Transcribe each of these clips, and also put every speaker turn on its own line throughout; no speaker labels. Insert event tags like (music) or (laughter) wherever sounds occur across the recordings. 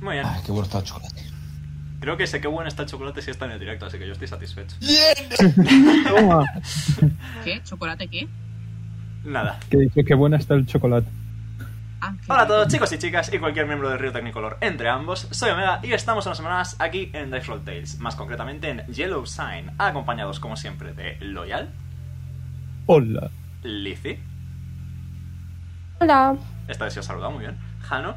Muy bien.
Ay, qué bueno está el chocolate.
Creo que sé qué bueno está el chocolate si está en el directo, así que yo estoy satisfecho.
Toma,
¿Qué? ¿Chocolate qué?
Nada.
(laughs) que dice que buena está el chocolate.
Ah, qué
Hola a
rico.
todos chicos y chicas y cualquier miembro del Río Tecnicolor entre ambos, soy Omega y estamos unas semanas aquí en Dice Roll Tales, más concretamente en Yellow Sign, acompañados como siempre de Loyal,
Hola.
Lizzie,
Hola.
esta vez se os saluda muy bien, Jano,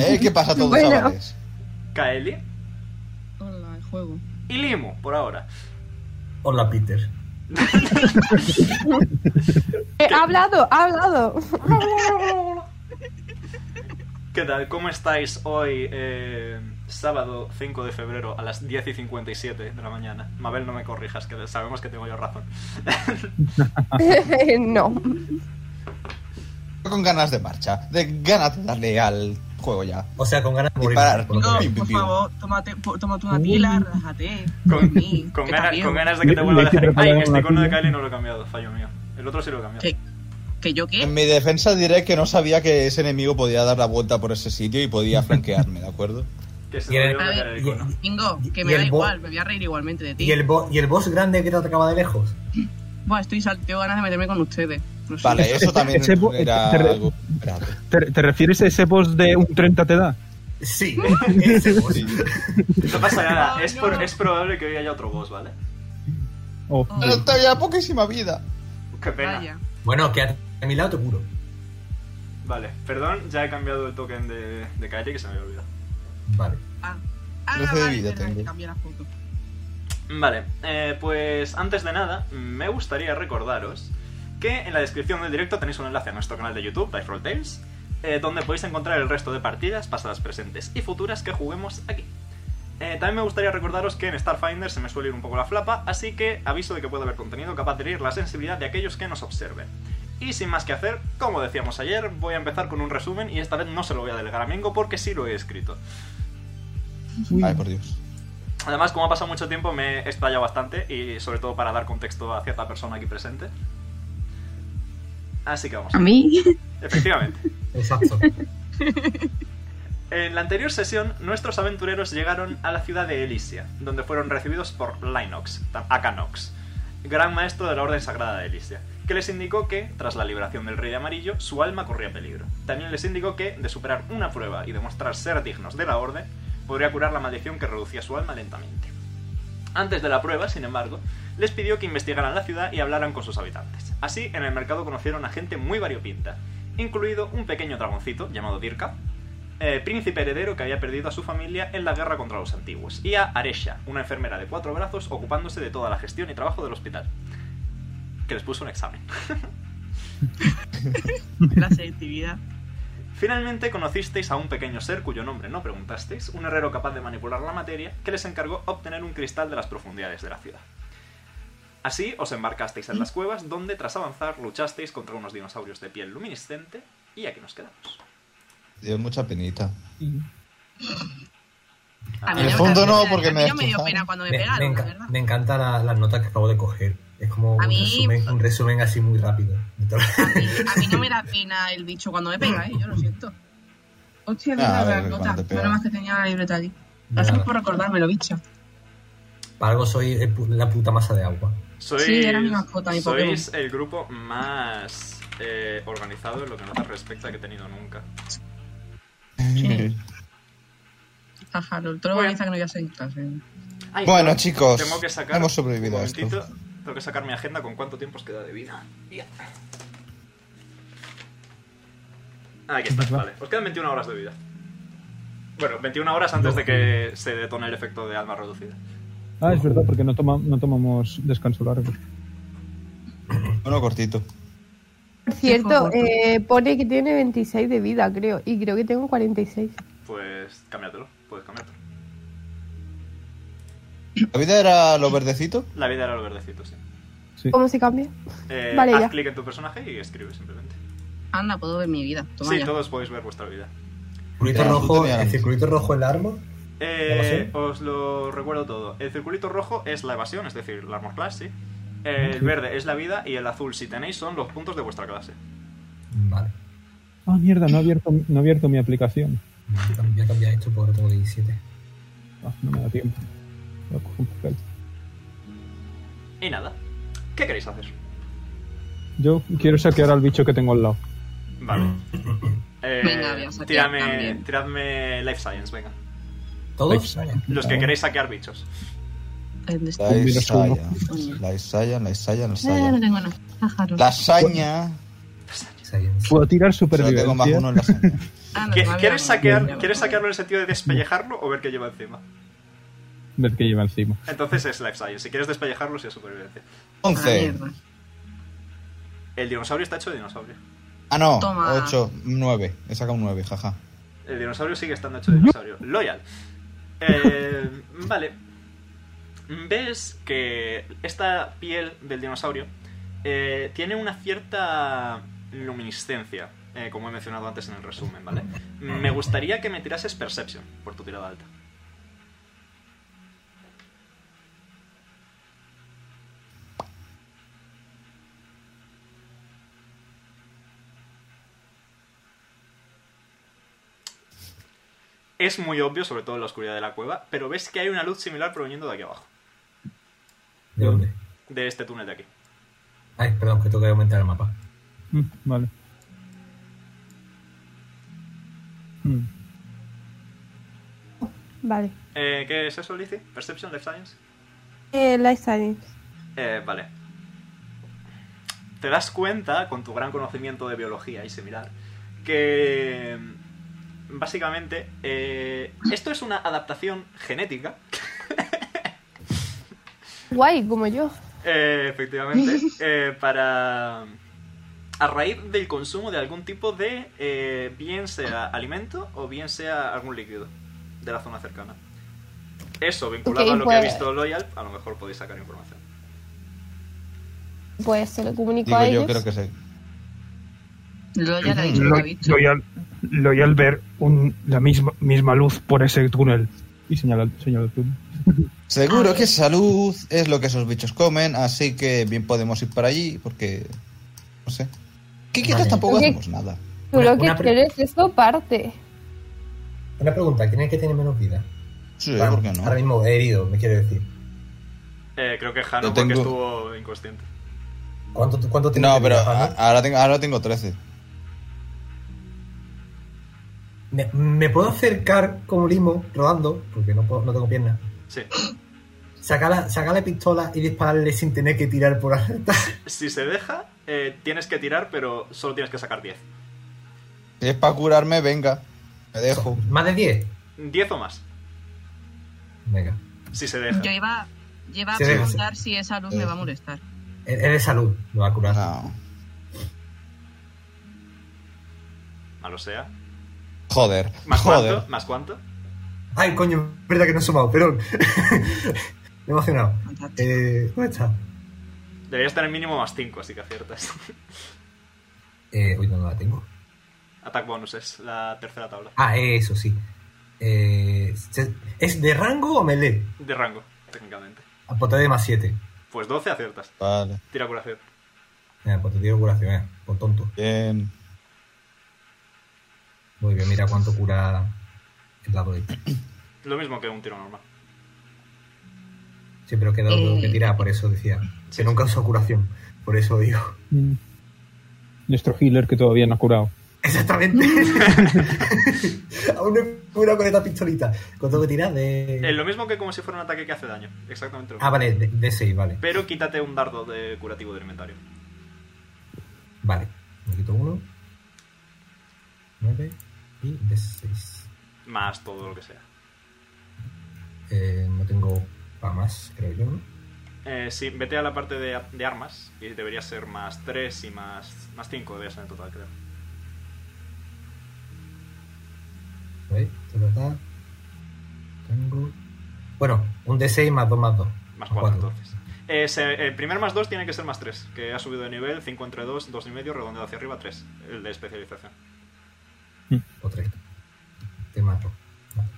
¿Eh? ¿Qué pasa a todos,
Bueno.
chavales?
Kaeli
Hola, el juego.
y Limu, por ahora.
Hola, Peter.
Eh, ha hablado, ha
(laughs)
hablado. (laughs)
¿Qué tal? ¿Cómo estáis hoy, eh, sábado 5 de febrero a las 10 y 57 de la mañana? Mabel, no me corrijas, que sabemos que tengo yo razón.
Eh, no.
Con ganas de marcha. De ganas de darle al juego ya.
O sea, con ganas de morir.
Disparar.
Con ganas
No,
de
Pim, pim,
por
pim.
favor, tómate, po- tómate una pila, relájate.
(laughs)
dormí,
Con,
que
gana-
también.
con ganas de que te vuelva a
Le- le
dejar.
quiero
Ay,
preparar
este
una
icono de
pila.
Kylie no lo he cambiado, fallo mío. El otro sí lo he cambiado.
¿Qué? ¿Que yo
En
qué?
mi defensa diré que no sabía que ese enemigo podía dar la vuelta por ese sitio y podía flanquearme, ¿de acuerdo?
Que se
Y
me
el-
olvidó
a
cambiar
ver,
el icono.
Bingo, que
¿Y
me da
el bo-
igual, me voy a reír igualmente de ti.
¿Y el, bo- ¿Y el boss grande que te atacaba de lejos?
Buah, estoy sal- tengo ganas de meterme con ustedes. No sé.
Vale, eso también
ese bo-
era
ese-
algo esperado.
¿Te, te refieres a ese boss de un 30 te da?
Sí, (laughs) ese boss.
Sí.
No pasa nada,
Ay,
es,
no.
por- es probable que hoy haya otro boss, ¿vale?
Oh.
Oh,
Pero todavía poquísima vida.
Qué pena.
vaya.
Bueno, quédate a mi lado, te curo.
Vale, perdón, ya he cambiado el token de, de Kylie que se me había olvidado.
Vale.
Ah, ah,
Trece de
vale,
vida
verdad,
tengo.
que cambié la (laughs) foto.
Vale, eh, pues antes de nada, me gustaría recordaros que en la descripción del directo tenéis un enlace a nuestro canal de YouTube, Dice Roll Tales, eh, donde podéis encontrar el resto de partidas, pasadas, presentes y futuras que juguemos aquí. Eh, también me gustaría recordaros que en Starfinder se me suele ir un poco la flapa, así que aviso de que puede haber contenido capaz de herir la sensibilidad de aquellos que nos observen. Y sin más que hacer, como decíamos ayer, voy a empezar con un resumen y esta vez no se lo voy a delegar a Mingo porque sí lo he escrito.
Ay, por Dios.
Además, como ha pasado mucho tiempo, me he explayado bastante y sobre todo para dar contexto a cierta persona aquí presente. Así que vamos.
¿A mí?
Efectivamente.
(laughs)
Exacto.
En la anterior sesión, nuestros aventureros llegaron a la ciudad de Elysia, donde fueron recibidos por Linox, ta- Akanox, gran maestro de la Orden Sagrada de Elysia, que les indicó que, tras la liberación del Rey de Amarillo, su alma corría peligro. También les indicó que, de superar una prueba y demostrar ser dignos de la Orden, podría curar la maldición que reducía su alma lentamente. Antes de la prueba, sin embargo, les pidió que investigaran la ciudad y hablaran con sus habitantes. Así, en el mercado conocieron a gente muy variopinta, incluido un pequeño dragoncito llamado Dirka, eh, príncipe heredero que había perdido a su familia en la guerra contra los antiguos, y a Aresha, una enfermera de cuatro brazos ocupándose de toda la gestión y trabajo del hospital, que les puso un examen.
La selectividad.
Finalmente conocisteis a un pequeño ser cuyo nombre no preguntasteis, un herrero capaz de manipular la materia, que les encargó obtener un cristal de las profundidades de la ciudad. Así os embarcasteis en las cuevas, donde tras avanzar luchasteis contra unos dinosaurios de piel luminiscente, y aquí nos quedamos.
Dio mucha penita.
A mí
En
ya
el
me-
fondo no,
a mí
porque me
ya me dio
destrozaron.
pena cuando me,
Me, me
pegaron, la
enca-
verdad.
me encantan la- las notas que acabo de coger. Es como un,
A mí- pues,
resumen, un resumen así muy rápido. de todo. (laughs)
A mí, a mí no me da pena el bicho cuando me pega, ¿eh? yo lo siento. Hostia,
Ah,
verdad,
a ver,
las
cuando
notas.
te pega.
Nada más que tenía la libreta allí. Gracias
Nada.
por recordármelo, bicha.
Para algo soy el pu- la puta masa de agua.
Sois,
Sí, era mi mascota, mi
sois el grupo más eh, organizado en lo que no respecta que he tenido nunca.
(laughs)
Sí. Jaja, lo todo lo
Bueno.
organiza que no voy a seguir clase.
Ay,
Bueno,
perdón,
chicos,
tengo que sacar
hemos sobrevivido
un
a esto.
momentito, Tengo que sacar mi agenda con cuánto tiempo os queda de vida. Ya. Ah, Aquí
Pues
está, vale. Os quedan 21 horas de vida. Bueno, 21 horas antes de que se detone el efecto de alma reducida.
Ah, es verdad, porque no, toma, no tomamos descanso largo.
Bueno, cortito.
Por cierto, eh, pone que tiene 26 de vida, creo. Y creo que tengo 46.
Pues cámbiatelo, puedes cambiártelo.
¿La vida era lo verdecito?
La vida era lo verdecito, sí.
Sí.
¿Cómo se cambia?
Eh,
Vale,
haz
ya.
clic en tu personaje y escribe simplemente.
Anda, puedo ver mi vida. Toma
sí,
ya.
todos podéis ver vuestra vida.
Circulito
Pero tú
rojo,
tenías-
el circulito rojo en la arma.
Eh,
¿Evasión?
os lo recuerdo todo. El circulito rojo es la evasión, es decir, la armor class, sí. El verde es la vida y el azul, si tenéis, son los puntos de vuestra clase.
Vale.
Ah, mierda, no he abierto, no he abierto mi aplicación.
Voy a cambiar esto porque tengo 17.
Ah, no me da tiempo. Voy a coger un papel.
Y nada. ¿Qué queréis hacer?
Yo quiero saquear al bicho que tengo al lado.
Vale. Eh,
Venga, voy a saquear
tiradme,
también.
tiradme Life Science, venga.
¿Todos?
Life
Vaya.
Los que queréis saquear bichos.
¿Dónde está?
La
Mira,
Isaya.
uno.
La Isaya, la Isaya, la
Eh, no
Isaya.
tengo nada. Pájaro.
La Saña.
Science.
Puedo tirar
Solo tengo más
supervivencia.
uno en la Saña.
Ah, no,
¿Qui-
vale,
¿Quieres,
vale,
saquear,
vale,
¿Quieres
vale.
saquearlo en el sentido de despellejarlo o ver qué lleva encima?
Ver que lleva encima.
Entonces es Life Science. Si quieres despellejarlo, sí es supervivencia.
Ah,
11.
mierda.
El dinosaurio está hecho de dinosaurio.
Ah, no.
Toma.
8, 9. He sacado un 9, jaja.
El dinosaurio sigue estando hecho de dinosaurio. Loyal. Eh, vale. Ves que esta piel del dinosaurio eh, tiene una cierta luminiscencia, eh, como he mencionado antes en el resumen, ¿vale? Me gustaría que me tirases Perception por tu tirada alta. Es muy obvio, sobre todo en la oscuridad de la cueva, pero ves que hay una luz similar proveniendo de aquí abajo,
¿De dónde?
de este túnel de aquí.
Ay, perdón, que tengo que aumentar el mapa.
Mm, Vale. Mm.
Vale.
Eh, ¿Qué es eso, Lizzie? ¿Perception, Life Science?
Eh, Life Science.
Eh, vale. Te das cuenta, con tu gran conocimiento de biología y similar, que mm, básicamente eh, esto es una adaptación genética,
Guay, como yo.
eh,
(laughs)
efectivamente, eh, para... a raíz del consumo de algún tipo de, eh, bien sea alimento o bien sea algún líquido de la zona cercana. Eso, vinculado
Ok,
a lo que ha
pues-
visto Loyal, a lo mejor podéis sacar información.
Pues se lo comunico
Digo,
a
yo
ellos.
creo que sé.
Lo ya lo ha dicho, lo ha dicho.
Loyal, Loyal ver un- la misma, misma luz por ese túnel.
Y señala, señala el turno.
Seguro que salud es lo que esos bichos comen, así que bien podemos ir para allí, porque. No sé. ¿Qué quieres?
Vale.
Tampoco
Ok.
hacemos nada.
Tú
Una-
lo que
una pre-
quieres es parte.
Una pregunta, ¿quién es el que tiene menos vida?
Sí,
Bueno,
¿por qué no?
Ahora mismo he herido, me quiero decir.
Eh, creo que Jano
Yo
porque
tengo-
estuvo inconsciente.
¿Cuánto, cuánto tiene
No,
de
pero ah,
vida,
a-
Jano?
ahora tengo, ahora tengo 13.
¿Me, me puedo acercar como limo, rodando, porque no, puedo- no tengo piernas.
Sí.
Sacar la, sacar la pistola y dispararle sin tener que tirar por alta.
Si se deja, eh, tienes que tirar, pero solo tienes que sacar 10.
Si es para curarme, venga. Me dejo.
(laughs) ¿Más de 10?
10 o más,
Venga.
si se deja.
Yo iba, yo iba a
Sí, sí,
preguntar si esa luz me va a molestar.
Es es de salud, lo va a curar.
No.
Malo Ah, sea.
Joder.
¿Más
Joder.
cuánto? ¿Más cuánto?
Ay, coño, verdad que no he sumado, perdón. (laughs) me he emocionado.
Fantástico.
Eh, ¿Dónde está?
Deberías tener mínimo más 5, así que aciertas. (laughs)
Eh, uy, no, no la tengo.
Attack bonus es la tercera tabla.
Ah, eso sí. Eh, se- ¿Es de rango o melee? Ah,
De rango, técnicamente.
Aporté de más 7.
Pues 12 aciertas.
Vale.
Tira curación.
Mira, pues te tiro curación, eh, por tonto.
Bien.
Muy bien, mira cuánto cura el este. dado de.
Lo mismo que un tiro normal.
Sí, pero que dado tengo que tirar, por eso decía. Que nunca usó curación, por eso digo. (laughs)
Mm. Nuestro healer que todavía no ha curado.
Exactamente. Aún no he curado con esta pistolita. ¿Cuánto que tirar
Es
de.?
Eh, lo mismo que como si fuera un ataque que hace daño. Exactamente lo mismo.
Ah, vale, de, de 6, vale.
Pero quítate un dardo de curativo del inventario.
Vale. Me quito uno. 9 y de 6.
Más todo lo que sea.
Eh, no tengo para más, creo yo, ¿no?
Eh, sí, vete a la parte de, de armas y debería ser más 3 y más, más 5 debería ser en total, creo.
¿Veis? Ta, ta, ta. Tengo. Bueno, un D6 más 2 más 2.
Más 4 entonces. Eh, se- el primer más 2 tiene que ser más 3, que ha subido de nivel, 5 entre 2, 2 y medio, redondeado hacia arriba, 3, el de especialización.
O 3. Te mato. Vale.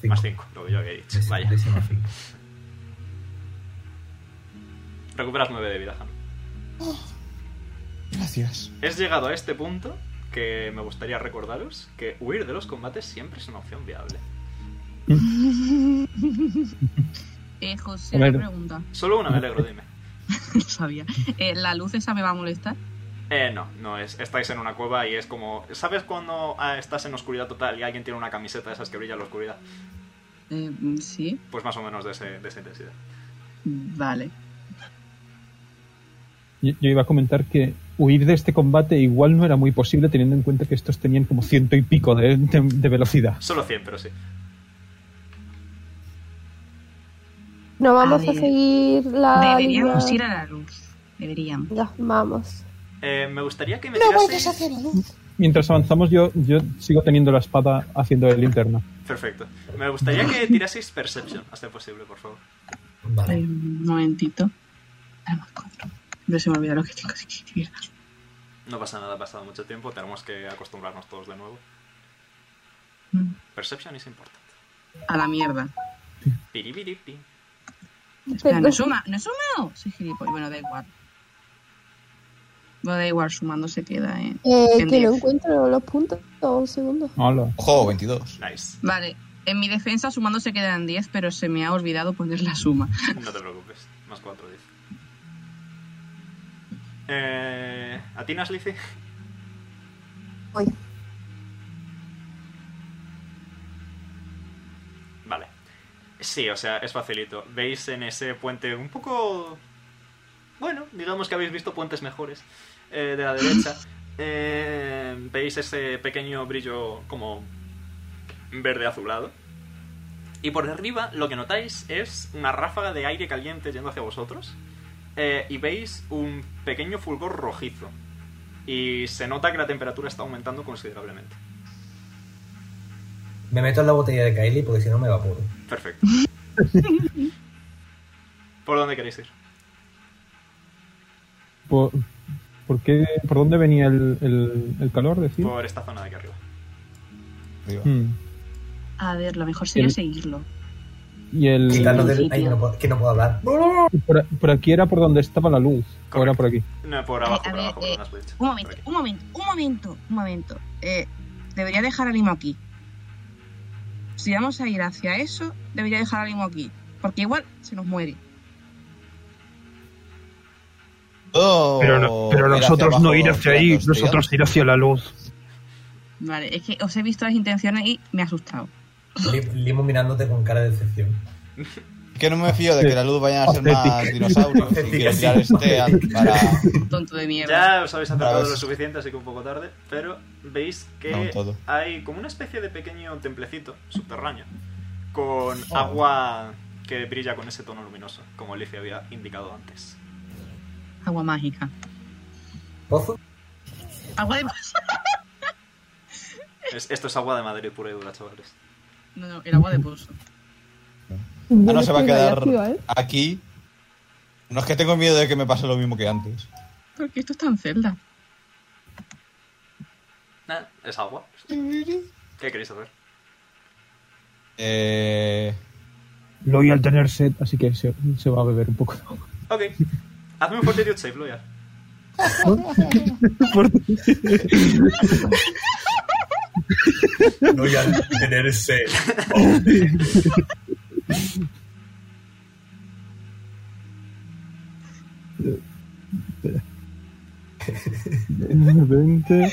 Cinco.
Más 5, lo que yo había dicho.
D6,
Vaya.
D6 más cinco.
(laughs) Recuperas 9 de vida, Jano.
Oh,
Gracias.
Es llegado a este punto que me gustaría recordaros que huir de los combates siempre es una opción viable.
Eh, José,
A ver.
(laughs)
una pregunta.
Solo una, me alegro, dime.
No sabía. Eh, ¿La luz esa me va a molestar?
Eh, no, no, es, estáis en una cueva y es como... ¿Sabes cuando ah, estás en oscuridad total y alguien tiene una camiseta de esas que brilla en la oscuridad?
Eh,
mm,
sí,
Pues más o menos de, ese- de esa intensidad.
vale.
Yo, yo iba a comentar que huir de este combate igual no era muy posible teniendo en cuenta que estos tenían como ciento y pico de, de- de velocidad.
Solo 100, pero sí.
No vamos
A
a,
ver.
seguir la.
Deberíamos
línea.
ir a la luz. Deberíamos.
Ya, vamos.
Eh, me gustaría que me
No
tiraseis-
vuelves a hacer la luz.
Mientras avanzamos yo, yo sigo teniendo la espada haciendo el linterna.
Perfecto. Me gustaría que tiraseis Perception, a ser posible, por favor.
Eh,
Vale.
Un momentito. Además, cuatro. No se me olvida lo que tengo que escribir.
No pasa nada, ha pasado mucho tiempo, tenemos que acostumbrarnos todos de nuevo.
Mm.
Perception es importante.
A la mierda.
Piripiripi.
Espera, no
Pero-
he suma, no he sumado. Soy gilipollas. Bueno, da igual. Bueno, da igual, sumando se queda, eh.
Eh,
En
que no
diez.
encuentro los puntos. Un segundo.
Hola.
Ojo, 22.
Nice.
Vale, en mi defensa sumando se quedan 10, pero se me ha olvidado poner la suma.
No te preocupes. Más 4, 10. Eh, ¿Atinas, Lizzie?
Voy.
Vale. Sí, o sea, es facilito. Veis en ese puente un poco... Bueno, digamos que habéis visto puentes mejores eh, de la derecha. Eh, veis ese pequeño brillo como verde azulado. Y por arriba lo que notáis es una ráfaga de aire caliente yendo hacia vosotros. Eh, y veis un pequeño fulgor rojizo. Y se nota que la temperatura está aumentando considerablemente.
Me meto en la botella de Kylie porque si no me evaporo.
Perfecto. ¿Por dónde queréis ir?
¿Por, por qué, ¿Por dónde venía el, el- el calor, decir?
Por esta zona de aquí arriba.
Arriba.
Hmm.
A ver, lo mejor sería
El-
seguirlo.
Y el...
Quitarlo del.
principio.
Ay, no puedo- que no
(laughs)
puedo hablar.
Por, por aquí era por donde estaba la luz. O era
Correcto.
por aquí.
No, por abajo,
A
por
ver,
abajo,
eh,
por donde has dicho.
Un momento,
Por aquí.
un momento, un momento, un momento. Eh, debería dejar al limo aquí. Si vamos a ir hacia eso, debería dejar al limo aquí. Porque igual se nos muere.
Oh,
Pero, no- pero
ir hacia
nosotros
abajo
no ir hacia ahí,
tirando hostias.
nosotros ir hacia la luz.
Vale, es que os he visto las intenciones y me he asustado.
Li- Limo mirándote con cara de decepción.
Que no me fío de que la luz vayan a ser
Patética.
más dinosaurios y quiero tirar este para...
Tonto de mierda.
Ya os habéis acercado
Bravas.
lo suficiente, así que un poco tarde, pero veis que
No, todo.
hay como una especie de pequeño templecito subterráneo con agua que brilla con ese tono luminoso, como Alicia había indicado antes.
Agua mágica.
¿Pozo?
Agua de pozo.
Es- esto es agua de Madrid pura y dura, chavales.
(laughs) No, no, el agua de pozo.
Ah, no se va a
Yo
quedar
estoy negativa, ¿eh?
aquí. No es que tengo miedo de que me pase lo mismo que antes.
Porque esto está en celda.
Nada, es agua. ¿Qué queréis hacer?
Eh,
Loy al tener sed, así que se, se va a beber un poco de (laughs) agua.
Ok. Hazme un fortitude save, Loyal.
Por-
No voy a tener sed.
Eh, 20.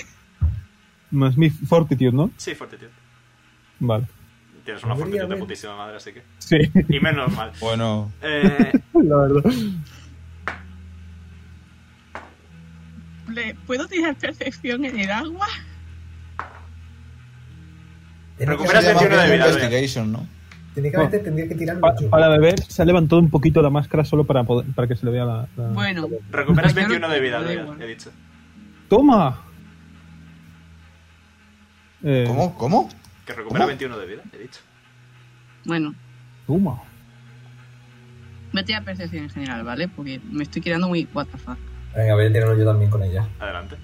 Más mi fortitude, ¿no?
Sí, fortitude.
Vale.
Tienes una fortitude
Podría
de
haber.
putísima madre, así que...
Sí, (laughs)
Y menos mal.
bueno,
Eh,
la verdad.
¿Le ¿Puedo tirar percepción en el agua?
Tenía que
Recuperas
sería
haber-
más
21 de
bien
vida,
Este investigation, ¿no?
Técnicamente tendría que tirar
Pa-
mucho.
para beber, se ha levantado un poquito la máscara solo para, poder- para que se le vea la. la-
Bueno,
recuperas
Yo no
21 de vida,
tengo, da
Loyal,
igual.
he dicho.
¡Toma! Eh,
¿Cómo? ¿Cómo?
Que recupera
¿Cómo?
21 de vida, he dicho.
bueno.
Toma.
Voy a tirar percepción en general, ¿vale? Porque me estoy quedando muy what the fuck.
Venga, voy a tirarlo yo también con ella.
Adelante.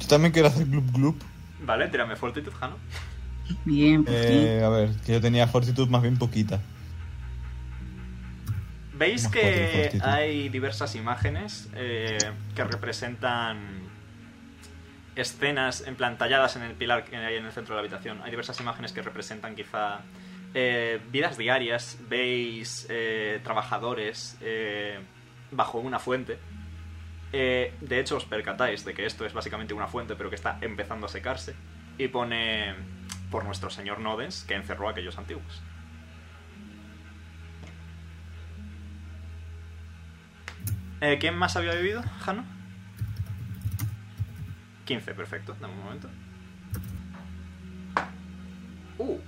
Yo también quiero hacer Gloop Gloop.
Vale, tírame fortitude, Jano.
Bien, por
Eh, a ver, que yo tenía fortitud más bien poquita.
Veis
Más cuatro
que
fortitude.
hay diversas imágenes eh, que representan escenas en plan, talladas en el pilar que hay en el centro de la habitación. Hay diversas imágenes que representan quizá eh, vidas diarias, veis eh, trabajadores eh, bajo una fuente. Eh, de hecho, os percatáis de que esto es básicamente una fuente, pero que está empezando a secarse. Y pone por nuestro señor Nodens, que encerró a aquellos antiguos. Eh, ¿Quién más había vivido, Jano? 15, perfecto, dame un momento. ¡Uh!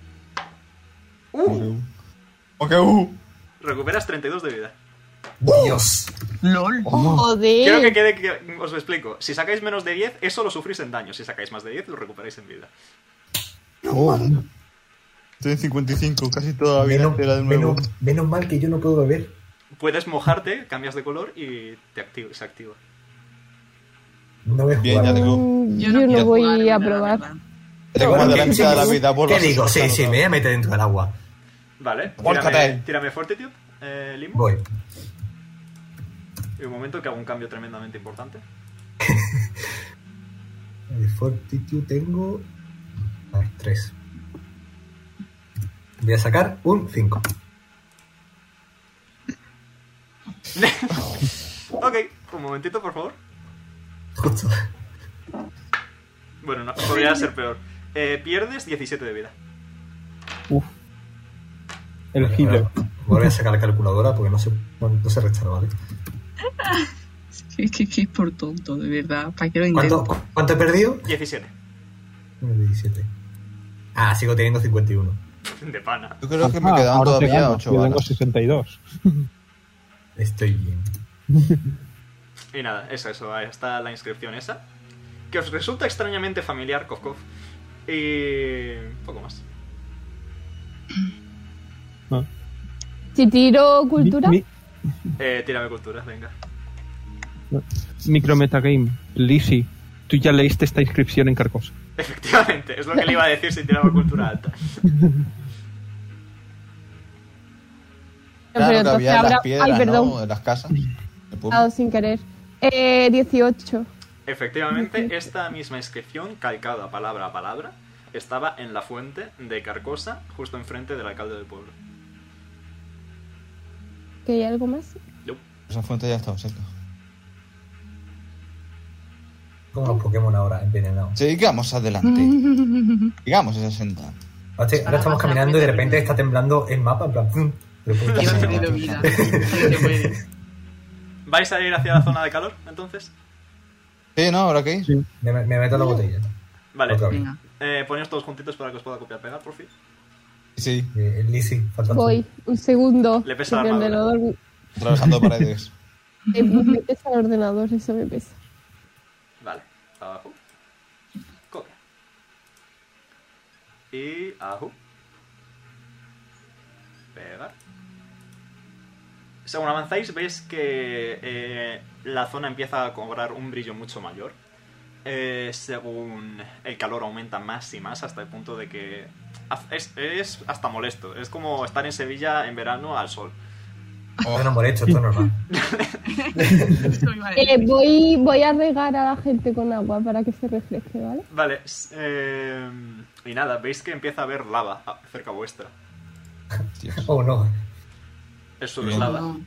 ¡Uh!
Ok, uh.
Recuperas 32 de vida.
Dios.
LOL.
Oh.
Quiero que
Joder.
quede que os lo explico. Si sacáis menos de 10, eso lo sufrís en daño. Si sacáis más de 10, lo recuperáis en vida.
Estoy en 55, casi toda la vida
menos,
entera de nuevo.
menos- menos mal que yo no puedo beber.
Puedes mojarte, cambias de color y te activa, se activa.
No voy a
Bien, ya
jugar.
tengo.
Mm,
Yo no, quiero jugar
voy
en
a
una
probar.
guerra.
Ya tengo
No,
más de la
¿qué-
mitad de la
qué-
vida.
¿Qué
vuelvas a
digo? Sí,
sacarlo.
sí, me voy a meter dentro del agua.
Vale,
Mórcate.
tírame, tírame Fortitude, eh, Limo.
Voy.
Y un momento que hago un cambio tremendamente importante.
De Fortitude tengo. A ver, 3. Voy a sacar un 5.
Ok, un momentito, por favor.
Justo.
Bueno, no, podría ser peor. Eh, pierdes 17 de vida.
Uf. El healer.
Voy a sacar la calculadora porque no sé cuánto se resta, ¿vale?
Es que, que es por tonto, de verdad. ¿Para qué lo
¿Cuánto,
intento?
¿Cuánto he perdido?
17.
17. Ah, sigo teniendo 51.
De pana.
Yo creo que me
Ah,
quedan
ahora te
todavía
gano,
8
yo tengo
balas.
62.
Estoy bien.
Y nada, eso, eso, ahí está la inscripción esa. Que os resulta extrañamente familiar, Kof Kof. Y. poco más.
Si tiro cultura,
Mi-
Eh, tírame cultura, venga. (laughs)
mi- micrometagame. Lizzie, tú ya leíste esta inscripción en Carcosa.
Efectivamente, es lo que le iba a decir si tiraba cultura alta.
pero
Claro, que
entonces
había en
habrá-
las piedras,
Ay, perdón.
¿no? En las casas. El pueblo.
dado sin querer. Eh, 18.
Efectivamente, esta misma inscripción, calcada palabra a palabra, estaba en la fuente de Carcosa, justo enfrente del alcalde del pueblo.
¿Que hay algo más?
Esa fuente ya estaba cerca.
Como los Pokémon ahora, envenenados.
Sigamos
Mm.
adelante.
(laughs)
Sigamos esa senda.
Ahora, ahora estamos caminando y de repente está temblando el mapa, en plan. "Mm", Pero puta
Yo he
madre.
perdido
(laughs)
vida. Ahí se muere.
¿Vais a ir hacia la zona de calor, entonces?
Sí, ¿no? ¿Ahora qué?
(laughs) me, me meto en la botella.
Vale,
Otra vez.
Venga.
eh, poneos todos juntitos para que os pueda copiar pegar, por fin.
Sí,
Eh, Lizzie, fantástico.
Voy, un segundo.
Le pesa la
que mi
armadura.
ordenador-
atravesando (laughs) paredes.
eh, me pesa el ordenador, eso me pesa.
Vale, abajo. Copia. Y abajo. Pegar. Según avanzáis, veis que eh, la zona empieza a cobrar un brillo mucho mayor. Eh, según el calor aumenta más y más hasta el punto de que haz- es, es hasta molesto. Es como estar en Sevilla en verano al sol.
Bueno, no molesto, esto es normal.
Esto iba a decir.
Eh, voy, voy a regar a la gente con agua para que se refresque, ¿vale?
Vale, s- eh, y nada, veis que empieza a haber lava ah, cerca vuestra.
Hostias.
Oh no.
El suelo es
Bien.
lava.
No.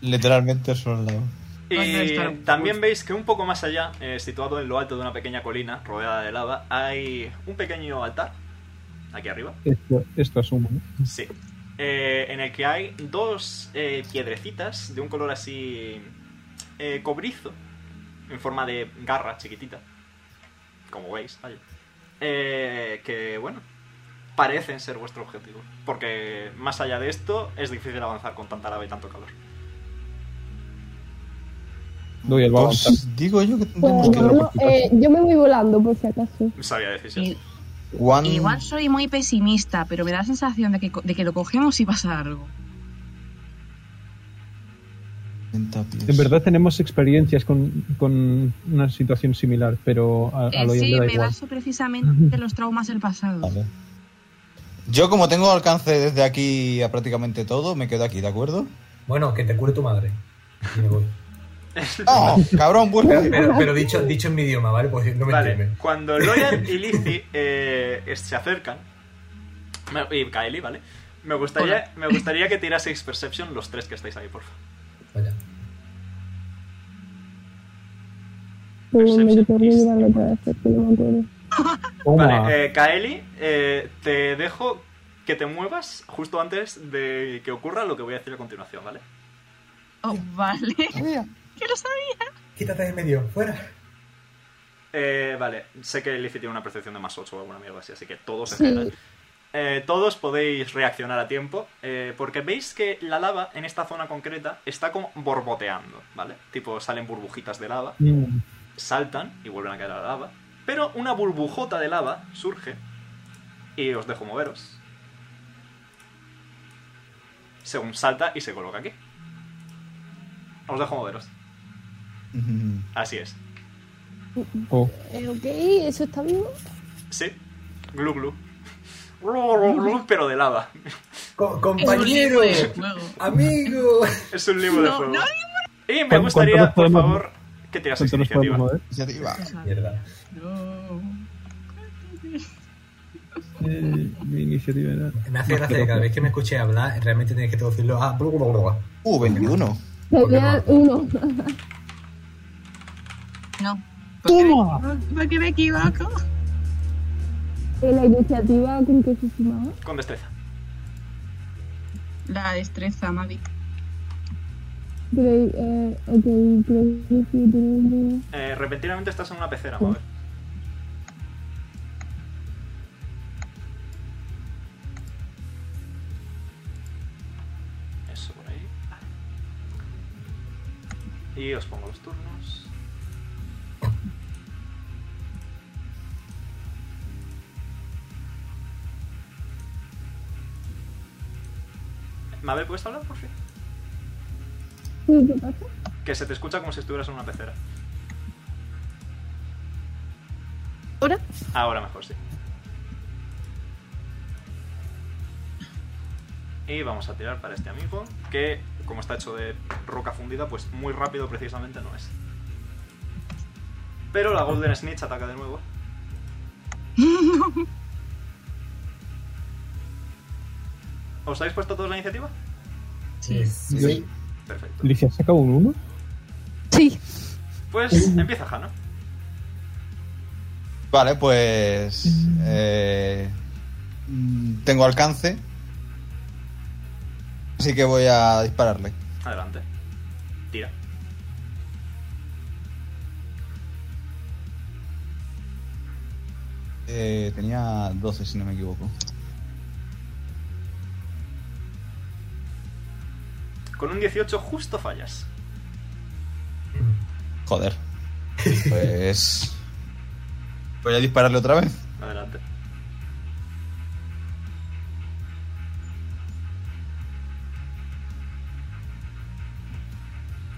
Literalmente son lados.
¿Dónde
Y
está?
también veis que un poco más allá, eh, situado en lo alto de una pequeña colina rodeada de lava, hay un pequeño altar, aquí arriba,
Esto, esto asumo. ¿no?
sí, eh, en el que hay dos eh, piedrecitas de un color así eh, cobrizo, en forma de garra chiquitita, como veis, vaya, eh, que bueno, parecen ser vuestro objetivo, porque más allá de esto es difícil avanzar con tanta lava y tanto calor.
Doy el balón.
Pues digo yo que tendremos
Pues,
que ir a
no,
por
eh, yo me voy volando por si acaso.
Sabía decisión.
I-
Juan-
Igual soy muy pesimista, pero me da la sensación de que, co- de que lo cogemos y pasa algo.
30 pies.
En verdad tenemos experiencias con, con una situación similar, pero a,
Eh,
Ah, al oyente
sí,
da
me
igual.
baso precisamente en los traumas del pasado.
Vale. Yo como tengo alcance desde aquí a prácticamente todo, me quedo aquí, ¿de acuerdo?
Bueno, que te cure tu madre. Y me voy.
¡No! ¡Oh, ¡Cabrón, vuelve! (laughs)
(laughs) Pero, pero dicho, dicho en mi idioma, ¿vale? Pues no me
Vale,
entienden.
cuando Loyan y Lizzie eh, es- se acercan, me- y Kaeli, ¿vale? Me gustaría, me gustaría que tiraseis Perception los tres que estáis ahí, por favor.
Vaya.
Me
Perception
tengo que
is-
llevarlo otra vez, porque no me acuerdo.
Toma.
Vale, eh, Kaeli, eh, te dejo que te muevas justo antes de que ocurra lo que voy a decir a continuación, ¿vale?
Oh, vale. (laughs) que lo sabía.
Quítate de en medio, fuera.
Eh, vale, sé que Lizzie tiene una percepción de más 8 o alguna mierda así, así que todos en
Sí.
general. Eh, todos podéis reaccionar a tiempo, eh, porque veis que la lava en esta zona concreta está como borboteando, ¿vale? Tipo, salen burbujitas de lava,
Mm.
saltan y vuelven a caer a la lava, pero una burbujota de lava surge y os dejo moveros. Según salta y se coloca aquí. Os dejo moveros.
Mm,
Así es.
Oh.
Eh, ok, eso está bien.
Sí. Glu glu. Glu, glu, glu, Pero de lava.
Co-
Es un libro
compañero,
de juego.
(laughs) amigo.
Es un libro de
No,
fuego.
no,
Y me
¿Cuánto
gustaría,
nos
por
podemos-
favor, que tiraseis
¿Cuánto nos
iniciativa.
podemos mover?
iniciativa.
Mierda.
No.
Eh, mi iniciativa era...
Me hace gracia que cada vez que me escuché hablar, realmente tienes que traducirlo a. blu, blu, blu, blu.
Uh, 21.
Tenía uno.
No.
¡Toma!
Porque me equivoco.
Eh, La iniciativa con que se sumaba.
Con destreza.
La destreza, Mavi.
Pero, eh, ok, pero sí, sí, tenemos-
Eh, repentinamente estás en una pecera, madre. Eso por ahí. Vale. Y os pongo los turnos. Mabel, ¿puedes hablar por fin?
sí, ¿qué pasa?
Que se te escucha como si estuvieras en una pecera.
¿Ahora?
Ahora mejor, sí. Y vamos a tirar para este amigo, que como está hecho de roca fundida, pues muy rápido precisamente no es. Pero la Golden Snitch ataca de nuevo. ¿Os habéis puesto todos la iniciativa?
Sí.
Sí.
Perfecto.
Alicia, ¿saca un 1?
Sí.
Pues empieza Hanna.
Vale, pues. eh, mm, tengo alcance. Así que voy a dispararle.
Adelante. Tira.
Eh, tenía 12, si no me equivoco.
Con un 18 justo fallas.
Joder. Pues. Voy a dispararle otra vez.
Adelante.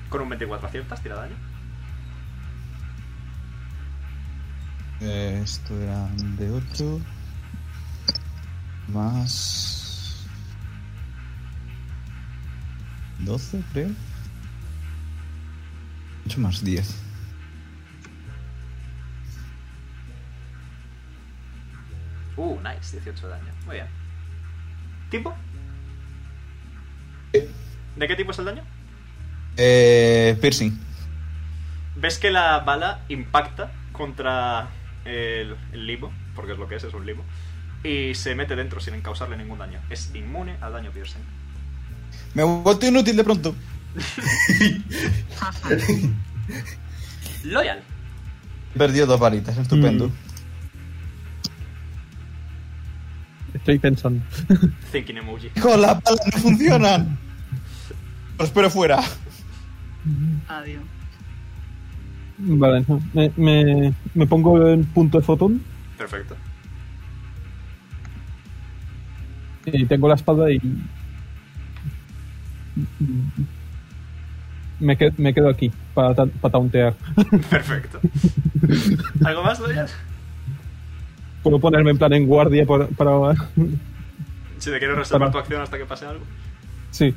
Con un 24 aciertas, tira daño.
Eh, esto era de 8. Más. 12, creo. 8 más 10.
Uh, nice, 18 de daño. Muy bien. ¿Tipo? ¿De qué tipo es el daño?
Eh, piercing.
Ves que la bala impacta contra el, el limo, porque es lo que es, es un limo, y se mete dentro sin causarle ningún daño. Es inmune al daño piercing.
Me he vuelto inútil de pronto.
(laughs)
Jaja.
Loyal.
He perdido dos varitas, estupendo.
Mm. Estoy pensando.
Thinking emoji.
Hijo, las balas no funcionan. Los espero fuera.
Adiós.
Vale, no. me, me, me pongo en punto de fotón
Perfecto.
y eh, tengo la espada y... Me, que- me quedo aquí para, ta- para tauntear.
Perfecto. ¿Algo más, Loyal?
Puedo ponerme en plan en guardia para... para- (laughs)
Si te quieres reservar
Para-
tu acción hasta que pase algo.
sí.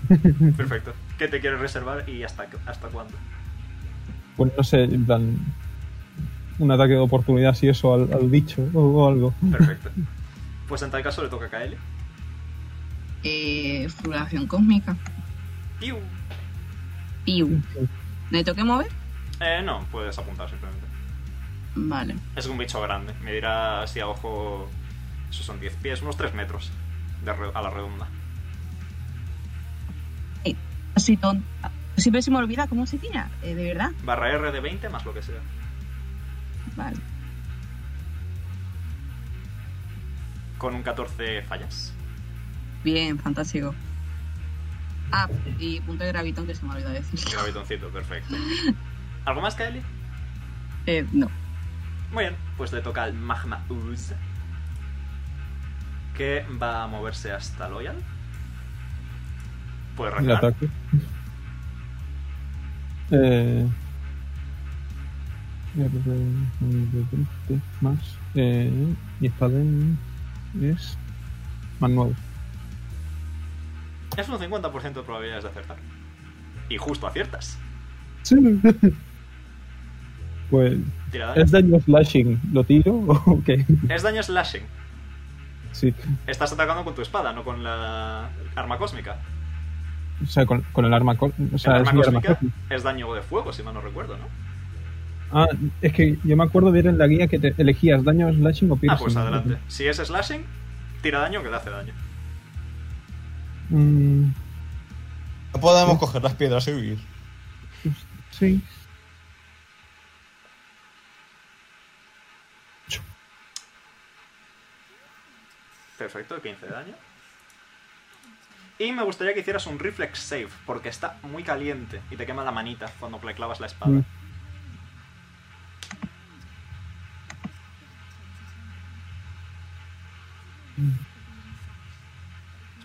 Perfecto. ¿Qué te quieres reservar y hasta, hasta cuándo?
Bueno, pues no sé, en plan. Un ataque de oportunidad, si eso, al, al bicho o, o algo.
Perfecto. Pues en tal caso le toca a Kaeli.
Eh, fulguración cósmica.
Piu.
Piu.
Ah,
¿Le toque mover?
Eh, no, puedes apuntar simplemente.
Vale.
Es un bicho grande. Me dirá así a ojo. Eso son 10 pies, unos 3 metros de re- a la redonda.
Así tonta. Siempre se me olvida cómo se tira, eh, de verdad.
Barra R de 20 más lo que sea.
Vale.
Con un 14 fallas.
Bien, fantástico. Ah, y punto de gravitón que se me ha olvidado decir.
Gravitoncito, perfecto. ¿Algo más, Kaeli?
Eh, no.
Muy bien, pues le toca al Magma Ooze. Que va a moverse hasta Loyal. Puede
El
arrancar.
ataque. Eh, más. Eh, y espadín es. Más nuevo.
Es un 50% de probabilidades de acertar. Y justo aciertas.
(laughs) Pues.
Tira daño.
¿Es daño flashing? ¿Lo tiro o qué? (laughs)
Es daño slashing.
Sí.
Estás atacando con tu espada, no con la arma cósmica.
O sea, con, con el arma. col- O sea,
el
es
arma
mi arma.
cósmica es daño de fuego, si mal no recuerdo, ¿no?
Ah, es que yo me acuerdo de ir en la guía que te elegías daño slashing o piercing.
Ah, pues adelante. Si es slashing, tira daño que le hace daño.
Mm,
No podemos coger las piedras y huir.
sí.
Perfecto, 15 de daño. Y me gustaría que hicieras un reflex save, porque está muy caliente y te quema la manita cuando le clavas la espada.
Mm.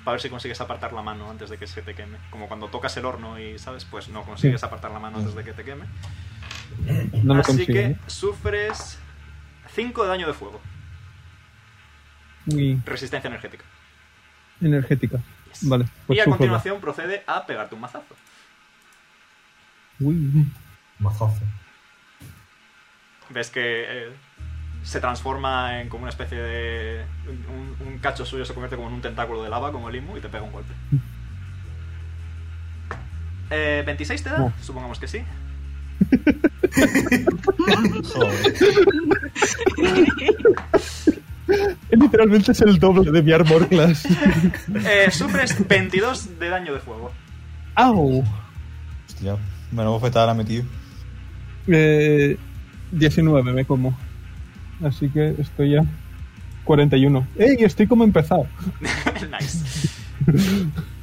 Para Mm. ver si consigues apartar la mano antes de que se te queme. Como cuando tocas el horno y, ¿sabes? Pues no consigues apartar la mano antes de que te queme.
No lo
Así
consigo.
que
¿eh?
sufres 5 de daño de fuego.
Muy
Resistencia energética.
energética.
Yes.
Vale, pues
y a
sufro.
continuación procede a pegarte un mazazo.
Uy,
Mazazo.
Ves que eh, se transforma en como una especie de... Un, un cacho suyo se convierte como en un tentáculo de lava, como el Imu, y te pega un golpe. Eh, ¿26 te da?
No.
Supongamos que sí.
Joder.
Literalmente es el doble de mi armor class.
Eh, sufres 22 de daño de fuego.
(laughs)
(laughs)
¡Au!
Hostia, menos bofetada la ha metido.
Eh, 19 me como. Así que estoy ya 41. ¡Ey! Estoy como empezado.
nice.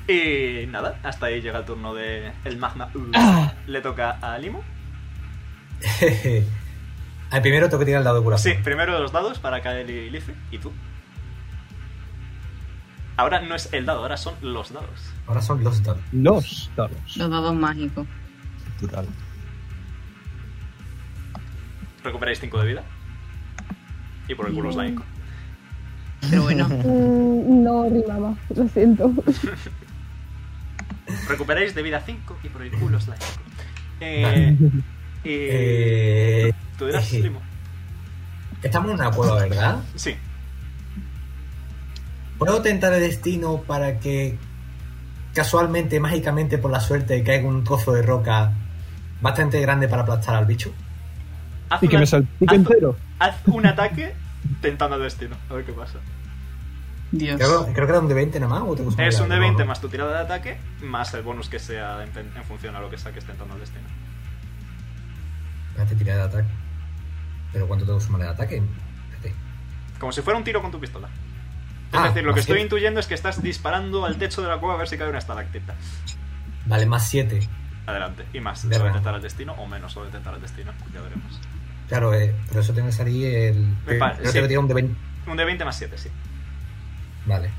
Y nada, hasta ahí llega el turno de el magma.
Ah.
Le toca a Limo.
(laughs) Al primero tengo que tirar el dado de
Sí,
curación.
primero los dados para Kael y Liffy. ¿Y tú? Ahora no es el dado, ahora son los dados.
Ahora son los dados.
Los dados.
Los dados mágicos.
Plural.
Recuperáis 5 de vida. Y por el culo os la hinco.
Pero bueno,
Mm, no rimaba, (laughs) lo siento.
Recuperáis de vida 5 y por el culo os la hinco.
(laughs)
Eh, y
Eh,
¿Tú dirás,
eh.
Limo?
estamos en una cueva, ¿verdad?
Sí.
¿Puedo tentar el destino para que casualmente, mágicamente, por la suerte, caiga un trozo de roca bastante grande para aplastar al bicho?
Haz
Y que
una-
me
haz-
salpique entero.
Haz un ataque tentando el destino. A ver qué pasa.
Dios.
Creo, creo que era un de 20 nada más. ¿o tengo
Es un
de
de 20 más tu tirada de ataque, más el bonus que sea en, en función a lo que saques tentando el destino.
Espérate, tirada de ataque. ¿Pero cuánto tengo que sumar de ataque? Espérate.
Como si fuera un tiro con tu pistola. Es
Ah,
decir, lo que
así.
estoy intuyendo es que estás disparando al techo de la cueva a ver si cae una estalactita.
Vale, más 7.
Adelante. Y más,
Verga.
sobre tentar el destino o menos sobre tentar el destino. Ya veremos.
Claro, eh, por eso tengo que salir el.
Me parece,
creo
sí.
que tirar un de 20.
Un de 20 más 7, sí.
Vale.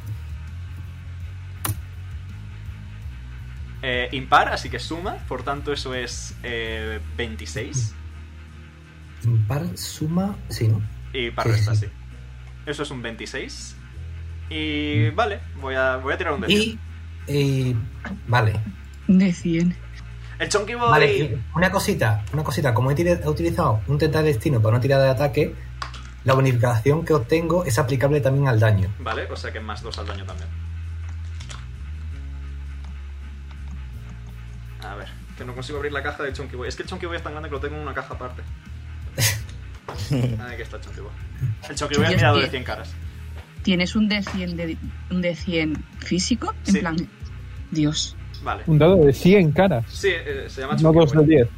Eh, impar, así que suma. Por tanto, eso es eh, 26.
Impar suma. Sí, ¿no?
Y par
Sí,
resta,
sí.
sí. Eso es un 26.
Mm.
Y vale, voy a, voy a tirar un de 10.
Y. eh, vale.
De 100.
El Chunky Boy.
Vale, y una cosita, una cosita. Como he, tira- he utilizado un teta de destino para una tirada de ataque, la bonificación que obtengo es aplicable también al daño.
Vale, o sea que más dos al daño también. A ver, que no consigo abrir la caja del Chunky Boy. Es que el Chunky Boy es tan grande que lo tengo en una caja
(laughs)
aparte. Ahí que está el Chunky Boy. El Chunky Boy
Y
es
es
mirado
que-
de 100 caras.
¿Tienes un de 100, de, un de 100 físico?
Sí.
En plan, Dios.
Vale.
Un dado de 100 caras.
Sí, eh, se llama
No
Chunky
dos de
Boy.
10.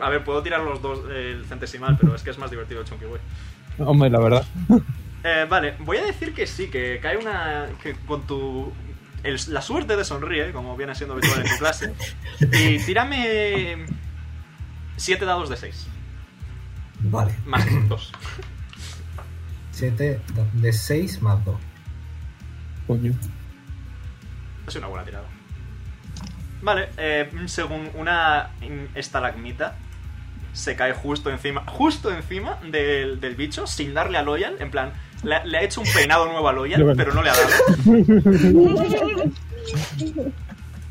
A ver, puedo tirar los dos, eh, el centesimal, pero es que es más divertido el Chunky Boy.
Hombre, la verdad.
Eh, vale, voy a decir que sí, que cae una. que con tu. el- la suerte de sonríe, como viene siendo habitual en tu clase. Y tírame. 7 dados de 6,
Vale,
más 2.
7 de 6 más 2.
Coño.
Es una buena tirada. Vale, eh, según una in- estalagmita, se cae justo encima, justo encima del, del bicho, sin darle a Loyal. En plan, le, ha- le ha hecho un peinado nuevo a Loyal,
Lo veo.
pero no le ha dado.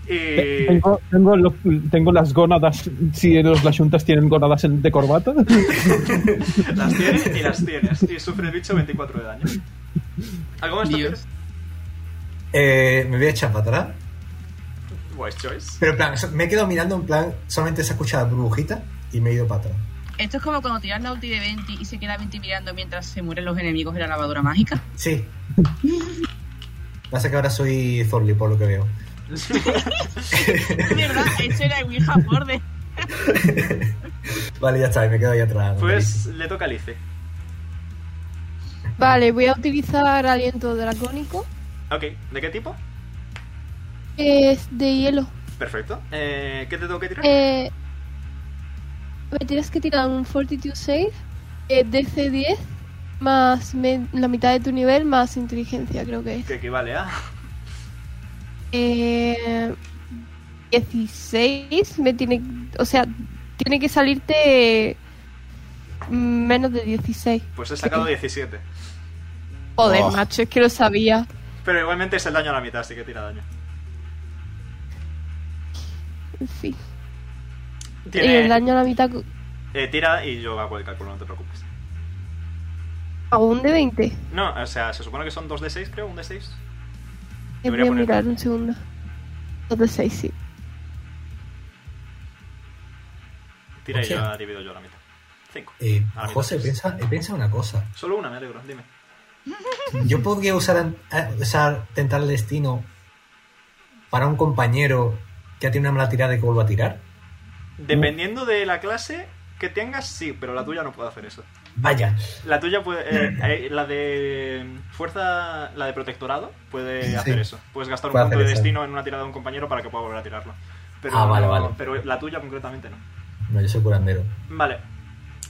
Y.
Tengo, tengo lo- tengo las gónadas. Si los, las juntas tienen gónadas en- de corbata. (laughs)
Las tienes y las tienes. Y sufre el bicho 24 de daño. ¿Algo más
Dios.
Eh, me voy a echar para atrás.
también? Wise choice. (laughs)
Pero en plan, so- me he quedado mirando en plan, solamente se ha escuchado burbujita y me he ido para atrás.
Esto es como cuando tiras la ulti de 20 y se queda 20 mirando mientras se mueren los enemigos en la lavadora mágica.
Sí. Pasa que ahora soy Zorli, por lo que veo.
(laughs) Es verdad, eso era el Ouija Borde.
Vale, ya está, me quedo ahí atrás.
Pues le toca a Lice.
Vale, voy a utilizar aliento dracónico.
Ok, ¿de qué tipo?
Es de hielo.
Perfecto. Eh, ¿Qué te tengo que tirar?
Eh, me tienes que tirar un Fortitude eh, 6, DC 10, más me- la mitad de tu nivel, más inteligencia, creo que es.
Que equivale a.
Eh, 16, me tiene, o sea, tiene que salirte menos de 16.
Pues he sacado 17.
Joder,
Oh.
macho, es que lo sabía.
Pero igualmente es el daño a la mitad, así que tira daño.
En fin. Y el
Tiene,
daño a la mitad, co-
eh, tira y yo hago el cálculo, no te preocupes.
aún de 20.
No, o sea, se supone que son 2 de 6, creo, un de 6.
Eh,
Debería
Voy
poner-
a mirar un segundo. 2 de 6, sí.
Tira y
Hostia.
ya divido yo la mitad. 5.
Eh,
Ah, mira.
José, piensa, eh, piensa una cosa.
Solo una, me alegro, dime.
Yo podría usar, an- eh, usar tentar el destino para un compañero que ha tenido una mala tirada y que vuelva a tirar.
Dependiendo de la clase que tengas, sí, pero la tuya no puede hacer eso.
Vaya,
La tuya puede. eh, eh, la de. Fuerza. La de protectorado puede
Sí.
hacer eso. Puedes gastar un
Puede
punto de
hacer eso.
destino en una tirada de un compañero para que pueda volver a tirarlo. Pero,
Ah, vale,
no-
vale.
Pero la tuya concretamente no.
no, yo soy curandero.
Vale.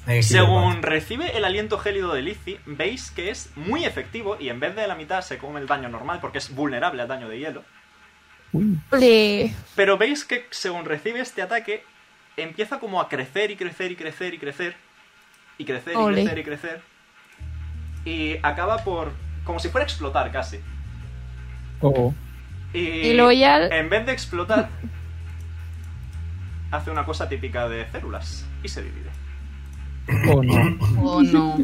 Eh, sí,
Según recibe el aliento gélido de Lizzie, veis que es muy efectivo y en vez de la mitad se come el daño normal porque es vulnerable al daño de hielo.
Uy,
Ole.
Pero veis que según recibe este ataque, empieza como a crecer y crecer y crecer y crecer. Y crecer y
Ole.
crecer y crecer. Y acaba por. como si fuera a explotar casi.
oh,
Y,
Y Loyal.
en vez de explotar, (laughs) hace una cosa típica de células y se divide.
oh no.
Oh no.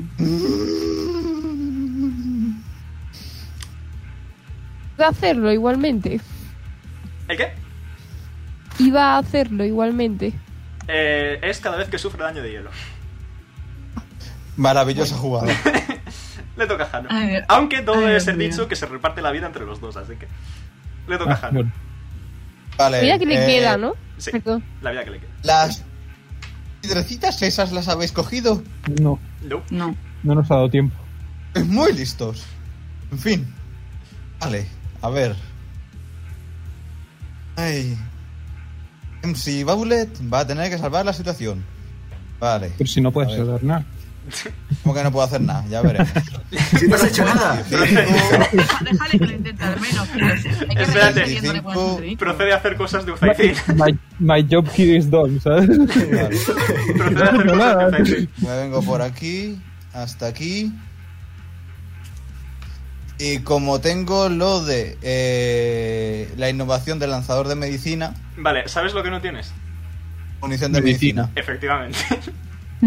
Iba a hacerlo igualmente.
¿El qué?
Iba a hacerlo igualmente.
Eh, es cada vez que sufre daño de hielo.
Maravillosa jugada.
Le toca a Jano.
A ver,
Aunque todo
Ay,
debe
Dios
ser
mío.
dicho que se reparte la vida entre los dos, así que. Le toca a
Ah,
Jano.
bueno.
Vale.
Mira que le
eh,
queda, ¿no?
Sí,
Perdón.
la vida que le queda.
Las piedrecitas esas las habéis cogido.
No,
No.
no.
no nos ha dado tiempo.
Es muy listos. En fin. Vale, a ver. Ay. MC Baulet va a tener que salvar la situación. Vale.
Pero si no
A
puedes
ver.
dar nada.
Como que no puedo hacer nada, ya veremos.
Si (laughs) no has
(laughs)
hecho nada.
Cinco,
Déjale que lo intente al menos. que no sé. Hay que
Espérate.
seguir saliéndole por el
Cinco.
ridículo.
Procede a hacer cosas de Uzaicin.
My, my job here is done, ¿sabes?
Eh.
(laughs)
vale.
(laughs) Procede a hacer cosas
No,
de
nada.
Uzaicin.
Me vengo por aquí, hasta aquí. Y como tengo lo de eh, la innovación del lanzador de medicina,
Vale, ¿sabes lo que no tienes?
munición de
Medicina.
medicina.
Efectivamente. (laughs)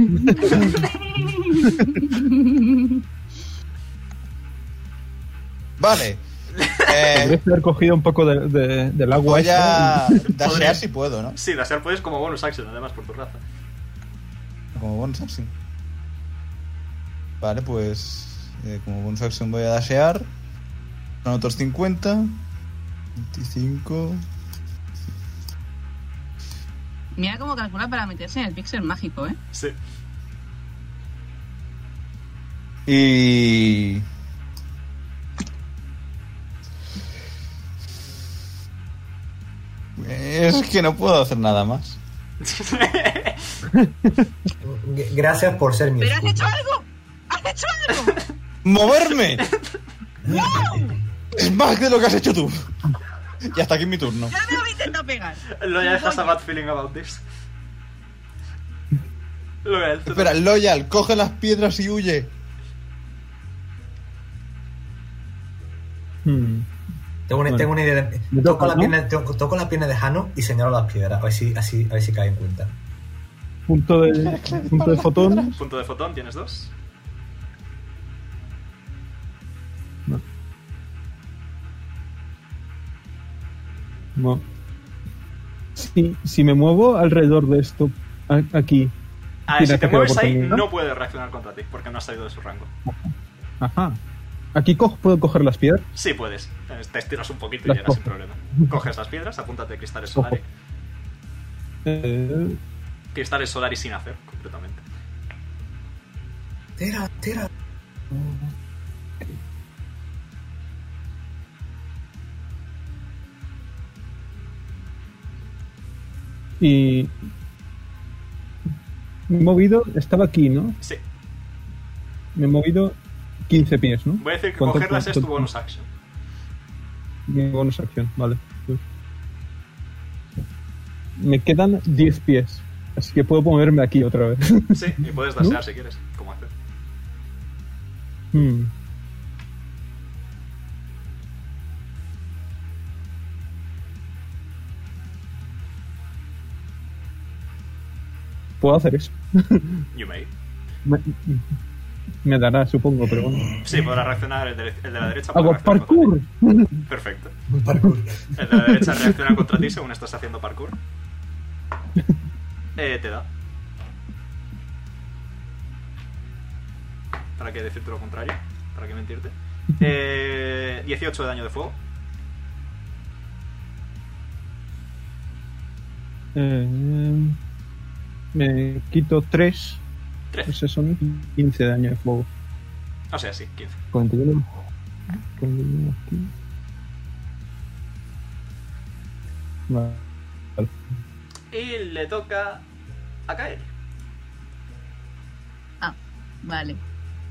Vale.
(laughs)
Eh,
Podrías haber cogido un poco de- de- del agua.
voy a
esta y-
dashear si puedo, ¿no?
Sí, dasear puedes como bonus action, además, por tu raza.
Como bonus action. Vale, pues. eh, como bonus action voy a dashear. Son otros 50. 25.
Mira cómo calcula para meterse en el pixel mágico, ¿eh?
Sí. (laughs)
Y. Es que no puedo hacer nada más.
G- Gracias por ser mi
¡Pero has
escudo.
hecho algo! ¡Has hecho algo!
¡Moverme! Es más de lo que has hecho tú. Y hasta aquí mi turno.
¡Ya me lo he intentado pegar!
Lo ya has a bad feeling about this. Lo ya
Espera, Loyal, coge las piedras y huye.
Hmm.
Tengo una,
Bueno.
tengo una idea. de-
Me
toco,
toca,
la
¿no?
pierna, to- toco la pierna de Jano y señalo las piedras. A ver si, así, a ver si cae en cuenta.
Punto de, punto de fotón.
Punto de fotón, tienes dos.
No. Si, si me muevo alrededor de esto, a- aquí.
Ah,
Tiene
si te
ataque de
mueves ahí,
oportunidad.
no puede reaccionar contra ti, porque no has salido de su rango.
Ajá. Aquí co- puedo coger las piedras.
Sí puedes. Te estiras un poquito y
Las
llegas sin
cojo.
problema. Coges las piedras, apúntate cristales
Cojo.
solares.
Eh,
Cristales solares sin hacer, completamente.
Tira, tira.
y. Me he movido, estaba aquí, ¿no?
Sí.
Me he movido 15 pies, ¿no?
Voy a decir que
¿Cuánto-
cogerlas es tu
cuánto-
bonus action.
Mi bonus acción, vale. Me quedan 10 pies. Así que puedo moverme aquí otra vez. (laughs)
Sí, y puedes dasear si quieres, como hacer.
Hmm. Puedo hacer eso.
You may.
Me, me dará, supongo, pero bueno.
Sí, podrás reaccionar el de, el de la derecha. puede
Hago
reaccionar contra
parkour.
ti. Perfecto.
Un parkour.
El de la derecha reacciona contra ti según estás haciendo
(laughs)
parkour. Eh, te da. ¿Para qué decirte lo contrario? ¿Para qué mentirte? Eh, 18 de daño de fuego.
Eh, me quito 3.
13.
Esos son 15 de daño de fuego.
O sea, sí, 15.
41. 41 aquí. Vale.
Y le toca a caer.
Vale.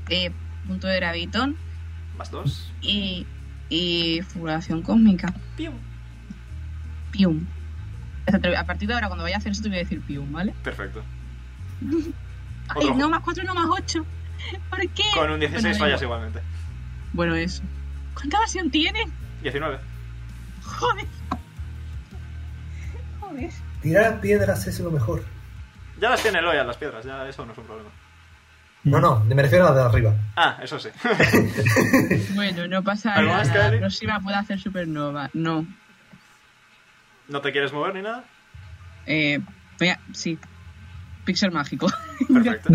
Eh, punto de gravitón
Más dos.
y, y fulguración cósmica.
Pium.
Pium. Hasta te- A partir de ahora, cuando vaya a hacer eso, te voy a decir pium, ¿vale?
Perfecto.
Ay,
Otro.
no más 4, no más 8. ¿Por qué?
Con un 16
Bueno,
fallas igualmente.
Bueno, eso. ¿Cuánta evasión tiene?
19.
Joder. Joder.
Tirar piedras es lo mejor.
Ya las tiene Loya las piedras, ya eso no es un problema.
No, no, me refiero a las de arriba.
Ah, eso sí. (laughs)
Bueno, no pasa
¿Algo más,
nada.
Kaeli?
La próxima puede hacer supernova. No.
¿No te quieres mover ni nada?
Eh, vea, sí. Pixel mágico.
Perfecto.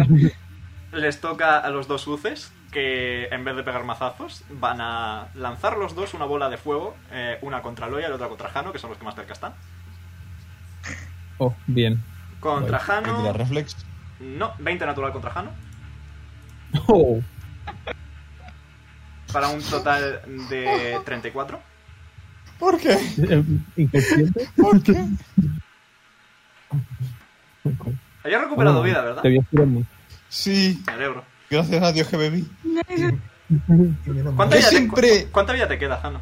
Les toca a los dos luces que en vez de pegar mazazos van a lanzar los dos una bola de fuego, eh, una contra Loya y la otra contra Jano, que son los que más cerca están.
Oh, bien. (laughs)
Contra
Voy a tirar
Jano...
reflex.
No, 20 natural contra Jano.
Oh,
Para un total de 34.
¿Por qué?
eh, inconsciente.
(laughs) ¿Por qué?
Había recuperado
Oh,
Bueno,
vida, ¿verdad?
Te voy a tirar mucho.
Sí,
Me alegro.
gracias a Dios que bebí.
Y menos mal.
¿Cuánta
Yo
vida, te,
siempre-
cu- ¿Cuánta vida te queda, Jano?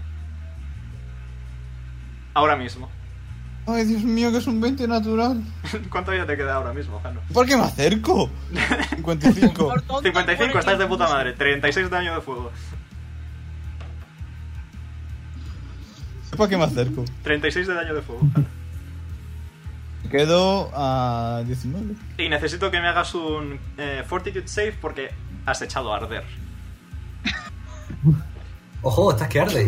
Ahora mismo. (laughs)
Ay, Dios mío, que es un 20 natural.
¿Cuánta vida te queda ahora mismo, Jano?
¿Por qué me acerco? 55.
Por tonto,
55,
por
estás de
el-
puta madre. 36 de daño de fuego.
¿Para qué me acerco?
36 de daño de fuego. Jala.
Quedo a 19.
Y necesito que me hagas un eh, Fortitude Save porque has echado a arder.
Ojo, estás que arde.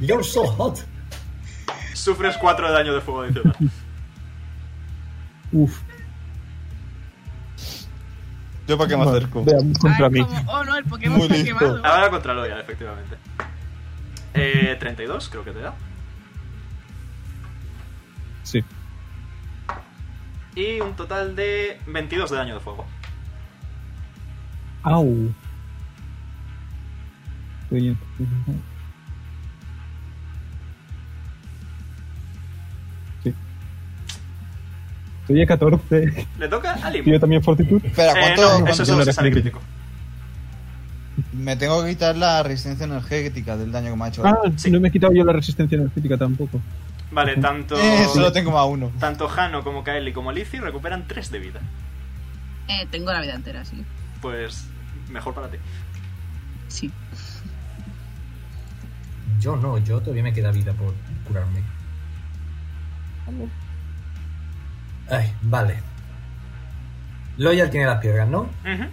You're so hot.
Sufres 4 de daño de fuego
(laughs)
adicional.
(laughs) Uf,
¿Yo para qué me
Vale,
acerco?
veamos contra
Ay,
mí.
como, oh no, el Pokémon
Muy
está
listo.
quemado.
Ahora contra Loya, efectivamente. Eh, 32 creo que te da.
Sí.
Y un total de 22 de daño de fuego.
Au. Estoy en- Sí. Estoy a (laughs) 14.
Le toca a Limo.
Yo también fortitud.
Espera,
Eh,
¿cuánto?
no,
cuánto-
eso solo
no
se
era
sale
crítico.
crítico.
Me tengo que quitar la resistencia energética del daño que me ha hecho.
Ah,
Sí.
no me he quitado yo la resistencia energética tampoco.
Vale, tanto,
(laughs) Eh, solo tengo más uno.
tanto Jano como Kaeli como Lizzie recuperan 3 de vida.
Eh, tengo la vida entera, sí.
Pues mejor para ti.
Sí.
Yo no, yo todavía me queda vida por curarme. Ay, vale. Loyal tiene las piedras, ¿no?
Ujú.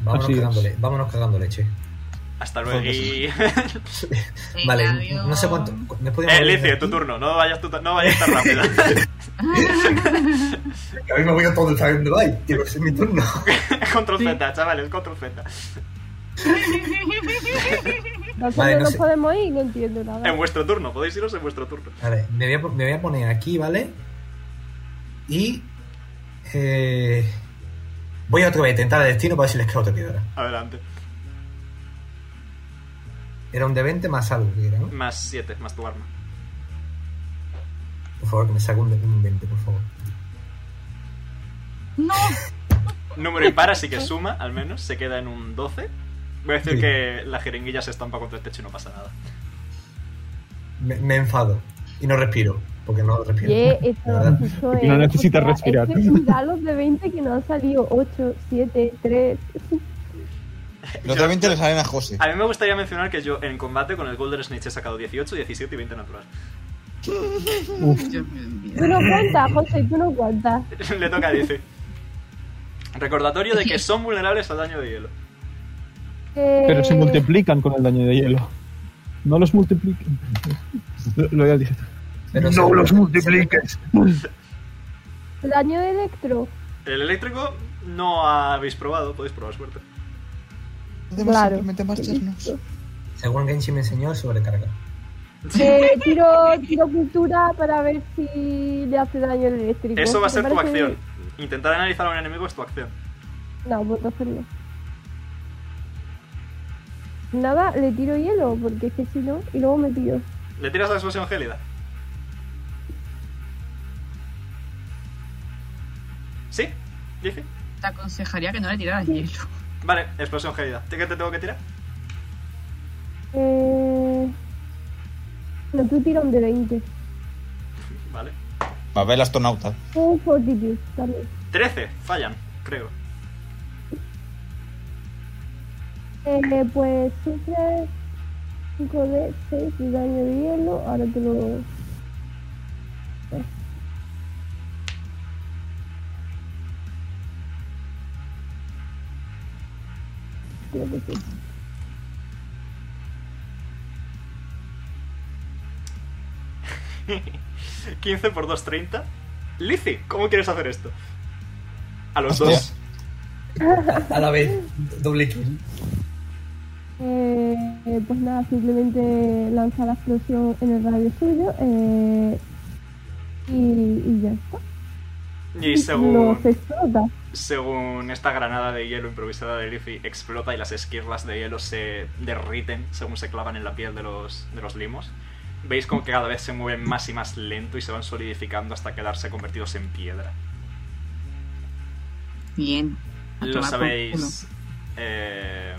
Vámonos,
Así es.
cagando, le- vámonos cagando leche.
Hasta luego. Y...
Venga,
vale,
adiós.
no
(laughs)
sé cuánto. ¿Me podía
(laughs) eh,
mover
Lizzie,
aquí?
tu turno. No vayas, tu- no vayas tan rápido.
(laughs)
Que a mí me voy a todo el saber dónde vais. Quiero ser mi turno.
(laughs) control Z, chavales, control Z.
¿Para
Vale,
cuándo
no
nos
sé.
podemos ir? No entiendo nada.
En vuestro turno, podéis iros en vuestro turno.
Vale, me voy a, po- me voy a poner aquí, ¿vale? Y. eh, voy a otra vez a intentar el destino para ver si les cae otra piedra.
Adelante.
Era un de 20 más algo que era, ¿no?
Más 7, más tu arma.
Por favor, que me saque un, de- un 20, por favor.
No,
Número impar, así que suma, al menos, se queda en un 12. Voy a decir
Sí.
que la jeringuilla se estampa contra el techo y no pasa nada.
Me, me enfado. Y no respiro. Porque no respiro.
Yeah, esto,
La verdad.
esto
Y no
es-
necesitas respirar.
Es que son dados de 20 que no han salido 8, 7, 3.
Los de 20 le salen a José.
A mí me gustaría mencionar que yo en combate con el Golden Snitch he sacado 18, 17 y 20 natural. (laughs)
Dios mío, mi
Tú
vida.
no cuentas, José, tú no cuentas.
Le toca a Dice. Recordatorio de que son vulnerables al daño de hielo.
Eh,
Pero se multiplican con el daño de hielo. No los multipliquen. Lo, lo ya dije.
Pero
no
se-
los multipliques.
Daño de electro.
El eléctrico no habéis probado, podéis probar suerte.
Podemos
Claro.
simplemente marcharnos.
Según Genshin me enseñó, sobrecarga.
Eh, tiro, tiro cultura para ver si le hace daño el eléctrico.
Eso va a
¿Te
ser tu
parece
acción. Intentar analizar a un enemigo es tu acción.
bien? No, pues entonces no. Nada, le tiro hielo, porque es que si no, y luego me tiro.
¿Le tiras la explosión gélida? ¿Sí? ¿Dice?
Te aconsejaría que no le tiraras hielo.
Vale, explosión gélida. ¿Qué te tengo que tirar?
Eh... No, tú tira un de 20.
Vale.
A ver, el astronauta.
Un fortitude también.
13, fallan, creo. (laughs)
Eh, pues sufre 5 de 6 de daño de hielo. Ahora te lo. Creo que sí.
Sí. 15 por 2, 30. Lizzie, ¿cómo quieres hacer esto? A los
Hostia.
dos.
A la vez, doble kill.
Eh, pues nada, simplemente lanza la explosión en el radio suyo eh, y, y ya está.
Y
Los
según,
explota.
según esta granada de hielo improvisada de Lizzie explota y las esquirlas de hielo se derriten según se clavan en la piel de los, de los limos, veis como que cada vez se mueven más y más lento y se van solidificando hasta quedarse convertidos en piedra.
Bien. A
Los
tomar por
habéis eh,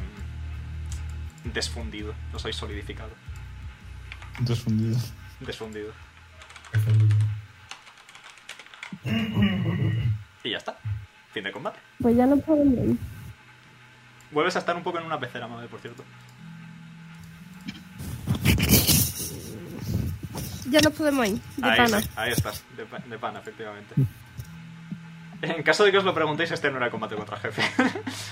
desfundido, los habéis solidificado,
Entonces fundido.
desfundido. Y ya está. Fin de combate.
Pues ya no puedo leer.
Vuelves a estar un poco en una pecera, madre, por cierto.
Ya nos podemos ir, de
ahí,
pana.
sí, ahí estás, de, pa- de pana, efectivamente. (laughs) En caso de que os lo preguntéis, este no era combate contra jefe.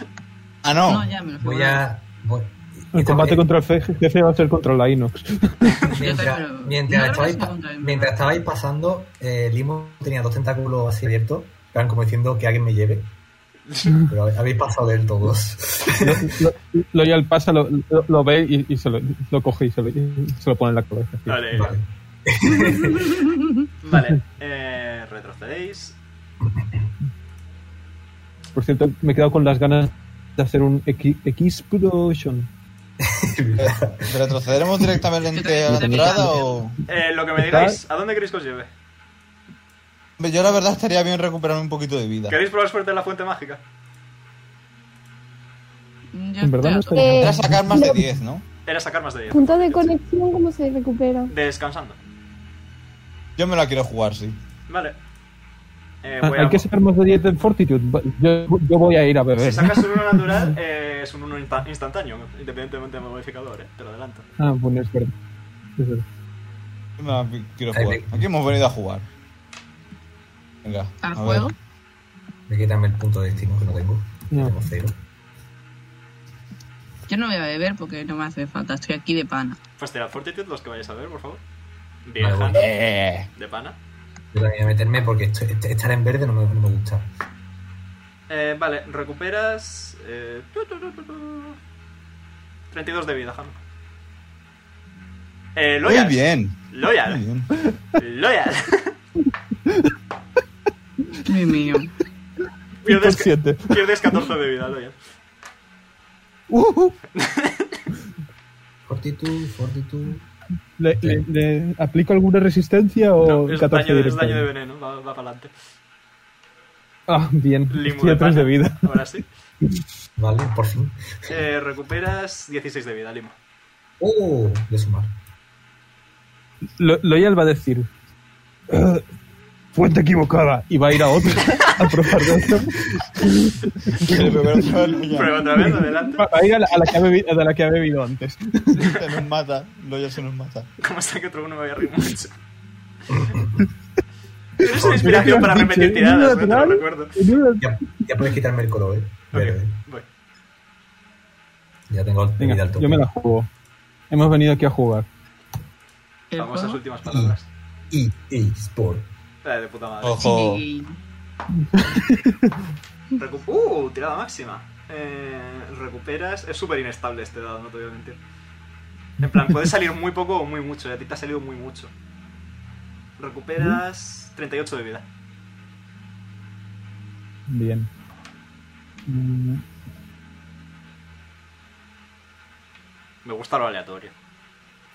(laughs)
Ah, no.
No, ya me lo
Voy
figuraba.
a. voy-
El
Este eh,
combate contra el fe- jefe va a ser contra la Inox.
Yo
Mientras,
también lo-
mientras
no,
estabais,
no, no, no, no.
mientras estabais pasando, eh, Limo tenía dos tentáculos así abiertos, que eran como diciendo que alguien
(laughs)
me lleve. Pero habe- habéis pasado de él todos.
Lo- lo- Loyal pasa, lo, lo- lo ve y, y se lo, lo coge y se lo, y se lo pone en la cabeza. sí.
Vale,
Vale. (laughs)
vale. (laughs) Eh, retrocedéis.
Por cierto, me he quedado con las ganas de hacer un X- Explosion.
Eh, ¿Retrocederemos directamente a la entrada o.?
Eh, lo que me digáis, ¿a dónde queréis que os lleve?
Hombre, Yo la verdad estaría bien recuperarme un poquito de vida.
¿Queréis probar suerte en la fuente mágica?
Yo
En verdad no
estoy-
está
Eh,
Era sacar más de 10, ¿no?
Era sacar más de 10.
Puntos de conexión, ¿cómo se recupera?
Descansando.
Yo me la quiero jugar, sí.
Vale. Eh,
Ah,
voy
Hay
a-
que sacar más de 10 en Fortitude. Va- Yo, yo voy a ir a
Si
beber.
sacas
(laughs)
un 1 natural, eh, es un 1 insta- instantáneo, independientemente del modificador, eh, te lo adelanto.
Ah, bueno, es verdad. Es verdad.
Yo me la quiero
Ahí
jugar.
ve.
Aquí hemos venido a jugar. Venga.
¿Al
a ver.
juego?
Me quitan el punto de destino que no tengo.
No.
Tengo cero.
Yo no voy a beber porque no me hace falta. Estoy aquí de pana.
Pues tirad fortitude los que vayáis a ver, por favor. Bien,
Vale,
Hanna,
Eh,
de pana.
Yo también voy a meterme porque esto- este- estar en verde no me, no me gusta.
Eh, vale, recuperas. eh, tu, tu, tu, tu, tu. 32 de vida, Hanna. Eh,
muy
Loyal.
bien. Muy
Loyal. (laughs)
bien. (laughs)
Loyal. (laughs)
Dios mío.
Pierdes,
Inconsciente.
pierdes 14 de vida, Loyal. Uh,
Ujú.
Fortitud, fortitud.
¿Le, le- le aplico alguna resistencia
Oh,
o
No, es,
14
daño, es
directamente?
daño de veneno, va, va para adelante.
Ah, bien.
Limo
Tiene
de
3 de
pana.
vida.
Ahora sí.
Vale, por fin.
Eh, recuperas 16 de vida, Limo.
¡Oh! Voy a sumar.
Lo- Loyal va a decir. "Ah, Fuente equivocada. Y va a ir a otra a probar de otra.
Quiero beber otra vez, Loyal.
Prueba otra vez, adelante.
Va a ir a la, a la que, ha bebido, de la que ha bebido antes.
Se nos mata. Loyal se nos mata.
Como está que otro uno me voy a reír
(laughs)
mucho. Eres una inspiración para repetir tiradas, ¿no? te lo recuerdo.
Ya, ya puedes quitarme el color, ¿eh? Verde.
Ok, voy.
Ya tengo el vida al
Venga,
tope.
yo me la juego. Hemos venido aquí a jugar.
El
Vamos a sus
juego.
últimas palabras.
EA Sport.
Eh, de puta madre.
Ojo.
Y-
Recu- uh, tirada máxima. Eh, recuperas. Es súper inestable este dado, no te voy a mentir. En plan, puede salir muy poco o muy mucho. Y a ti te ha salido muy mucho.
Uh.
Recuperas 38 de vida.
Bien. Mm,
Me gusta lo aleatorio.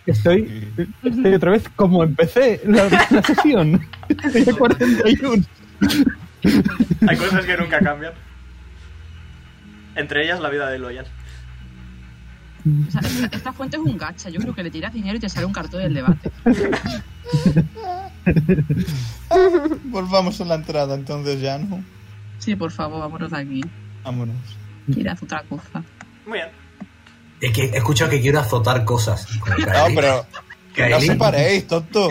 Estoy, estoy otra vez como empecé la, la sesión. Estoy a 41.
Hay cosas que nunca cambian. Entre ellas la vida de Loyal.
o sea, esta, esta fuente es un gacha. Yo creo que le tiras dinero y te sale un cartón del debate.
Volvamos a la entrada, entonces ya, ¿no?
Sí, por favor, vámonos de aquí.
Vámonos.
Tirad otra cosa.
Muy bien.
Es que he escuchado que quiero
(laughs)
azotar cosas. Como
No,
Kaeli.
pero. que No
Kaeli.
separéis, tonto.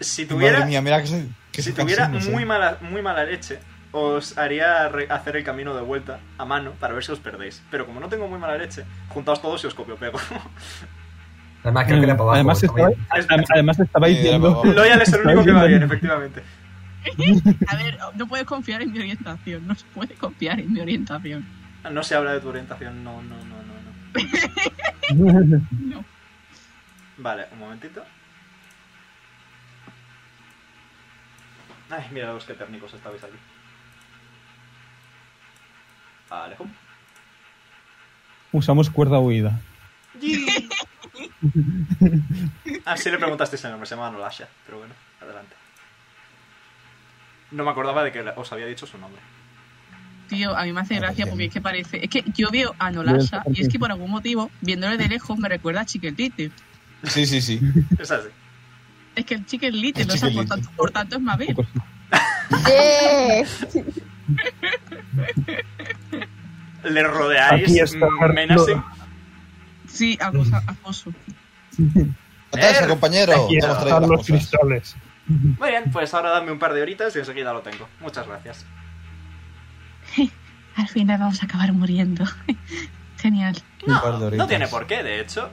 Si tuviera.
Madre mía, mira que soy. Que
si
soy
tuviera
cansino, sí.
muy, mala, muy mala leche, os haría re- hacer el camino de vuelta a mano para ver si os perdéis. Pero como no tengo muy mala leche, juntaos todos y os copio pego.
Además, creo que era para abajo.
Además,
está
estaba,
bien.
adem- además estabais
Sí, era
viendo.
para abajo.
Loyal es el único que va bien, efectivamente.
A ver, no puedes confiar en mi orientación. No se puede confiar en mi orientación.
Ah, No se habla de tu orientación, no, no, no, no. no.
No.
Vale, un momentito. Ay, mira los que técnicos estabais aquí. Alejo.
(laughs) Usamos cuerda huida.
Así Ah, le preguntasteis el nombre, se llama Nolasha, pero bueno, adelante. No me acordaba de que os había dicho su nombre.
Tío, a mí me hace
Madre
gracia porque
mía.
es que parece. Es que yo veo a Nolasha y es que por algún motivo, viéndole de lejos, me recuerda a Chicken Little.
Sí, sí, sí.
Es así.
Es que el Chicken Little,
El
o sea,
Chicken Little.
por
Pues
tanto, por tanto es Mabel.
Un poco así.
(laughs)
¡Eh!
Le rodeáis.
Aquí está
mm, Menacing.
Arturo.
Sí, acosa- acoso.
Atarse,
Eh,
compañero.
Aquí
te hemos traído
están
las
los
cosas.
cristales.
Muy bien, pues ahora dame un par de horitas y enseguida lo tengo. Muchas gracias.
Al final vamos a acabar muriendo. (laughs) Genial.
Un par de
No,
horitas.
no tiene por qué, de hecho.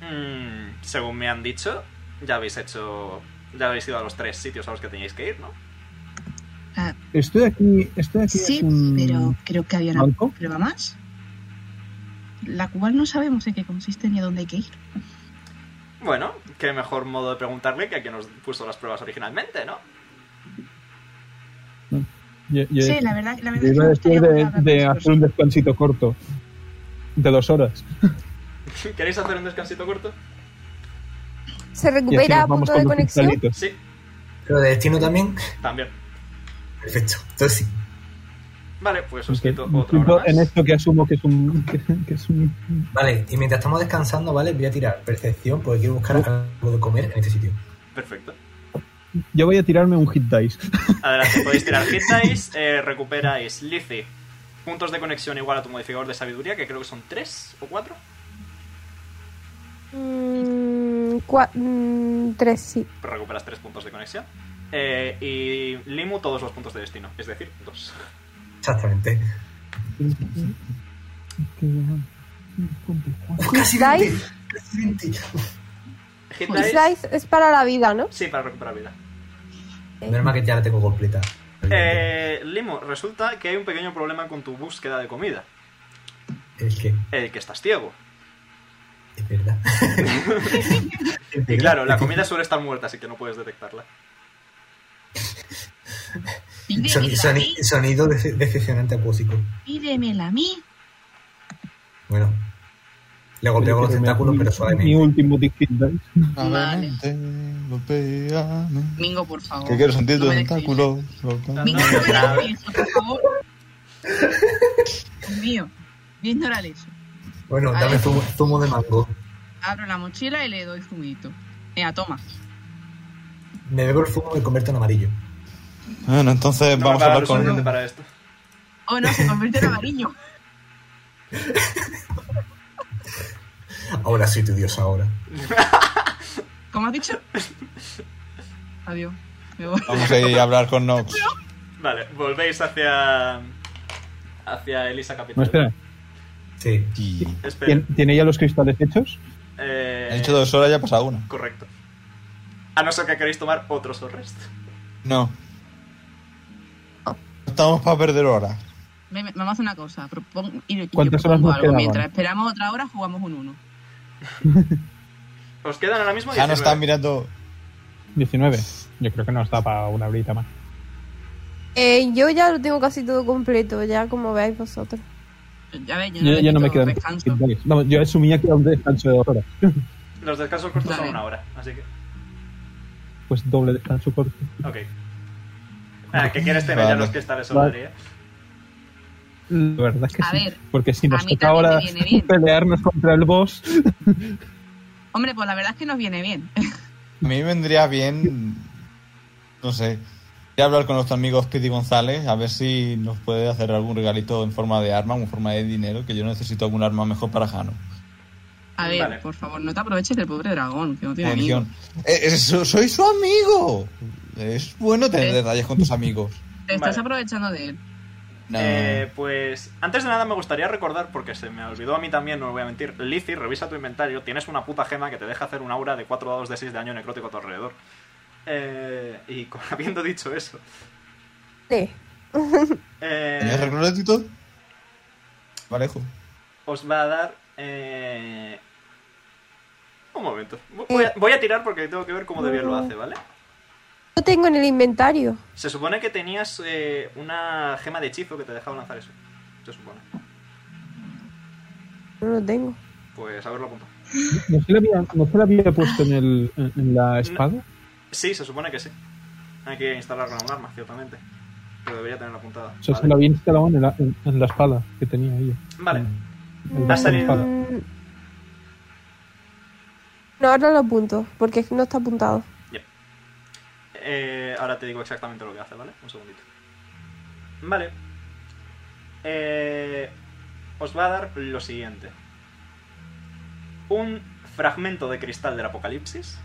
Mm, según me han dicho, ya habéis hecho. Ya habéis ido a los tres sitios a los que teníais que ir, ¿no?
Estoy aquí. Estoy aquí.
Sí,
es un-
pero creo que había una
banco?
prueba más. La cual no sabemos en qué consiste ni a dónde hay que ir.
Bueno, qué mejor modo de preguntarle que a quien nos puso las pruebas originalmente, ¿no? (laughs)
Yo- yo-
Sí, la verdad, la verdad
yo
es que
iba a decir
me gustaría volver a
de,
hablar
de
con
hacer un descansito corto. De dos horas.
¿Queréis hacer un descansito corto?
¿Se
Y así
recupera
nos
punto
vamos con
de
los
conexión?
cristalitos.
Sí,
Pero de destino también.
también.
Perfecto. Entonces sí.
Vale, pues os
Ok,
quito
me
otra
quito
hora
en
más.
esto que asumo que es un. que, que es un
Vale, y mientras estamos descansando, ¿vale? Voy a tirar percepción porque quiero buscar algo de comer en este sitio.
Perfecto.
yo voy a tirarme un hit dice.
Adelante, podéis tirar hit dice, eh, recuperáis Lizzy. Puntos de conexión igual a tu modificador de sabiduría, que creo que son tres o cuatro.
Mm, cua- mm, tres, sí.
Pero recuperas tres puntos de conexión. Eh, y Limu todos los puntos de destino, es decir, dos.
Exactamente. casi
Dai.
20. Casi 20.
Hit
Los
dice-
dice es para la vida, ¿no?
Sí, para recuperar vida.
Menos mal que ya la tengo completa.
Eh, Limo, resulta que hay un pequeño problema con tu búsqueda de comida.
Es que,
El que estás ciego.
es verdad.
Y claro, la comida suele estar muerta, así que no puedes detectarla.
Son-
Pídemela a mí,
soni- sonido dece- decepcionante acústico.
pídemela a mí.
Bueno. Le golpeo con los tentáculos, pero
Mi
suavemente.
último hit dice.
Suavemente, golpéame.
Mingo, por favor.
Que quiero sentir
no
tu
me dejes.
tentáculo.
No,
Mingo,
no,
no me
nada.
dejes, por favor. Dios mío, voy a ignorar eso.
Bueno,
A
dame
ver.
zumo, zumo de mango.
Abro la mochila y le doy zumito. Ea, toma.
Me bebo el zumo y me convierto en amarillo.
Bueno, entonces
No
vamos
me
a
va
hablar
dar suficiente
con.
para esto.
Oh, no, se convierte en amarillo.
Ahora sí, tu dios, ahora.
¿Cómo has dicho? Adiós. Me voy.
Vamos a ir a hablar con Nox.
Vale, volvéis hacia. hacia Elisa Capital.
No, espera.
Sí.
Eh.
Y
Espera.
¿tien- ¿Tiene ya los cristales hechos?
Eh,
he dicho dos horas, ya ha pasado una.
Correcto. A no ser que queréis tomar otro sorrest.
No.
Oh.
No Estamos para perder horas.
Ve, ve, Vamos a hacer una cosa. propon- y- y yo
¿Cuántas
propongo
horas nos
algo.
quedaban?
Mientras esperamos otra hora, jugamos un 1.
Os quedan ahora mismo
Ya nos están
19.
mirando.
19. Yo creo que no está para una horita más.
Eh, yo ya lo tengo casi todo completo, ya como veáis vosotros.
Ya ves, yo
Yo ya no me
necesito
quedan.
descanso.
hit dice. Vamos, yo asumía que era un descanso de dos horas. (laughs)
Los descansos cortos son
Vale.
una hora, así que.
Pues doble descanso corto.
Ok. Ah, que quieres tener ya
Vale.
los cristales
Vale.
sobre María.
La verdad es que
A
sí.
ver,
Porque si nos
a mí
toca
también me
ahora
viene bien.
pelearnos contra el boss,
hombre, pues la verdad es que nos viene bien. (laughs)
A mí vendría bien. No sé. Voy a hablar con nuestro amigo Speedy González a ver si nos puede hacer algún regalito en forma de arma o en forma de dinero, que yo necesito algún arma mejor para Jano.
A ver,
Vale.
por favor, no te aproveches del pobre dragón, que no tiene amigos.
Atención. Eh, eh, so- soy su amigo. Es bueno tener
Sí.
detalles con tus amigos.
Te estás
Vale.
aprovechando de él.
No.
Eh, pues antes de nada me gustaría recordar, porque se me olvidó a mí también, no lo voy a mentir. Lizzy, revisa tu inventario. Tienes una puta gema que te deja hacer un aura de 4 dados de 6 de daño necrótico a tu alrededor. Eh, y con- (laughs) habiendo dicho eso,
Sí.
¿Tenías
eh,
recuerdo, Tito? Parejo.
os va a dar. eh, Un momento. Voy a, voy a tirar porque tengo que ver cómo de bien lo hace, ¿vale?
Lo tengo en el inventario.
Se supone que tenías eh, una gema de hechizo que te dejaba lanzar eso. Se supone.
No lo tengo.
Pues haberlo apuntado.
¿no se la había, no se la había puesto en, el, en- en la espada?
Sí, se supone que sí. Hay que instalarla en un arma, ciertamente. Pero debería tener apuntada.
O sea, se
Vale.
la había instalado en la, en- en la espada que tenía ella.
Vale.
En
Ha
la
salido.
espada.
Mm. No, ahora lo apunto, porque no está apuntado.
Eh, ahora te digo exactamente lo que hace, ¿vale? Un segundito. Vale. Eh, os va a dar lo siguiente. Un fragmento de cristal del apocalipsis.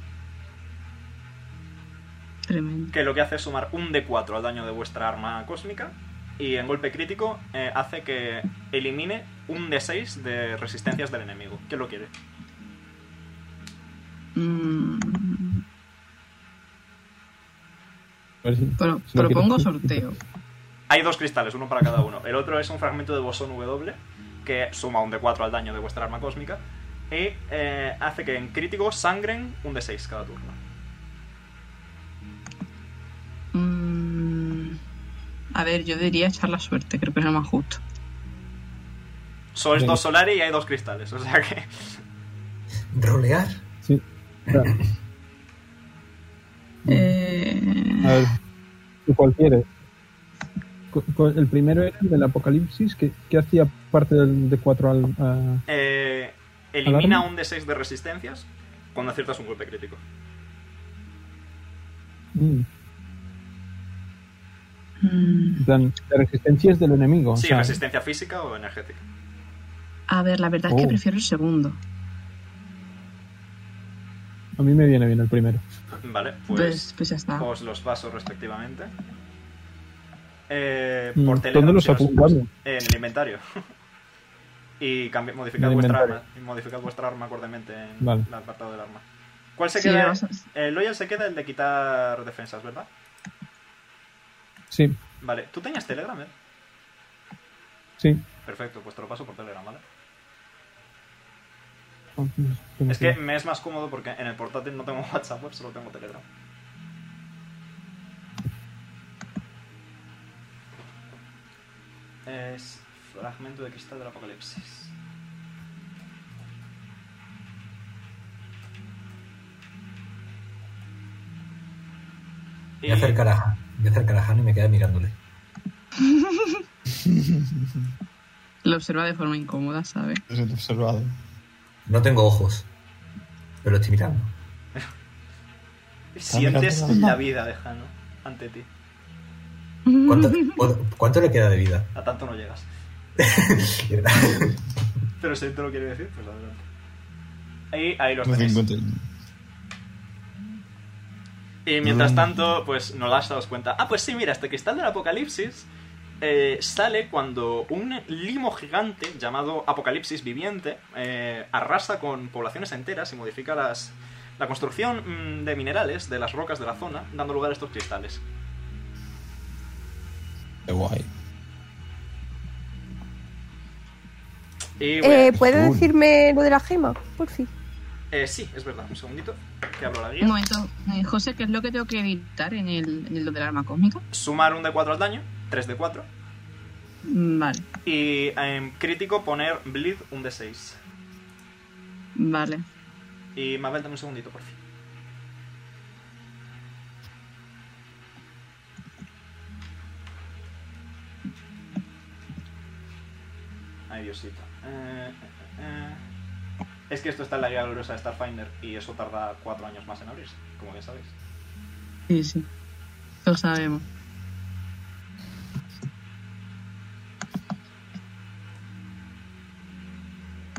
Tremendo.
Que lo que hace es sumar un D4 al daño de vuestra arma cósmica. Y en golpe crítico eh, hace que elimine un D6 de resistencias del enemigo. ¿Quién lo quiere?
Mm,
Pero,
propongo sorteo.
Hay dos cristales, uno para cada uno. El otro es un fragmento de bosón W que suma un D4 al daño de vuestra arma cósmica y eh, hace que en crítico sangren un D6 cada turno.
Mm, a ver, yo diría echar la suerte, creo que es lo más justo.
Sois dos solares y hay dos cristales, o sea que...
¿Rolear?
Sí.
Eh,
Mm. A ver, ¿tú cuál quieres? Cu- cu- El primero era el del apocalipsis, que, que hacía parte del de 4 al... a-
Eh, elimina
¿Alarma?
un D6 de resistencias cuando aciertas un golpe crítico.
mm,
mm,
en plan, la resistencia es del enemigo. o
sí,
sea,
resistencia física o energética.
a ver, la verdad es que
Oh.
prefiero el segundo.
A mí me viene bien el primero.
Vale, pues...
Pues, pues ya está.
Os los paso respectivamente. Eh,
Mm,
por
¿dónde
Telegram,
los
si no os-
apuntamos?
En el inventario. (laughs) y cambi- modificad,
En el
vuestra arma,
inventario.
y modificad vuestra arma acordemente en
Vale.
el apartado del arma. ¿Cuál se
Sí,
queda? Eh,
vamos a-
El Loyal se queda el de quitar defensas, ¿verdad?
Sí,
Vale, tú tenías Telegram, ¿eh?
sí.
Perfecto, pues te lo paso por Telegram, ¿vale? Es
Es
que me es más cómodo porque en el portátil no tengo (laughs) WhatsApp, web, solo tengo Telegram. Es fragmento de cristal del apocalipsis.
Me acercará a Han. Me acercará a Han y me queda mirándole.
Lo observa de forma incómoda, ¿sabes?
Me siento observado.
No tengo ojos, pero lo estoy mirando.
Sientes
mirando.
la vida de Jano ante ti.
(laughs)
¿Cuánto, cu- cuánto le queda de vida? (laughs)
A tanto no llegas. Pero si te lo quiere decir, pues adelante. Ahí, ahí los
Me
tenéis.
cincuenta y-
Y mientras tanto, pues no las das cuenta. Ah, pues sí, mira, este cristal del apocalipsis eh, sale cuando un limo gigante llamado Apocalipsis Viviente eh, arrasa con poblaciones enteras y modifica las, la construcción mm, de minerales de las rocas de la zona, dando lugar a estos cristales.
Qué guay.
Y voy a-
Eh, ¿Puedes
Uy.
decirme lo de la gema? Por fin.
eh, sí, es verdad, un segundito, que abro la
Un
guía.
momento, eh, José, ¿qué es lo que tengo que editar en el, en el del arma cósmica?
Sumar un D4 al daño, 3 D4,
Mm, Vale,
y en crítico poner bleed un D6.
vale.
Y Mabel, dame un segundito, por fin. Ay, Diosito. Eh, eh, eh. Es que esto está en la guía gloriosa de Starfinder y eso tarda cuatro años más en abrirse, como bien sabéis.
Sí, sí. Lo sabemos.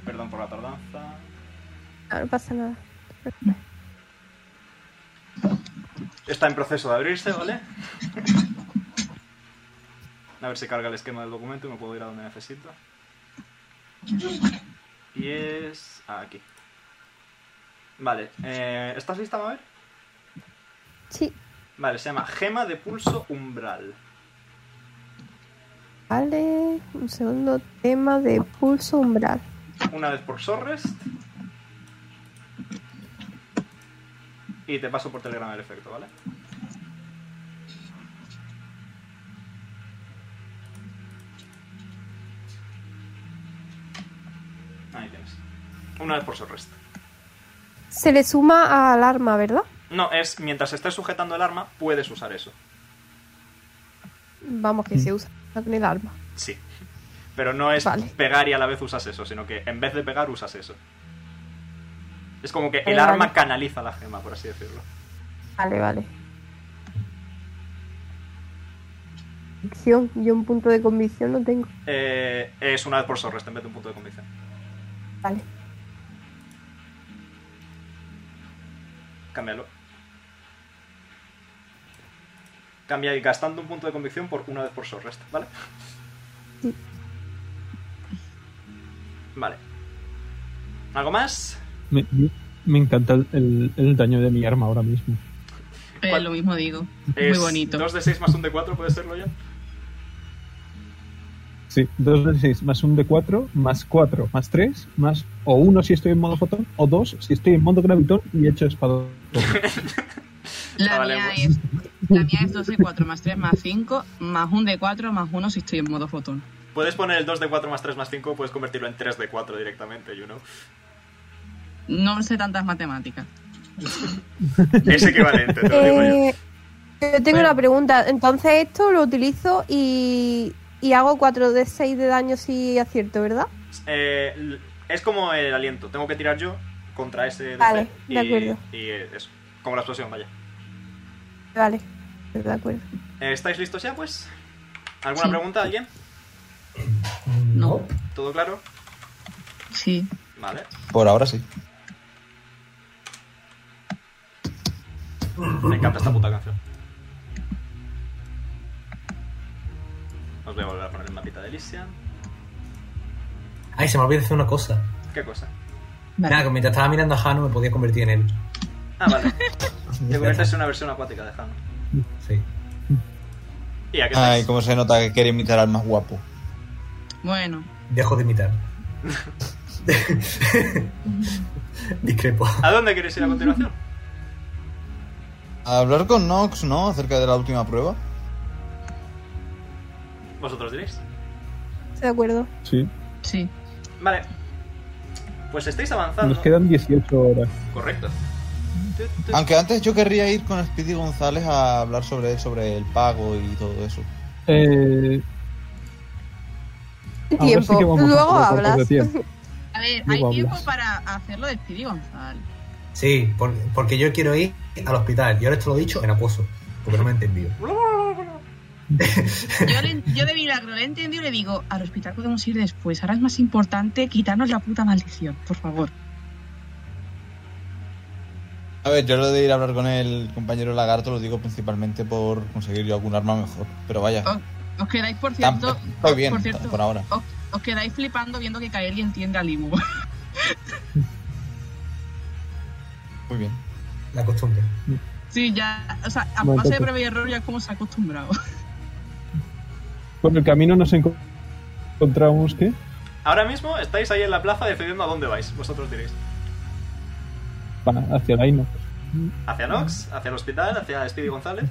Perdón por la tardanza.
No, no pasa nada.
Está en proceso de abrirse, ¿vale? A ver si carga el esquema del documento y me puedo ir a donde necesito. Y es... ah, aquí. Vale, eh, ¿estás lista, Mabel?
Sí.
Vale, se llama Gema de Pulso Umbral.
Vale. Un segundo tema de pulso umbral.
Una vez por Sorrest. Y te paso por Telegram el efecto, ¿vale? Ahí tienes. Una vez por Sorrest.
Se le suma al arma, ¿verdad?
No, es mientras estés sujetando el arma, puedes usar eso.
Vamos, que se usa con el arma.
Sí. Pero no es
Vale.
pegar y a la vez usas eso, sino que en vez de pegar usas eso. Es como que el
Vale,
arma
vale.
canaliza la gema, por así decirlo.
Vale, vale. convicción. Yo un punto de convicción no tengo.
Eh, es una vez por sorrest en vez de un punto de convicción.
(laughs)
Vale.
Cámbialo. Cambia y gastando un punto de convicción por una vez por sorrest, ¿vale?
Sí.
Vale. ¿Algo más?
Me, me- me encanta el, el- el daño de mi arma ahora mismo.
Eh,
¿Cuál?
lo mismo digo.
Es
Muy bonito.
2 de 6 más 1 de 4, ¿puede serlo ya?
Sí, 2 de 6 más 1 de 4, más 4, más 3, más o 1 si estoy en modo fotón, o 2 si estoy en modo gravitón y hecho espadón.
La,
Vale,
mía
pues.
es, la mía es 2 de 4 más 3 más 5 más 1 de 4 más 1 si estoy en modo fotón.
Puedes poner el 2 de 4 más 3 más 5, puedes convertirlo en 3 de 4 directamente, you know.
No sé tantas matemáticas.
Es equivalente, te lo digo yo.
Eh, yo tengo
Bueno.
una pregunta. Entonces esto lo utilizo y, y hago 4 de 6 de daño si acierto, ¿verdad?
Eh, l- es como el aliento, tengo que tirar yo contra ese DC
Vale, de
y,
acuerdo.
y eh, eso, como la explosión, vaya.
Vale. De acuerdo.
Eh, ¿Estáis listos ya, pues? ¿Alguna
Sí.
pregunta, alguien?
No.
¿Todo claro?
Sí.
Vale.
Por ahora sí.
Me encanta esta puta canción. Os voy a volver a poner el mapita de Elysian.
Ay, se me olvidó hacer una cosa.
¿Qué cosa?
Vale.
Nada, que mientras estaba mirando a Hano me podía convertir en él.
Ah, vale.
Pues
Te conviertes en una versión acuática de Hano.
Sí.
Y ya que
Ay,
estáis-
cómo se nota que quiere imitar al más guapo.
Bueno,
Dejo de
(laughs)
imitar. Discrepo.
¿A dónde queréis ir a continuación?
A hablar con Nox, ¿no? Acerca de la última prueba.
Vosotros diréis.
De acuerdo.
Sí,
sí.
Vale. Pues estáis avanzando.
nos quedan 18 horas.
Correcto. Tu, tu.
Aunque antes yo querría ir con Speedy González a hablar sobre, sobre el pago y todo eso.
Eh, Ahora
Tiempo.
sí que vamos a
Luego
hacer cortes de
hablas.
tiempo.
A ver,
Luego
hay
hablas.
tiempo para hacerlo de Speedy González.
Sí, por- porque yo quiero ir al hospital. Y ahora esto lo he dicho en acoso. Porque no me he entendido.
Yo, le- yo de milagro le he entendido y le digo, al hospital podemos ir después. Ahora es más importante quitarnos la puta maldición, por favor.
A ver, yo lo de ir a hablar con el compañero lagarto lo digo principalmente por conseguir yo algún arma mejor. Pero vaya,
Oh, Os quedáis, por
tam-
cierto,
estoy bien
por cierto.
por ahora.
os, os quedáis flipando viendo que Kaeli entiende al Ibu.
Muy bien.
La costumbre.
(laughs) sí, ya, o sea, a
Bueno,
base de
entonces-
prueba y error ya es como se ha acostumbrado. (laughs)
Por el camino nos enco- encontramos que
Ahora mismo estáis ahí en la plaza decidiendo a dónde vais. Vosotros diréis.
va hacia la Inox.
¿Hacia Nox? ¿Hacia el hospital? ¿Hacia Speedy González?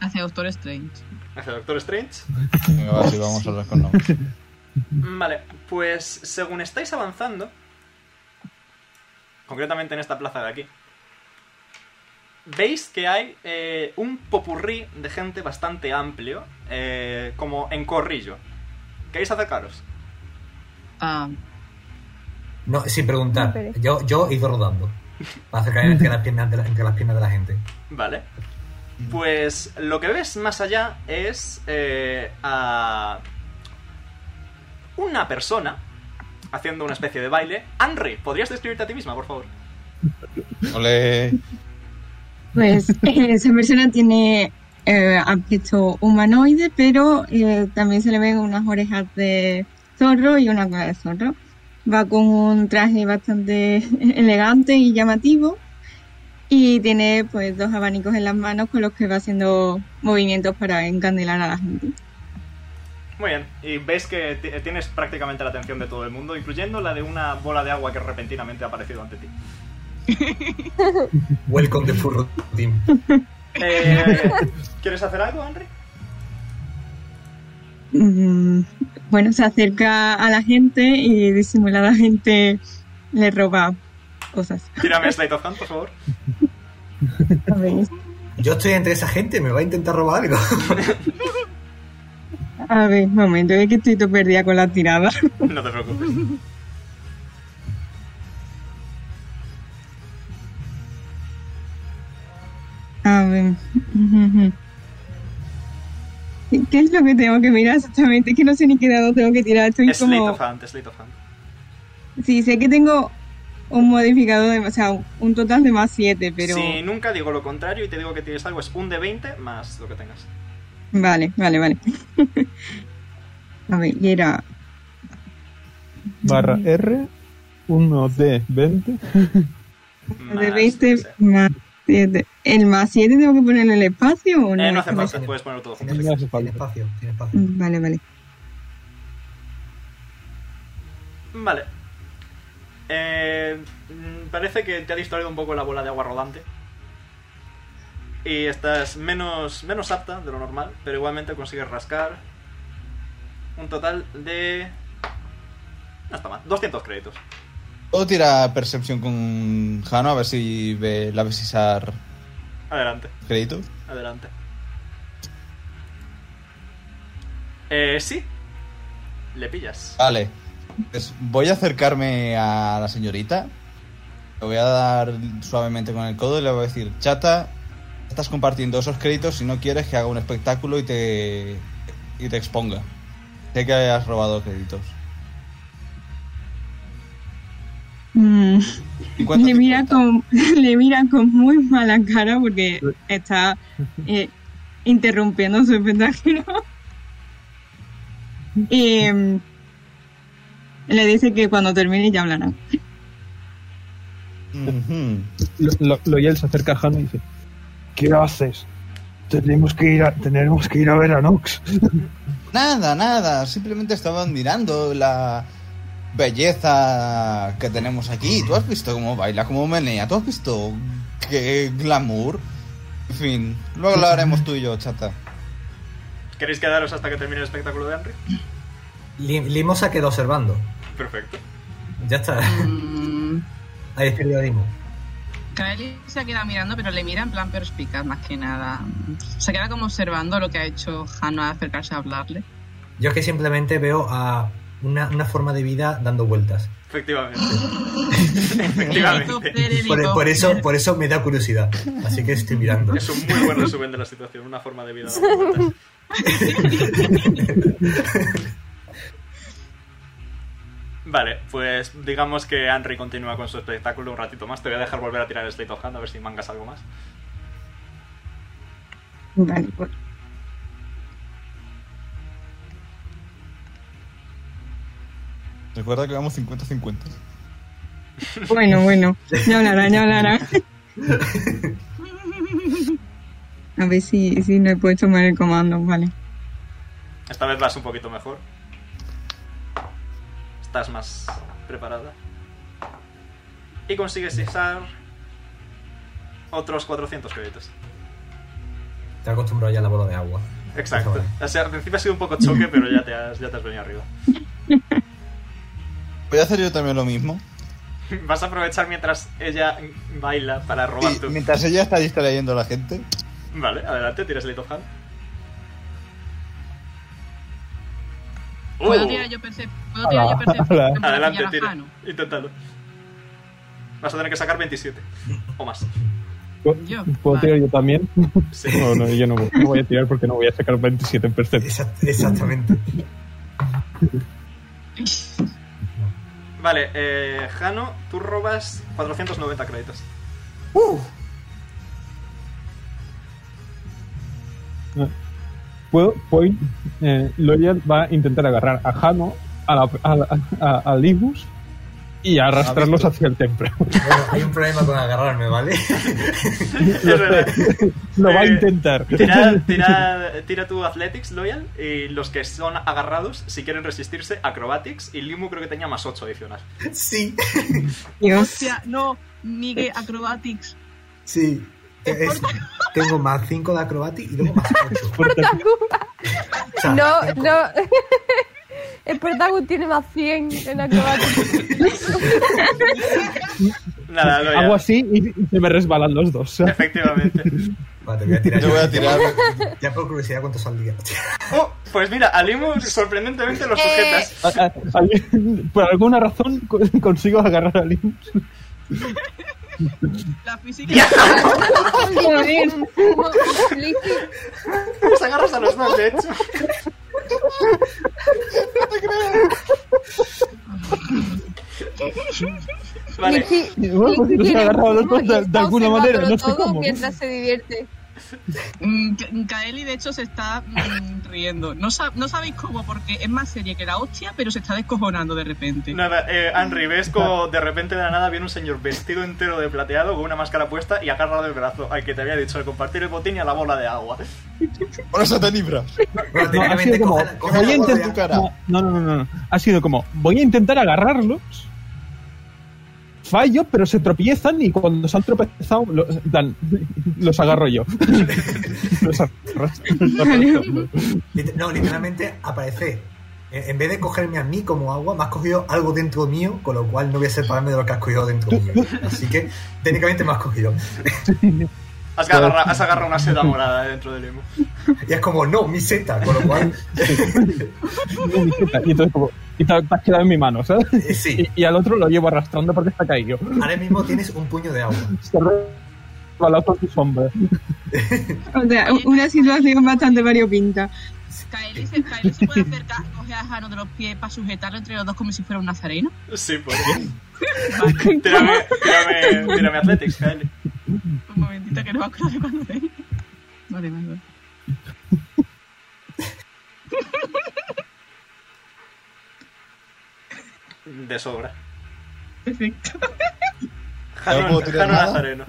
Hacia Doctor Strange.
¿Hacia Doctor Strange?
Venga, va, sí, vamos a hablar con Nox.
Vale, pues según estáis avanzando, concretamente en esta plaza de aquí, veis que hay eh, un popurrí de gente bastante amplio, eh, como en corrillo. ¿Queréis acercaros?
Ah,
No, sin preguntar.
No, pero-
Yo, yo he ido rodando. Para acercarme entre las piernas de la, entre las piernas de la gente.
Vale. Pues lo que ves más allá es eh, a una persona haciendo una especie de baile. Henry, ¿podrías describirte a ti misma, por favor?
Ole.
Pues eh, esa persona tiene eh, aspecto humanoide, pero eh, también se le ven unas orejas de zorro y una cara de zorro. Va con un traje bastante (laughs) elegante y llamativo y tiene pues dos abanicos en las manos con los que va haciendo movimientos para encandilar a la gente.
Muy bien, y ves que ti- tienes prácticamente la atención de todo el mundo, incluyendo la de una bola de agua que repentinamente ha aparecido ante ti.
Welcome to Furro Team.
Eh, ¿Quieres hacer algo, Henry?
Mm, bueno, se acerca a la gente y disimuladamente le roba cosas.
Tírame Slate of Hand, por favor.
A ver,
Yo estoy entre esa gente. Me va a intentar robar
(laughs)
algo.
a ver, momento, es que estoy todo perdida con la tirada.
No te
(laughs)
preocupes.
A ver. ujú, ujú. ¿Qué, (laughs) qué es lo que tengo que mirar exactamente? Es que no sé ni qué dado tengo que tirar. Estoy
Es Slate
como.
of Hand, Slate of Hand.
Sí, sé que tengo un modificador de. O sea, un total de más 7, pero.
Si nunca digo lo contrario y te digo que tienes algo, es un de 20 más lo que tengas.
Vale, vale, vale. (laughs) A ver, y era.
Barra R, 1 de 20.
De 20 más 7. ¿El más 7 tengo que poner en el espacio o no?
Eh, no hace falta, puedes ponerlo todo junto. si quieres.
espacio, tiene espacio.
Vale, vale.
Vale. Eh, mm, parece que te ha distraído un poco la bola de agua rodante. Y estás menos, menos apta de lo normal, pero igualmente consigues rascar un total de... No está mal, 200 créditos.
Puedo tirar percepción con Jano a ver si ve la besisar
Adelante,
créditos.
adelante. Eh, sí. Le pillas.
Vale. Pues voy a acercarme a la señorita. Le voy a dar suavemente con el codo y le voy a decir, chata, estás compartiendo esos créditos si no quieres que haga un espectáculo y te, y te exponga. Sé que has robado créditos.
Mm.
¿Cuánto
Le mira, con, (laughs) le mira con muy mala cara porque está eh, interrumpiendo su espectáculo. (laughs) Y mm, le dice que cuando termine ya hablará.
Lo- lo- Loyal se acerca a Hannah y dice:
¿Qué haces? Tenemos que ir a, tenemos que ir a ver a Nox.
Nada, nada. Simplemente estaba admirando la belleza que tenemos aquí. Tú has visto cómo baila, cómo menea. Tú has visto qué glamour. En fin, luego lo haremos tú y yo, chata.
¿Queréis quedaros hasta que termine el espectáculo de Henry?
Lim- Limosa quedó observando.
Perfecto.
Ya está.
Mm.
(laughs) Ahí es periodismo.
Kaeli se queda mirando, pero le mira en plan perspicaz más que nada. Se queda como observando lo que ha hecho Hannah al acercarse a hablarle.
Yo es que simplemente veo a una, una forma de vida dando vueltas.
Efectivamente. (laughs)
Efectivamente.
Por, e- por eso, por eso me da curiosidad. Así que estoy mirando.
Es un muy buen resumen de la situación, una forma de vida. dando vueltas. Vale, pues digamos que Henry continúa con su espectáculo un ratito más. Te voy a dejar volver a tirar el State of Hand a ver si mangas algo más.
Vale, pues.
Recuerda que vamos 50-50.
Bueno, bueno, ya hablará, ya hablará. (laughs) A ver si, si no he puesto mal el comando, vale.
Esta vez vas un poquito mejor. Estás más preparada. Y consigues izar otros 400 créditos.
Te has acostumbrado ya a la bola de agua.
Exacto. O sea, al principio ha sido un poco choque, pero ya te has, ya te has venido arriba.
Voy a hacer yo también lo mismo.
Vas a aprovechar mientras ella baila para robar
Sí,
tu...
mientras ella está distrayendo a la gente.
Vale, adelante, tiras Late of Hand.
¿Puedo
Uh.
¡Oh!
tirar yo percep- ¿Puedo tirar yo percepción? para
Adelante,
pillar a
tira.
Jano?
Inténtalo. Vas a tener que sacar 27. O más.
¿Puedo,
Yo,
¿puedo
vale.
tirar yo también? (laughs)
Sí.
No, no, yo no, voy- no voy a tirar porque no voy a sacar 27 en percepción.
Exactamente.
Vale, eh, Jano, tú robas 490 créditos. (laughs)
Puedo, puedo, eh, Loyal va a intentar agarrar a Jano, a, la, a, la- a- a Libus y a arrastrarlos hacia el templo. (laughs)
Bueno, hay un problema con agarrarme, ¿vale? (laughs)
Es verdad.
Lo va a
Eh,
intentar.
Tira,
(laughs)
tira, tira tu Athletics, Loyal, y los que son agarrados, si quieren resistirse, Acrobatics, y Limu creo que tenía más 8 adicional.
Sí,
Dios,
Hostia, no, Miguel Acrobatics.
sí. Es- tengo más 5 de acrobati
(laughs)
y luego más 8.
No,
Ah,
no.
(laughs)
El protagonista tiene más 100 en acrobática.
Nada, Loyal.
Hago así y, y se me resbalan los dos.
Efectivamente.
Vale, voy a tirar.
Yo voy a tirar.
Ya por curiosidad cuánto saldría.
Oh, pues mira, a Limu sorprendentemente lo sujetas.
A- (laughs) a- a- por alguna razón co- consigo agarrar a Libus.
La física.
Joder. Los agarras a los dos, de hecho. Vale.
Nicky-
Bueno, pues
Nicky
si los
tiene
agarraba los
uno y
dos de-
está
de alguna manera, no sé
observándolo todo
cómo.
Mientras se divierte.
Mm, Ka- Kaeli, de hecho, se está mm, riendo. No, sab- no sabéis cómo, porque es más seria que la hostia, pero se está descojonando de repente.
Nada, eh, Henry, ves como de repente de la nada viene un señor vestido entero de plateado con una máscara puesta y agarra del brazo al que te había dicho de compartir el botín y a la bola de agua.
(laughs) Por eso te libras.
No, ha sido como, voy a intentar, no, no, no, no, no. Ha sido como, voy a intentar agarrarlos. Fallo, pero se tropiezan y cuando se han tropezado, lo- en plan, los agarro yo. los agarro.
Lit- No, literalmente aparece. Eh, En en vez de cogerme a mí como agua, me has cogido algo dentro mío, con lo cual no voy a separarme de lo que has cogido dentro mío. Así que técnicamente me has cogido.
Has agarrado, has agarrado una seda morada dentro del emo.
Y es como, no, mi seta, con lo cual.
y entonces como, y te, te has quedado en mi mano, ¿sabes? Y, y al otro lo llevo arrastrando porque está caído.
Ahora mismo tienes un puño de agua.
Se resbaló con su sombra.
O sea, u- una situación bastante variopinta.
Kaeli se, Kaeli se puede acercar, (laughs) coge a Jano de los pies para sujetarlo entre los dos como si fuera un nazareno.
Sí, por qué. tírame, tírame, tírame Athletics, Kaeli.
Un momentito que no me acuerdo de cuándo es. Vale, vale, vale.
De sobra.
Perfecto.
Jano,
puedo tirar
Jano
nada?
Nazareno.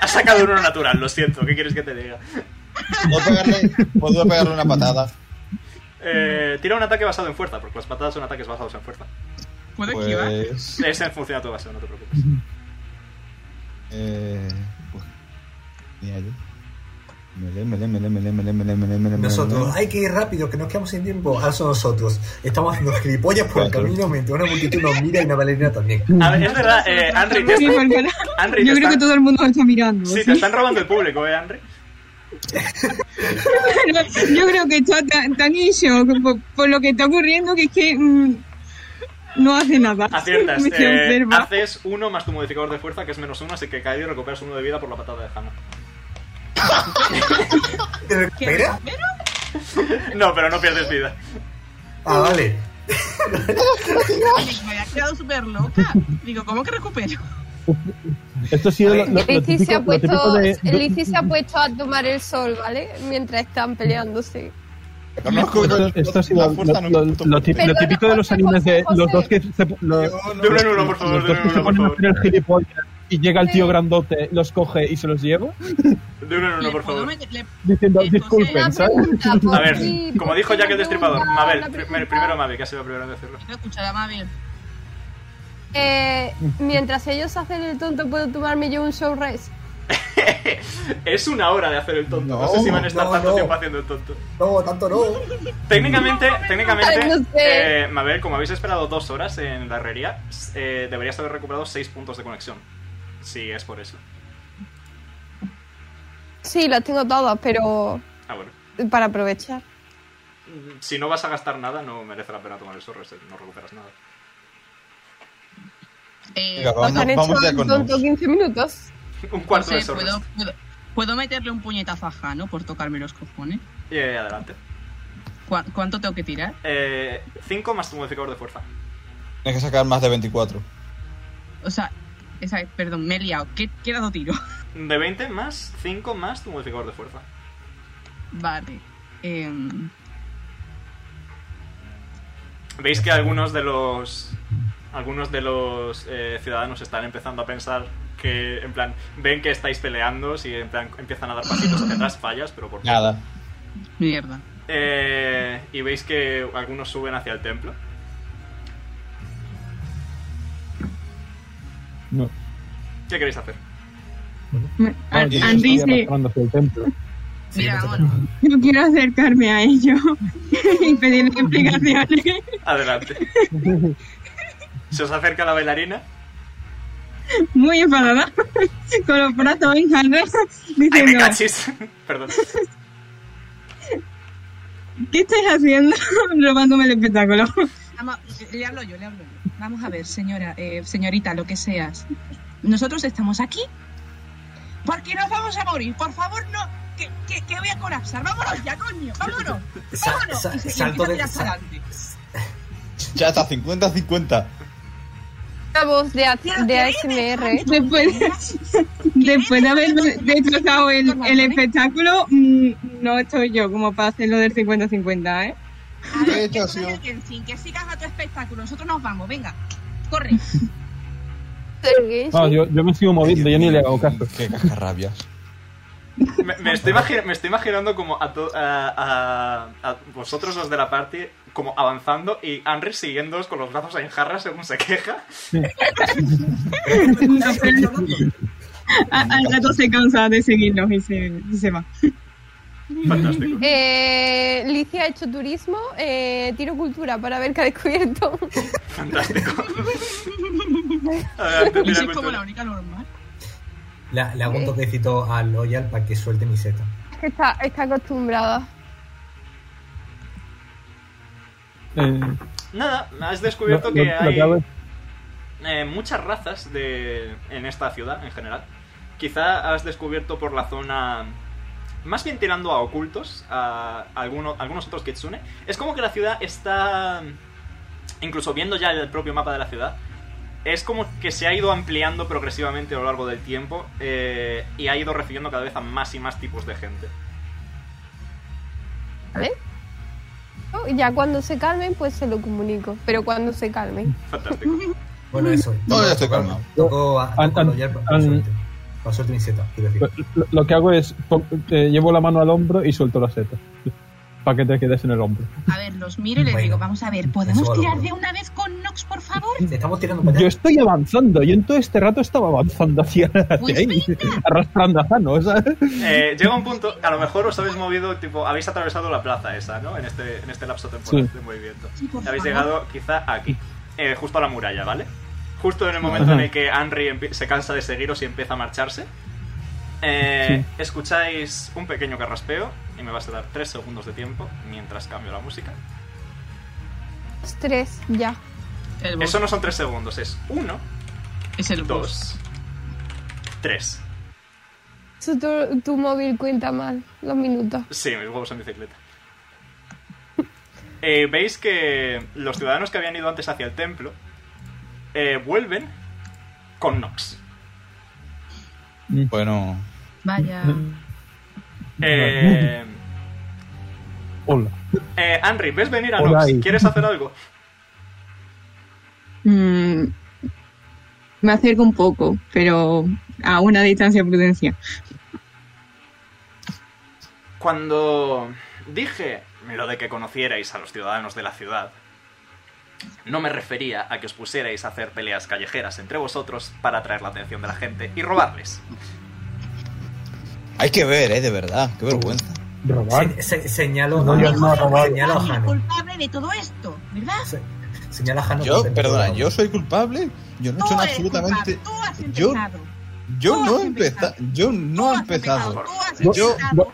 Has sacado uno natural, lo siento, ¿qué quieres que te diga?
Puedo pegarle, puedo pegarle una patada.
Eh, tira un ataque basado en fuerza, porque las patadas son ataques basados en fuerza.
¿Puedo
Pues.
Ese funciona todo basado, no te preocupes.
Eh. pues, mira yo. Mele, mele, mele, mele, mele, mele, mele, mele,
Nosotros,
mele.
hay que ir rápido, que nos quedamos sin tiempo. Ahora son nosotros. Estamos haciendo gilipollas por el camino mientras una multitud nos mira y una bailarina también.
A ver, es verdad, eh, Henry, te,
Sí, porque
está-
la-
Henry, te
yo creo
están-
que todo el mundo lo está mirando.
Sí,
(laughs)
te están robando el público, eh, Henry.
Yo creo que está tan, tan en shock por, por lo que está ocurriendo que es que mm, no hace nada.
Aciertas.
(laughs) Me
eh,
observa.
haces uno más tu modificador de fuerza, que es menos uno, así que Kaeli recuperas uno de vida por la patada de Hanna.
¿Espera?
No, pero no pierdes vida.
Ah, vale.
Oye, me había quedado súper loca. Digo, ¿cómo que recupero?
Esto ha sido lo, lo- lo
Lizzie se,
típico,
ha
lo
puesto-
típico de...
Lizzie se ha puesto a tomar el sol, ¿vale? Mientras están peleándose.
Conozco
Esto, esto ha sido lo, lo- lo típ- lo típico de los animes de los dos que se, lo-
De uno en uno, por favor,
los
de uno
dos
en
que se
uno, por
ponen a
favor.
hacer el gilipollas y llega el tío grandote, los coge y se los lleva,
De uno en uno, por favor.
diciendo, disculpen, ¿sabes?
A ver, como dijo Jack el Destripador, Mabel, primer- primero Mabel, que ha sido la primera en decirlo.
Escuchará más bien.
Eh, mientras ellos hacen el tonto, puedo tomarme yo un show race.
Es una hora de hacer el tonto, no, sé si van a estar
no,
tanto
no.
tiempo haciendo el tonto.
No, tanto no.
Técnicamente, técnicamente,
no sé.
eh, Mabel, como habéis esperado dos horas en la herrería, eh, deberías haber recuperado seis puntos de conexión. Sí, es por eso.
Sí, los tengo todos, pero
Ah, bueno.
para aprovechar.
Mm, Si no vas a gastar nada, no merece la pena tomar el sorres, no recuperas nada.
Eh,
Venga, vamos-
Nos han
vamos
hecho
ya
el
con
tonto 15 minutos.
Un cuarto
no
de
sé,
sorres.
puedo, puedo, puedo meterle un puñetazo a Jano por tocarme los cojones.
Y eh, adelante.
¿Cuá- ¿Cuánto tengo que tirar?
5 más tu modificador de fuerza.
Tienes que sacar más de 24.
O sea, esa, perdón, me he liado. ¿Qué, qué dado tiro? (laughs)
De 20 más 5 más tu modificador de fuerza.
Vale. em,
Veis que algunos de los. Algunos de los eh, ciudadanos están empezando a pensar que, en plan, ven que estáis peleando, si en plan empiezan a dar pasitos hacia atrás, fallas, pero por
Nada.
mierda.
Eh, y veis que algunos suben hacia el templo.
No.
¿Qué querééis hacer?
An-
Yo
Andy
estoy
Ah, dice-
arrastrando hacia el templo.
Mira, vámonos.
Yo quiero acercarme a ellos (laughs) y pedirle explicaciones. (laughs)
Adelante. Se os acerca la bailarina.
Muy enfadada, (laughs) con los brazos en jarras,
¡Ay, me
diciendo:
cachis! (laughs) Perdón.
¿Qué estáis haciendo? (laughs) Robándome el espectáculo.
Vamos, le hablo yo, le hablo yo. Vamos a ver, señora, eh, señorita, lo que seas.
Nosotros estamos aquí porque nos vamos a morir. Por favor, no. Que, que- que voy a colapsar. Vámonos ya, coño. Vámonos.
Sa-
Vámonos.
sa-
Y se- y empieza
salto
a
de-
tirar
sa- (laughs)
para adelante.
Ya está, 50-50.
La voz de, de ASMR.
Después, después de haber destrozado el, el espectáculo, mm, no estoy yo como para hacerlo del 50-50, ¿eh?
A ver, que tú eres el Genshin, que sigas a tu espectáculo. Nosotros nos vamos, venga. Corre.
eh,
Ah,
No, yo, yo me sigo moviendo, yo ni le hago caso.
Qué cajarrabias.
Me, me estoy imagi- me estoy imaginando como a, to- a- a- a vosotros los de la party como avanzando y Henry siguiéndoos con los brazos en jarra según se queja.
A- Al rato se cansa de seguirnos y se, y se va.
Fantástico.
Eh, Licia ha hecho turismo, eh, tiro cultura para ver qué ha descubierto. (laughs)
Fantástico.
Yo soy
mira, cuéntame.
como la única normal.
La- Le hago un toquecito a Loyal para que suelte mi seta.
Es que está, está acostumbrada.
Nada, has descubierto
Eh, Lo-
que
lo- lo
hay
que hago es-
eh, muchas razas de, en esta ciudad en general. Quizá has descubierto por la zona, más bien tirando a ocultos, a alguno- algunos otros kitsune. Es como que la ciudad está, incluso viendo ya el propio mapa de la ciudad, es como que se ha ido ampliando progresivamente a lo largo del tiempo eh, y ha ido recibiendo cada vez a más y más tipos de gente.
¿Vale? Oh, Ya cuando se calmen, pues se lo comunico. Pero cuando se calmen.
Fantástico.
Bueno, eso.
No, ya estoy calmado.
Toco a, toco a
An-
Loyal para que
an-
suelte. Para suelte mi seta, quiero decir.
Lo, lo que hago es po- eh, llevo la mano al hombro y suelto la seta. Para que te quedes en el hombro.
A ver, los miro y les digo, vamos a ver,
Eso
¿podemos
va a
tirar
lograr.
de una vez con Nox, por favor?
Estamos tirando
Yo estoy avanzando, yo en todo este rato estaba avanzando hacia, hacia ahí, arrastrando a Zano, ¿sabes?
Eh, llega un punto, a lo mejor os habéis movido, tipo, habéis atravesado la plaza esa, ¿no? En este, en este lapso temporal
Sí.
de movimiento.
Sí, por
habéis
favor.
llegado quizá aquí, eh, justo a la muralla, ¿vale? Justo en el momento en el que Henry empie- se cansa de seguiros y empieza a marcharse. Eh, Escucháis un pequeño carraspeo y me vas a dar 3 segundos de tiempo mientras cambio la música.
Los tres, ya.
Eso no son 3 segundos, es 1, 2, 3.
Eso tu, tu móvil cuenta mal los minutos.
Sí, mis huevos en bicicleta. (laughs) Eh, Veis que los ciudadanos que habían ido antes hacia el templo eh, vuelven con Nox.
Bueno,
Vaya.
Eh,
Hola.
eh, Henry, ¿ves venir a
Hola,
Nox?
ahí.
¿Quieres hacer algo?
Mm, me acerco un poco, pero a una distancia prudencial.
Cuando dije lo de que conocierais a los ciudadanos de la ciudad, no me refería a que os pusierais a hacer peleas callejeras entre vosotros para atraer la atención de la gente y robarles.
hay que ver, ¿eh? De verdad, qué vergüenza.
Se- se- señalo, a,
Loyal no ha robado.
señalo a Jano.
Culpable de todo esto, ¿verdad?
Señala a Jano.
Yo,
por-
perdona, ¿yo soy culpable? Yo no he
Tú
hecho
eres
absolutamente...
culpable, Tú has
Yo,
empezado.
yo no he empezado. Yo no he empezado.
Tú has
Yo...
empezado.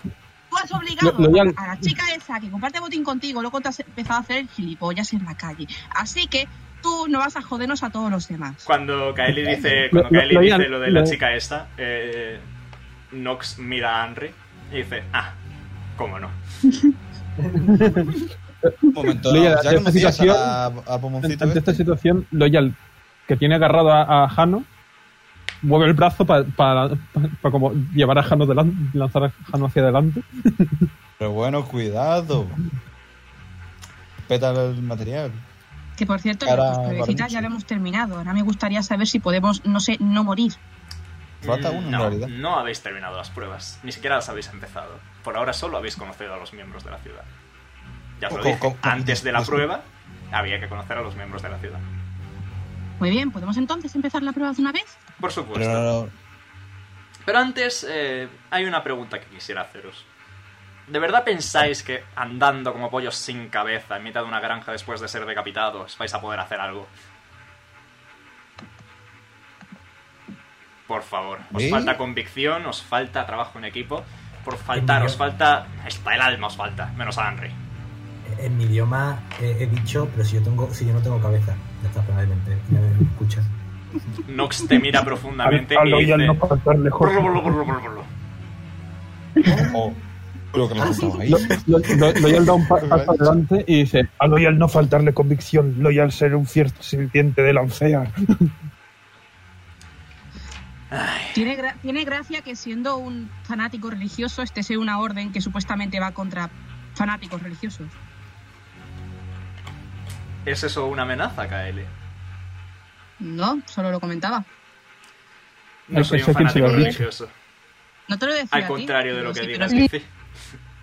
Tú has obligado
Lo- lo ya-
a la chica esa que comparte botín contigo, luego te has empezado a hacer el gilipollas en la calle. Así que tú no vas a jodernos a todos los demás.
Cuando Kaeli dice,
Lo-
cuando
lo-
Kaeli
lo-
dice lo de la
lo-
chica esta, eh, Nox mira a Henry y dice, ah, cómo no.
Un momento, no,
Loyal,
ya
ante esta
conocías a,
situación-
la- a Pomoncito.
Ante esta situación, Loyal, que tiene agarrado a, a Jano, mueve el brazo para como llevar a Jano delante, lanzar a Jano hacia adelante.
Pero bueno, cuidado. Peta el material.
Que por cierto,
Cara
las plebiscitas
barniche.
ya lo hemos terminado. Ahora me gustaría saber si podemos, no sé, no morir.
Falta uno, en
no,
realidad.
no habéis terminado las pruebas, ni siquiera las habéis empezado. Por ahora solo habéis conocido a los miembros de la ciudad. Ya os lo
Co-
dije,
co- co-
antes de la
los-
prueba había que conocer a los miembros de la ciudad.
Muy bien, ¿podemos entonces empezar la prueba de una vez?
Por supuesto. Pero,
Pero
antes eh, hay una pregunta que quisiera haceros. ¿De verdad pensáis que andando como pollos sin cabeza en mitad de una granja después de ser decapitados vais a poder hacer algo? Por favor, os
¿Eh?
falta convicción, os falta trabajo en equipo, por faltar, os falta... Está el alma, os falta, menos a Henry.
En mi idioma eh, he dicho, pero si yo tengo, si yo no tengo cabeza, ya está probablemente, ya me escucha.
Nox te mira profundamente
Al- al
y
oír al
dice...
no pasar lejos.
"Brr, brr, brr, brr, brr".
Creo que
Ah,
Loyal da
(laughs)
un paso adelante y dice: A Loyal no faltarle convicción, Loyal ser un cierto sirviente de la oncea.
Tiene, gra- tiene gracia que siendo un fanático religioso este sea una orden que supuestamente va contra fanáticos religiosos.
¿Es eso una amenaza, KL?
No, solo lo comentaba.
No soy
Eso
un
es quien se
fanático
lo dice.
religioso.
No te lo decía
Al
a ti,
contrario de
pero
lo que
sí,
digas,
pero-
Lizzie.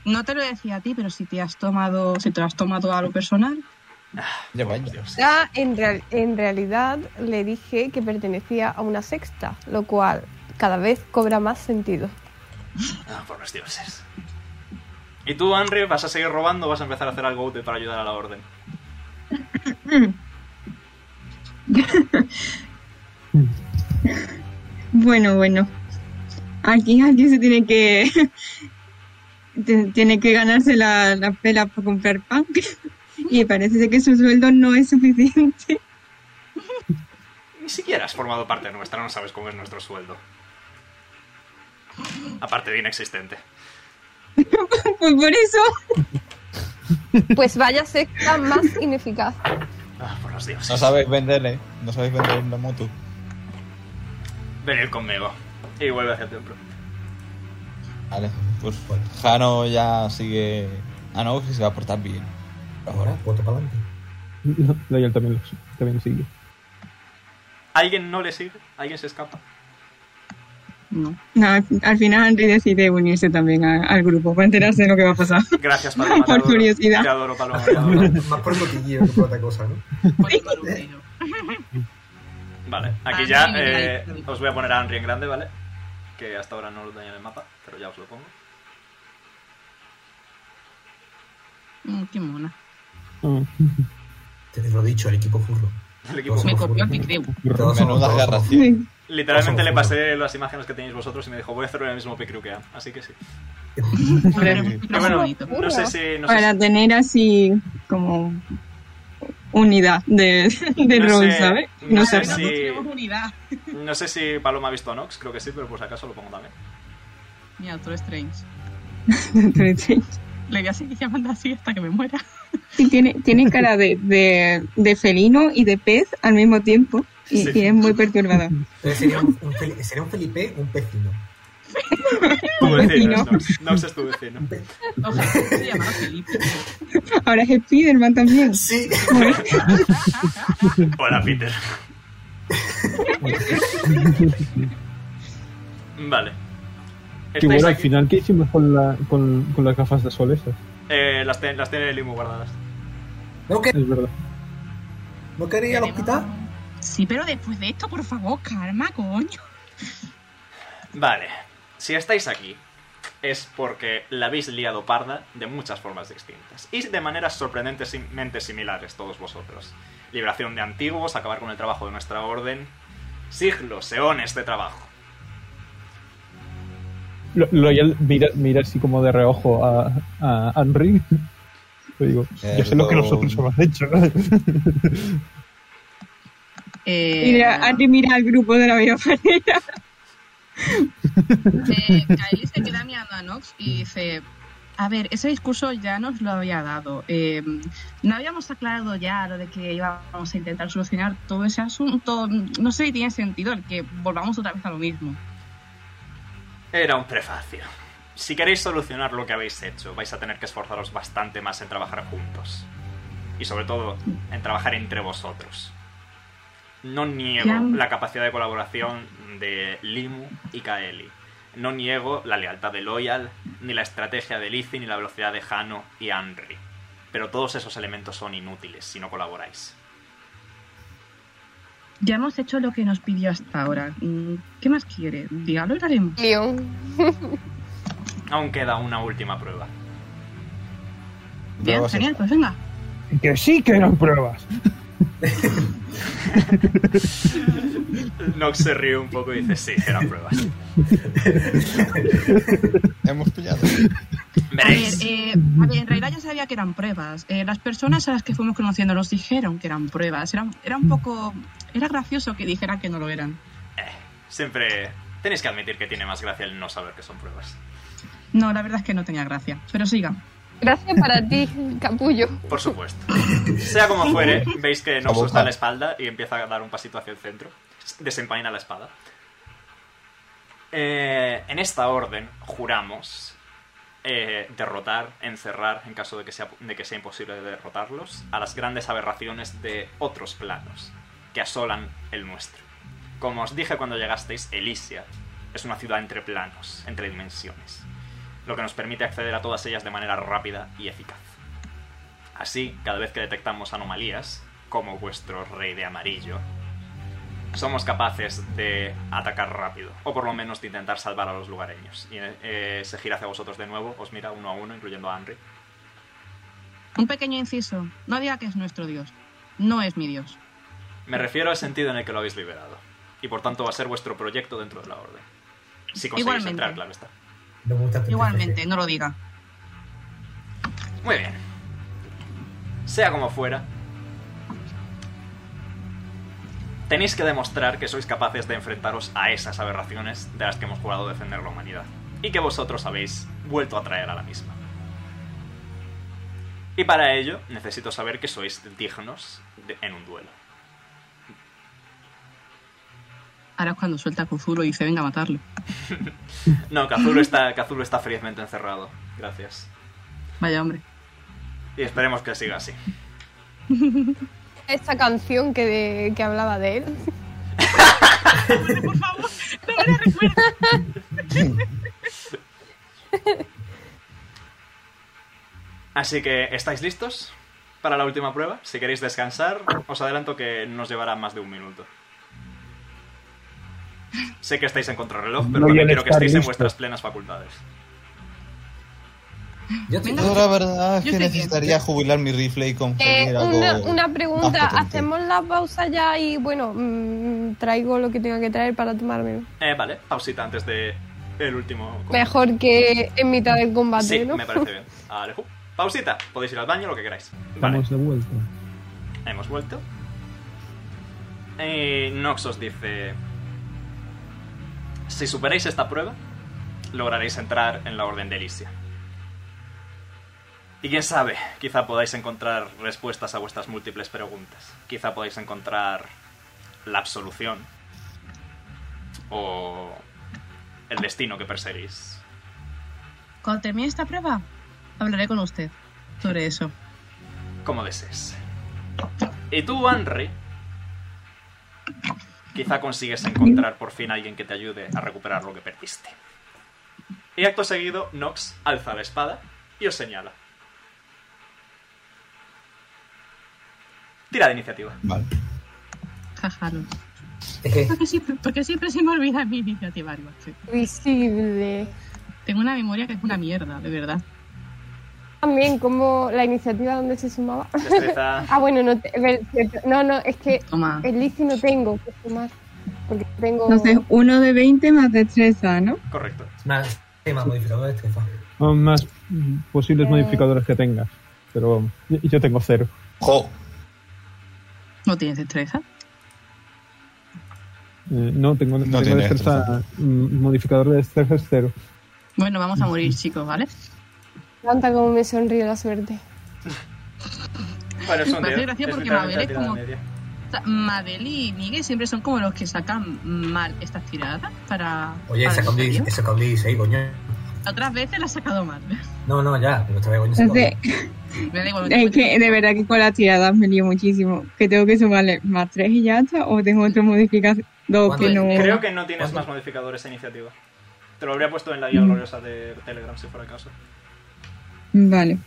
No te lo decía a ti, pero si te has tomado, si te lo has tomado a lo personal,
Ya vaya.
Ya, en, real- en realidad le dije que pertenecía a una sexta, lo cual cada vez cobra más sentido.
Ah, por los dioses. ¿Y tú, Henry, vas a seguir robando o vas a empezar a hacer algo útil para ayudar a la orden?
Bueno, bueno. Aquí alguien se tiene que. (laughs) te- tiene que ganarse la, la pela para comprar pan. (laughs) y parece ser que su sueldo no es suficiente. (laughs)
Ni siquiera has formado parte nuestra, no sabes cómo es nuestro sueldo. Aparte de inexistente.
Pues por eso. Pues vaya sexta más ineficaz.
Ah, por los dioses.
No sabéis venderle, no sabéis vender una moto.
Venid conmigo. Y vuelve hacia el templo.
Vale, pues Jano ya sigue a Nox y se va a portar bien.
Ahora, voto para adelante.
(laughs) Loyal también lo, también lo sigue.
¿Alguien no le sigue? ¿Alguien se escapa?
No.
al, al final Henry decide unirse también a- al grupo para enterarse de lo que va a (laughs) pasar.
Gracias, Paloma. te
Por
adoro.
curiosidad.
Te adoro, Paloma. te
(laughs)
adoro.
(laughs) Más por coquilleo que por otra cosa, ¿no?
pues
Vale, aquí ya
Henry en
eh, os voy a poner a Henry en grande, ¿vale? Que hasta ahora no lo tenía en el mapa, pero ya os lo pongo.
mm, qué mona.
Te lo he dicho, el equipo furro.
El equipo
Me
furro.
copió el Big
Todos somos
Menuda
furros.
garra,
Literalmente le pasé las imágenes que tenéis vosotros y me dijo, voy a hacerlo en el mismo picru que Ann", Así que sí. Pero bueno, no sé si... No sé
para
si-
tener así como unidad de, de
no
rol,
sé-
¿sabes?
No sé
sé.
si... No sé si Paloma ha visto a Nox, creo que sí, pero por si acaso lo pongo también.
Mira, otro Strange.
(laughs) Entonces,
Le voy a seguir llamando así hasta que me muera.
sí, tiene, tiene cara de, de, de felino y de pez al mismo tiempo y,
Sí.
y es muy perturbadora.
Entonces sería un, un Fel- sería un Felipe, un pecino.
(laughs)
Tu vecino es
vecino.
Nox. Nox es tu vecino.
Ahora es Spiderman también.
Sí. (laughs)
Hola, Peter. (laughs) Vale.
Que
Estáis
bueno, al
aquí.
final, ¿qué hicimos con, la, con, con las gafas de sol esas?
Eh, las, ten- las tiene el limo guardadas.
Es verdad.
¿No quería ir al hospital?
Sí, pero después de esto, por favor, calma, coño.
Vale. Si estáis aquí, es porque la habéis liado parda de muchas formas distintas. Y de maneras sorprendentemente similares, todos vosotros. Liberación de antiguos, acabar con el trabajo de nuestra orden. Siglos, eones de trabajo.
Lo- Loyal mira, mira así como de reojo a, a Henry. Le digo, yo sé (laughs) lo que nosotros hemos hecho.
Eh,
Mira, Ari mira al grupo de la biofanera.
Eh, Kaeli se queda mirando a Nox y dice: A ver, ese discurso ya nos lo había dado. Eh, no habíamos aclarado ya lo de que íbamos a intentar solucionar todo ese asunto. No sé si tiene sentido el que volvamos otra vez a lo mismo.
Era un prefacio. Si queréis solucionar lo que habéis hecho, vais a tener que esforzaros bastante más en trabajar juntos. Y sobre todo, en trabajar entre vosotros. No niego
Ya.
la capacidad de colaboración de Limu y Kaeli. No niego la lealtad de Loyal, ni la estrategia de Lizzie, ni la velocidad de Hano y Henry. Pero todos esos elementos son inútiles si no colaboráis.
Ya hemos hecho lo que nos pidió hasta ahora. Mm, ¿Qué más quiere? Dígalo y daremos.
Aún queda una última prueba.
Bien, genial, pues venga.
Que sí que eran pruebas.
Nox se ríe un poco y dice, sí, eran pruebas.
Hemos pillado.
A ver, eh, a ver, en realidad yo sabía que eran pruebas. Eh, las personas a las que fuimos conociendo nos dijeron que eran pruebas. Era, era un poco... Era gracioso que dijeran que no lo eran.
Siempre tenéis que admitir que tiene más gracia el no saber que son pruebas.
No, la verdad es que no tenía gracia. Pero siga.
Gracias para ti, (laughs) capullo.
Por supuesto. Sea como fuere, veis que Nox os da la espalda y empieza a dar un pasito hacia el centro. Desempaina la espada. Eh, en esta orden juramos eh, derrotar, encerrar, en caso de que, sea, de que sea imposible derrotarlos, a las grandes aberraciones de otros planos que asolan el nuestro. Como os dije cuando llegasteis, Elysia es una ciudad entre planos, entre dimensiones, lo que nos permite acceder a todas ellas de manera rápida y eficaz. Así, cada vez que detectamos anomalías, como vuestro rey de amarillo, somos capaces de atacar rápido, o por lo menos de intentar salvar a los lugareños. Y eh, se gira hacia vosotros de nuevo, os mira uno a uno, incluyendo a Henry.
Un pequeño inciso. No diga que es nuestro dios. No es mi dios.
Me refiero al sentido en el que lo habéis liberado, y por tanto va a ser vuestro proyecto dentro de la orden. Si conseguís
Igualmente.
entrar, claro está.
No me gusta este tu
Igualmente, no lo diga.
Muy bien. Sea como fuera, tenéis que demostrar que sois capaces de enfrentaros a esas aberraciones de las que hemos jurado defender la humanidad y que vosotros habéis vuelto a traer a la misma. Y para ello necesito saber que sois dignos de- en un duelo.
Ahora es cuando suelta a Kuzuro y dice, venga a matarlo.
No, Kazulo está, Kazulo está felizmente encerrado. Gracias.
Vaya hombre.
Y esperemos que siga así.
Esta canción que, de- que hablaba de él.
Así que, ¿estáis listos para la última prueba? Si queréis descansar, os adelanto que nos llevará más de un minuto. Sé que estáis en contrarreloj, pero
No voy a
también quiero que
estar
estéis en
listo.
vuestras plenas facultades.
Yo la verdad es
Yo
que
estoy
necesitaría jubilar mi rifle y
Eh,
conseguir algo.
una, una pregunta,
más potente.
hacemos la pausa ya y bueno, mm, traigo lo que tenga que traer para tomármelo.
Eh, vale, pausita antes de el último. combate.
Mejor que en mitad del combate,
Sí,
¿no?
me parece bien. Alejo, pausita. Podéis ir al baño, lo que queráis. Vale,
Estamos de vuelta.
hemos vuelto. Y Nox os dice... Si superáis esta prueba, lograréis entrar en la Orden de Elysia. Y quién sabe, quizá podáis encontrar respuestas a vuestras múltiples preguntas. Quizá podáis encontrar la absolución o el destino que perseguís.
Cuando termine esta prueba, hablaré con usted sobre eso.
como desees. Y tú, Henry, quizá consigues encontrar por fin a alguien que te ayude a recuperar lo que perdiste. Y acto seguido, Nox alza la espada y os señala. Tira de iniciativa.
Vale.
Jajalo.
Es que
Porque siempre, porque siempre se me olvida mi iniciativa, algo así.
Visible.
Tengo una memoria que es una mierda, de verdad.
También como la iniciativa donde se sumaba. (laughs)
Destreza.
ah, bueno, no, te- ver, cierto. no, no, es que
Toma.
el Lizzy no tengo que sumar. Porque tengo...
Entonces, uno de 20 más destreza, ¿no?
Correcto.
más tema modificador de destreza.
Son Más mm, posibles
Eh.
modificadores que tengas. Pero yo, yo tengo cero.
Jo,
¿No tienes destreza?
Eh, no, tengo, tengo
tiene
destreza, mm, modificador de destreza es cero.
Bueno, vamos a morir, chicos, ¿vale?
Tanta como me sonríe la suerte.
Bueno, es un
Me hace
dedo.
gracia
Es
porque
literalmente
Mabel es
la tirada
como-
media.
O sea, Mabel y Miguel siempre son como los que sacan mal estas tiradas para...
Oye, he
para
sacado un
el
10 he
desafío.
sacado un 16, coño.
Otras veces las has sacado mal. (laughs)
No, no, ya, pero esta vez coño he sacado
Entonces,
Me da igual.
es que de verdad que con las tiradas me lío muchísimo. Que tengo que sumarle más 3 y ya está, o tengo otro modificador que no.
Creo que no tienes más modificadores de iniciativa. Te lo habría puesto en la guía gloriosa de Telegram si fuera el caso.
Vale.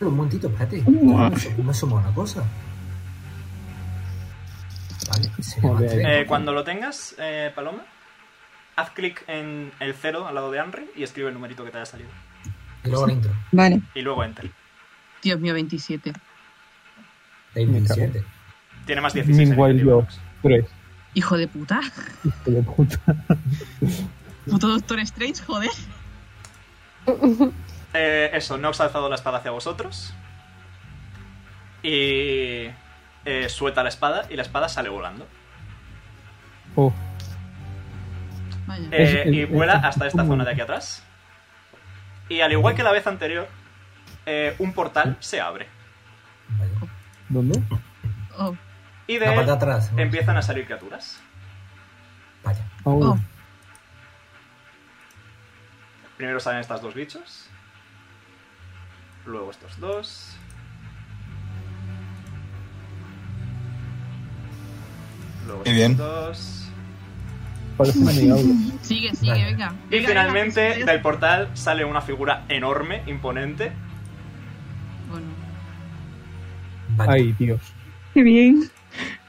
Un momentito, espérate.
Uh, ah.
Uah.
No somos una cosa. Vale, se llama
Joder.
tres.
Eh, cuando lo tengas, eh, Paloma, haz clic en el cero al lado de Henry y escribe el numerito que te haya salido.
Y luego la intro.
Vale.
Y luego enter.
Dios mío, 27.
Tiene más 16.
Meanwhile, yo, tres.
Hijo de puta. (laughs)
Hijo de puta.
Puto Doctor Strange, joder.
Eh, eso, Nox ha alzado la espada hacia vosotros. Y. eh, suelta la espada y la espada sale volando.
Oh.
Eh,
Es- es-
y
es-
vuela
es
hasta esta
como-
zona de aquí atrás. Y al igual que la vez anterior, eh, un portal se abre.
¿Dónde?
Oh,
Y de
La
él
parte de atrás, ¿no?
empiezan a salir criaturas.
Oh.
Primero salen estas dos bichos. Luego estos dos. Luego
Muy bien.
estos dos.
(laughs) Parece manigable.
Sigue, sigue, venga.
Y finalmente del portal sale una figura enorme, imponente.
Ay, Dios.
Qué bien.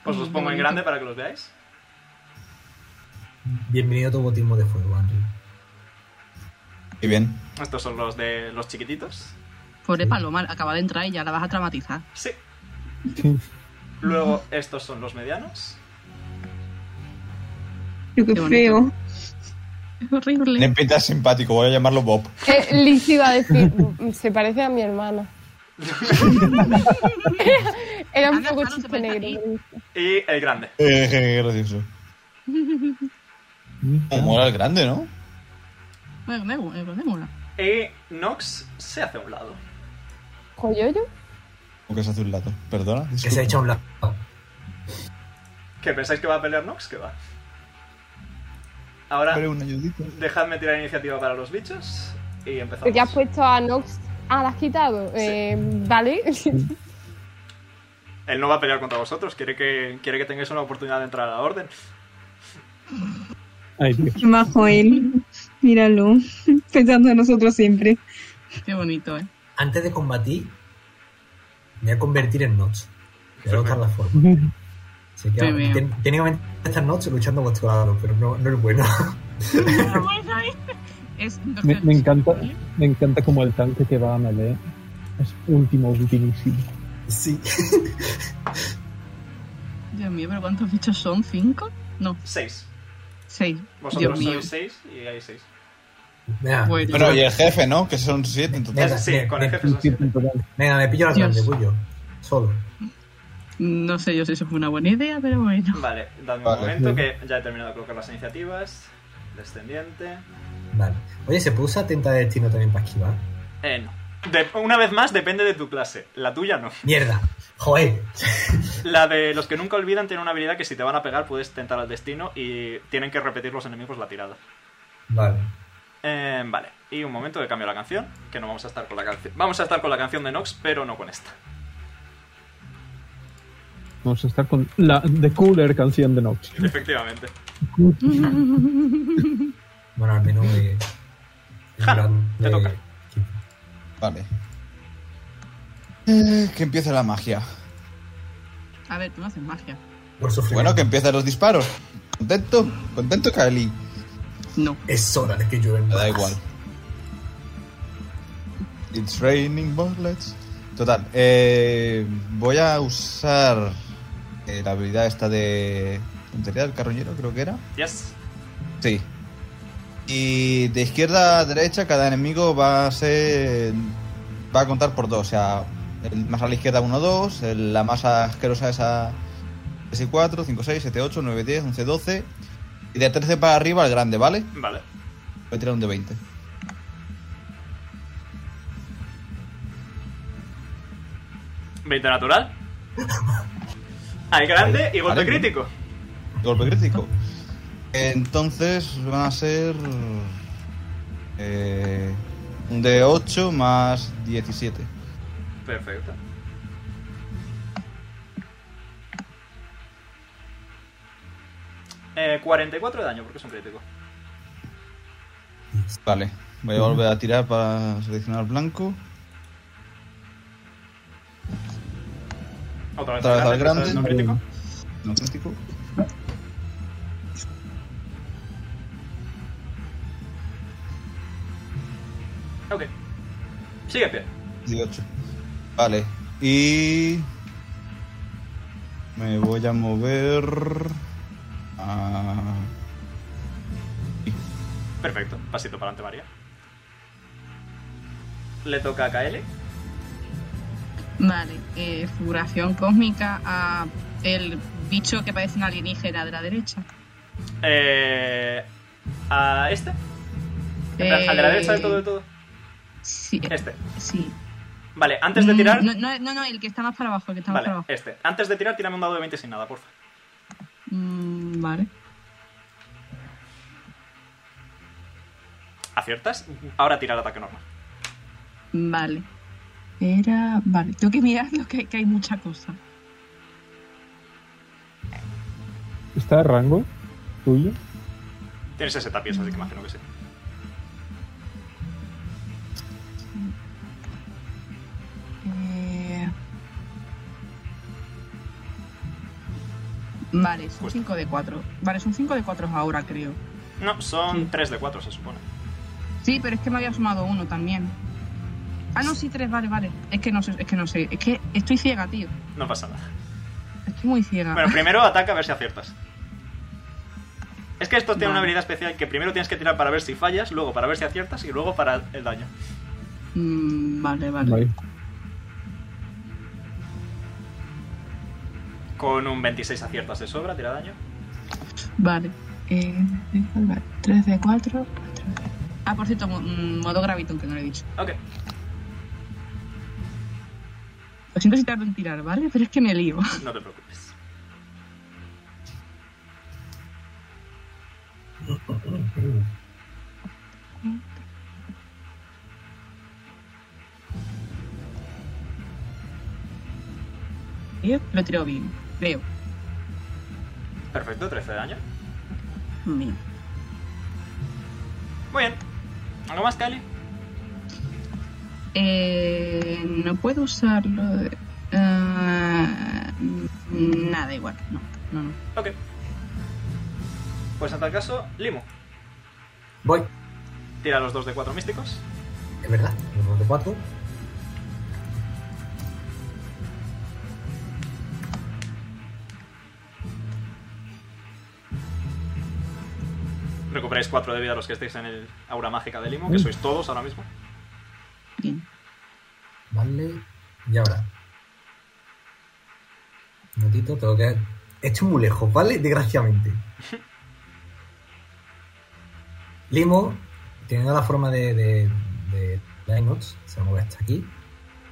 Os los pongo en grande para que los veáis.
Bienvenido a tu botismo de fuego, Andrew.
Y bien.
Estos son los de los chiquititos.
Pobre Paloma, acaba de entrar y ya la vas a traumatizar. (laughs)
Sí. Luego estos son los medianos.
Yo qué, feo.
Es horrible.
Nepeta es simpático, voy a llamarlo Bob. (laughs)
Eh, Liz iba a decir, "Mm, se parece a mi hermana. (laughs) Era un poco chiste negro.
Y el grande.
Eh, qué
(laughs)
gracioso. Como era el grande, ¿no?
Me, me, me, me mola.
Y Nox se hace a un lado.
¿Coyoyo?
¿O que se hace un lato? Perdona.
Que se ha hecho a un lado.
¿Qué pensáis que va a pelear Nox? ¿Qué va? Ahora,
un ayudito.
dejadme tirar iniciativa para los bichos y empezamos.
Porque has puesto a Nox. Ah, la has quitado. Eh, vale. (laughs)
Él no va a pelear contra vosotros, quiere que, quiere que tengáis una oportunidad de entrar a la orden.
Ay, Dios.
Qué majo él. Míralo. (laughs) Pensando en nosotros siempre.
Qué bonito, ¿eh?
Antes de combatir, me voy a convertir en Notch. Voy a buscar la forma.
(laughs)
Así que
Muy bien.
ten- técnicamente esta Notch luchando a vuestro lado, pero no, no es bueno. (laughs)
Es ¿Eh?
Me, me encanta, me encanta como el tanque que va a melee es último, ultimísimo.
Sí.
Dios mío, pero ¿cuántos bichos son? ¿Cinco? No.
Seis.
Seis.
Vosotros
Dios mío.
sois seis y hay seis.
Bueno.
Bueno, y el jefe, ¿no? Que son siete en total.
Sí, con el jefe son siete.
Venga, me pillo las
Dios.
grandes, voy yo. Solo.
No sé yo si eso fue una buena idea, pero bueno.
Vale, dadme un
Vale.
momento que ya he terminado de colocar las iniciativas. Descendiente.
Vale. Oye, ¿se puede usar tenta de destino también para esquivar?
Eh, no. De- una vez más, depende de tu clase. La tuya no.
Mierda. Joder.
La de los que nunca olvidan tiene una habilidad que si te van a pegar puedes tentar al destino y tienen que repetir los enemigos la tirada.
Vale.
Eh, vale, y un momento que cambio la canción, que no vamos a estar con la canción. Vamos a estar con la canción de Nox, pero no con esta. (laughs)
Vamos a estar con la The Cooler canción de Nox.
Efectivamente.
Bueno, al menos eh, el grande-
Vale. Eh, que empiece la magia.
A ver, tú no haces magia.
Bueno, que empiecen los disparos. ¿Contento? ¿Contento, Kaeli?
No.
Es hora de que yo
Me da igual. It's raining bullets. Total, eh, voy a usar eh, la habilidad esta de puntería del carroñero, creo que era.
Yes.
Sí. Y de izquierda a derecha cada enemigo va a ser va a contar por dos, o sea, el más a la izquierda 1 2, el- la más asquerosa esa 3 y 4, 5 6, 7 8, 9 10, 11 12 y de 13 para arriba el grande, ¿vale?
Vale.
Voy a tirar un de 20.
Veinte
(laughs)
natural. Al grande y golpe
Vale, bien.
crítico.
Golpe crítico. Entonces van a ser eh, un de 8 más 17.
Perfecto. Eh, 44 de daño porque es un crítico.
Vale, voy a volver a tirar para seleccionar blanco.
Otra vez,
Otra vez
al
al
grande,
grande. Uh.
que está en un crítico.
No crítico.
Ok. Sigue pie.
18. Vale. Y. Me voy a mover. a-
Perfecto, pasito para adelante, María. Le toca a KL.
Vale, eh, figuración cósmica a el bicho que parece una alienígena de la derecha.
Eh, a este. En plan, ¿Al de la
Eh,
derecha de todo de todo?
Sí.
Este.
Sí. Mm,
Vale, antes de tirar.
No, no, no, no, el que está más para abajo, el que está más
vale,
para abajo.
este. Antes de tirar, tírame un dado de 20 sin nada, porfa.
Mm, vale.
¿Aciertas? Ahora tira el ataque normal.
Vale. Era. Vale, tengo que mirarlo que, que hay mucha cosa.
¿Está de rango tuyo?
Tienes ese tapiz, así que imagino que sí.
Eh, Vale, es un 5 de 4. Vale, es un 5 de 4 ahora, creo.
No, son 3 de 4, se supone.
Sí, pero es que me había sumado uno también. Ah, no, sí, 3, vale, vale. Es que no sé, es que no sé. Es que estoy ciega, tío.
No pasa nada.
Estoy muy ciega.
Bueno, primero ataca a ver si aciertas. Es que estos tienen
Vale.
una habilidad especial que primero tienes que tirar para ver si fallas, luego para ver si aciertas y luego para el daño.
Mm, vale,
Ah,
vale.
Con un 26 aciertas de sobra, tira daño.
Vale. Eh, 3 de 4. Ah, por cierto, mo- mm, modo graviton que no lo he dicho.
Ok.
Lo siento si tardo en tirar, ¿vale? Pero es que me lío. (laughs)
No te preocupes.
Eh, Lo tiro bien, creo.
Perfecto, 13 de daño.
Bien.
Muy bien. ¿Algo más, Kylie?
Eh, no puedo usarlo. de- Ah, mm, nada, igual. No, no, no.
Ok. Pues en tal caso, Limo.
Voy.
Tira los 2 de 4 místicos.
Es verdad, los de 4.
Recuperáis 4 de vida los que estéis en el aura mágica de Limo, que sois todos ahora mismo.
Vale. Y ahora. Un momentito, tengo que. Estoy muy lejos, ¿vale?
(laughs)
Desgraciadamente. Limo, teniendo la forma de, de, de Linux, se va a mover hasta aquí.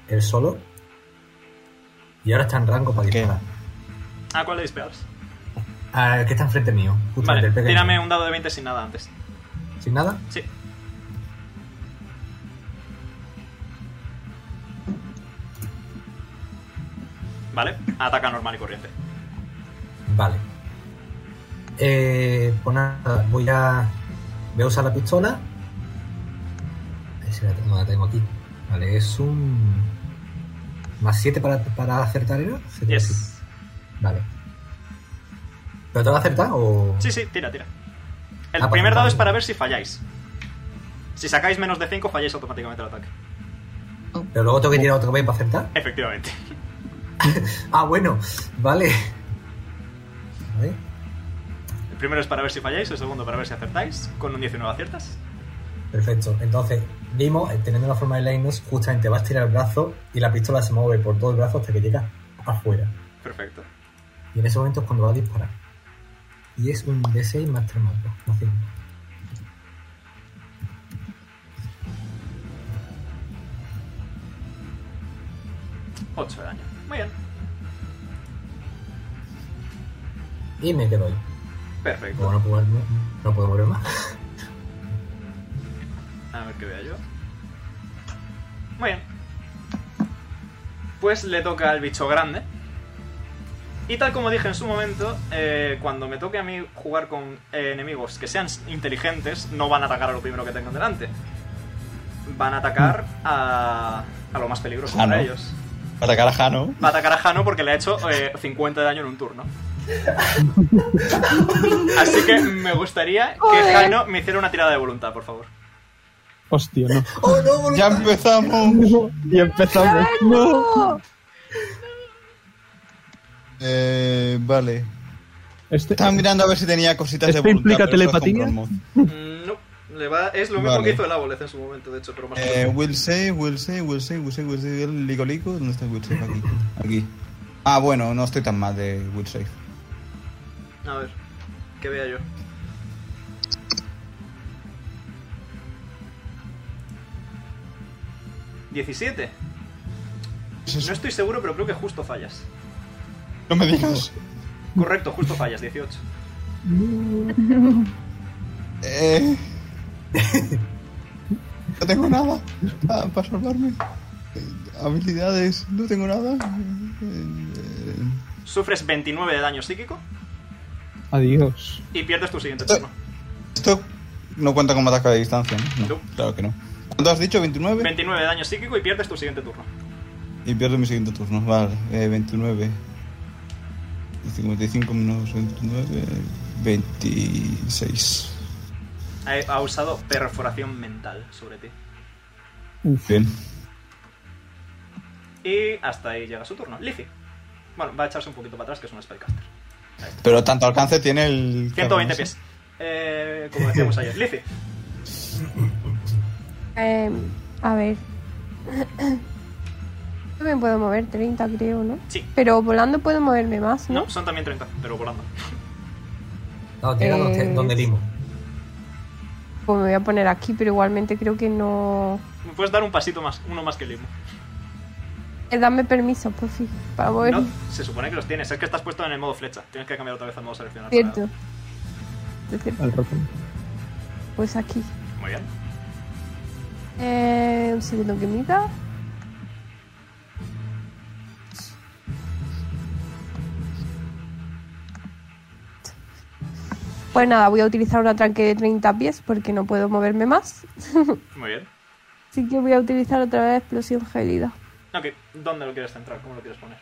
Él solo. Y ahora está en rango para disparar.
¿A Ah, cuál le disparas?
Al que está enfrente mío.
Vale,
Justamente el pequeño.
tírame un dado de 20 sin nada antes.
¿Sin nada?
Sí. Vale, ataca normal y corriente.
Vale. Eh, pues nada, voy a. Voy a usar la pistola. A ver si la tengo, no, la tengo aquí. Vale, es un. Más 7 para, para acertar, ¿no? Siete, sí. Vale. ¿Pero te va a acertar o.?
Sí, sí, tira, tira. El
Ah,
primer
vale,
dado
vale.
es para ver si falláis. Si sacáis menos de 5, falláis automáticamente el ataque.
Pero luego tengo que tirar otra vez para acertar.
Efectivamente.
Ah, bueno, vale. A ver.
El primero es para ver si falláis, el segundo para ver si acertáis. Con un 19 aciertas.
Perfecto. Entonces, vimos, eh, teniendo la forma de Linus, justamente vas a tirar el brazo y la pistola se mueve por todo el brazo hasta que llega afuera.
Perfecto.
Y en ese momento es cuando va a disparar. Y es un D6 más 3 más 2, más 5.
Ocho de daño. Muy bien.
Y me quedo ahí.
Perfecto.
Como no puedo, no, no puedo mover más. (laughs)
A ver qué vea yo. Muy bien. Pues le toca al bicho grande. Y tal como dije en su momento, eh, cuando me toque a mí jugar con eh, enemigos que sean inteligentes, no van a atacar a lo primero que tengan delante. Van a atacar a, a lo más peligroso
Jano.
para ellos.
Para Carajano.
Va a atacar a Jano porque le ha hecho eh, 50 de daño en un turno. Así que me gustaría que
Joder.
Jano me hiciera una tirada de voluntad, por favor.
Hostia, no. (laughs)
¡Oh, no, boludo!
Ya empezamos.
Y empezamos. No.
Eh, vale.
Este,
Estaba mirando a ver si tenía cositas
¿Esto
de voluntad.
implica
pero esto es con
telepatía?
Chromos.
Mm, No, le va, es lo mismo
Vale.
que hizo el Aboleth en su momento, de hecho, pero más
Eh, will save, will save, will save, will save, will save. El lico lico. ¿Dónde está will save? Aquí. Aquí. Ah, bueno, no estoy tan mal de will save.
A ver, que vea yo. ¿17? No estoy seguro, pero creo que justo fallas.
No me digas.
Correcto, justo fallas, 18.
Eh... no tengo nada para salvarme. Habilidades, no tengo nada.
Sufres 29 de daño psíquico
Adiós.
y pierdes tu siguiente turno.
Esto no cuenta como ataque a distancia, ¿no? No,
No.
claro que no. ¿Cuánto has dicho? ¿29?
29 de daño psíquico y pierdes tu siguiente turno.
Y pierdo mi siguiente turno, vale. Eh, 29. 55 menos 29. 26.
Ha, ha usado perforación mental sobre ti.
Bien.
Y hasta ahí llega su turno. Lizzie. Bueno, va a echarse un poquito para atrás, que es un spellcaster.
Pero tanto alcance tiene el.
120 pies. Eh, como decíamos ayer. Lizzie.
Em, a ver. Yo me puedo mover 30, creo, ¿no?
Sí.
Pero volando puedo moverme más, ¿no?
No, son también 30, pero volando.
No, tira donde,
Eh,
donde limo.
Pues me voy a poner aquí, pero igualmente creo que no.
Me puedes dar un pasito más, uno más que Limo.
Eh, Dame permiso, por fin, para moverme.
No, se supone que los tienes. Es que estás puesto en el modo flecha. Tienes que cambiar otra vez al modo seleccionar. para-
Cierto. Es cierto.
Al ratón.
Pues aquí.
Muy bien.
Eh, un segundo que me da. Pues nada, voy a utilizar un ataque de 30 pies porque no puedo moverme más.
Muy bien.
Así que voy a utilizar otra vez explosión gélida.
Ok, ¿dónde lo quieres centrar? ¿Cómo lo quieres poner?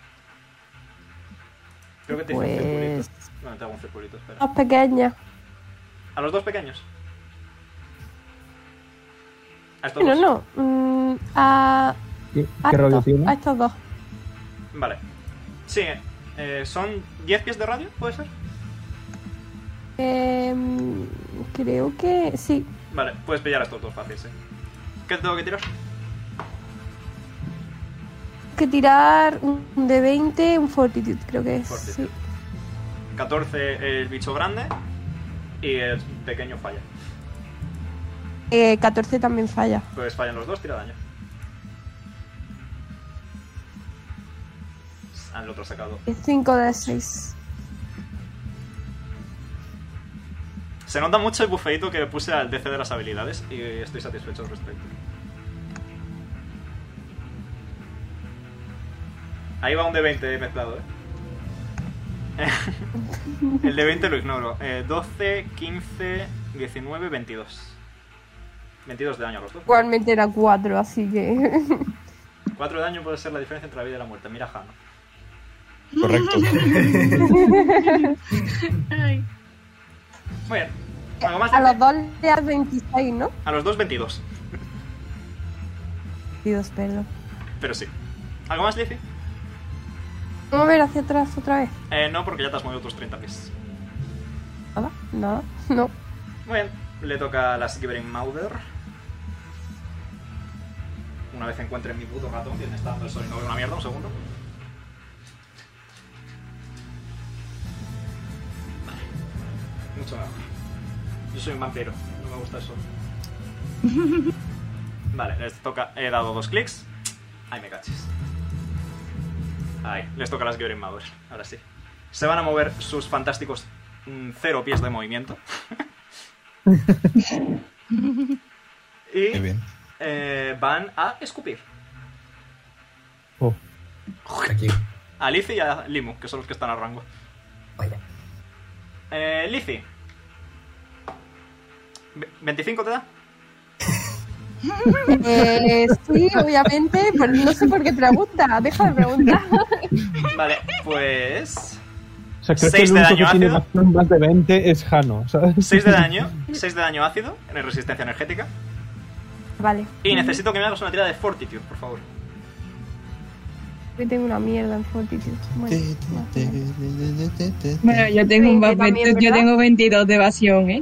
Creo que te hice un
Pues-
circulito. No, te hago un circulito, espera.
Más pequeña.
¿A los dos pequeños? A estos
Bueno,
dos.
no. mm, a,
¿Qué,
a
qué radio
estos- a
tiene?
estos dos.
Vale. Sí, eh, ¿son 10 pies de radio? ¿Puede ser?
Em, creo que sí.
Vale, puedes pillar a estos dos fáciles, eh. ¿Qué tengo que tirar?
Que tirar un de 20, un fortitude, creo que es.
Fortitude.
sí.
14 el bicho grande y el pequeño falla.
Eh, 14 también falla.
Pues fallan los dos, tira daño. Al Ah, otro ha sacado.
5 de 6.
Se nota mucho el bufeito que le puse al DC de las habilidades y estoy satisfecho al respecto. Ahí va un de 20 mezclado, eh. (laughs) el de 20 lo ignoro. Eh, 12, 15, 19, 22. 22 de daño a los dos.
Igualmente era 4, así que. (laughs)
4 de daño puede ser la diferencia entre la vida y la muerte. Mira, Jano.
Correcto.
Ay.
Muy bien. ¿Algo más?
A los dos le das 26, ¿no?
A los dos, 22.
Dios, perdón.
Pero sí. ¿Algo más, Lizzie?
Vamos a ver hacia atrás otra vez.
Eh, no, porque ya te has movido tus 30 pies.
Nada, nada, no.
Muy bien. Le toca a las Gibbering Mauder. Una vez encuentre mi puto ratón, que me está dando el sol y no veo una mierda, un segundo. Vale. Mucho mejor. Yo soy un vampiro, no me gusta eso. Vale, les toca. He dado dos clics. Ahí me caches. Ahí, les toca a las Gibbering Mauder. Ahora sí. Se van a mover sus fantásticos mm, cero pies de
(laughs)
movimiento.
Qué
Y
bien.
eh, van a escupir.
Oh.
Aquí.
A Lizzie y a Limu, que son los que están al rango.
Vaya.
Eh, Lizzie. Ve- ¿25 te da?
Eh, sí, obviamente, pero no sé por qué pregunta. Deja de preguntar.
Vale, pues.
O sea, creo que
Seis
el
de
único
daño
que tiene
ácido.
más, más de 20 es Jano, ¿sabes?
6 de daño. 6 de daño ácido en resistencia energética.
(laughs) Vale.
Y necesito que me hagas una tirada de Fortitude, por favor.
Yo tengo una mierda en Fortitude. Bueno,
Bueno, yo tengo
Sí, yo
un papel-
también,
yo
¿verdad?
tengo 22 de evasión, ¿eh?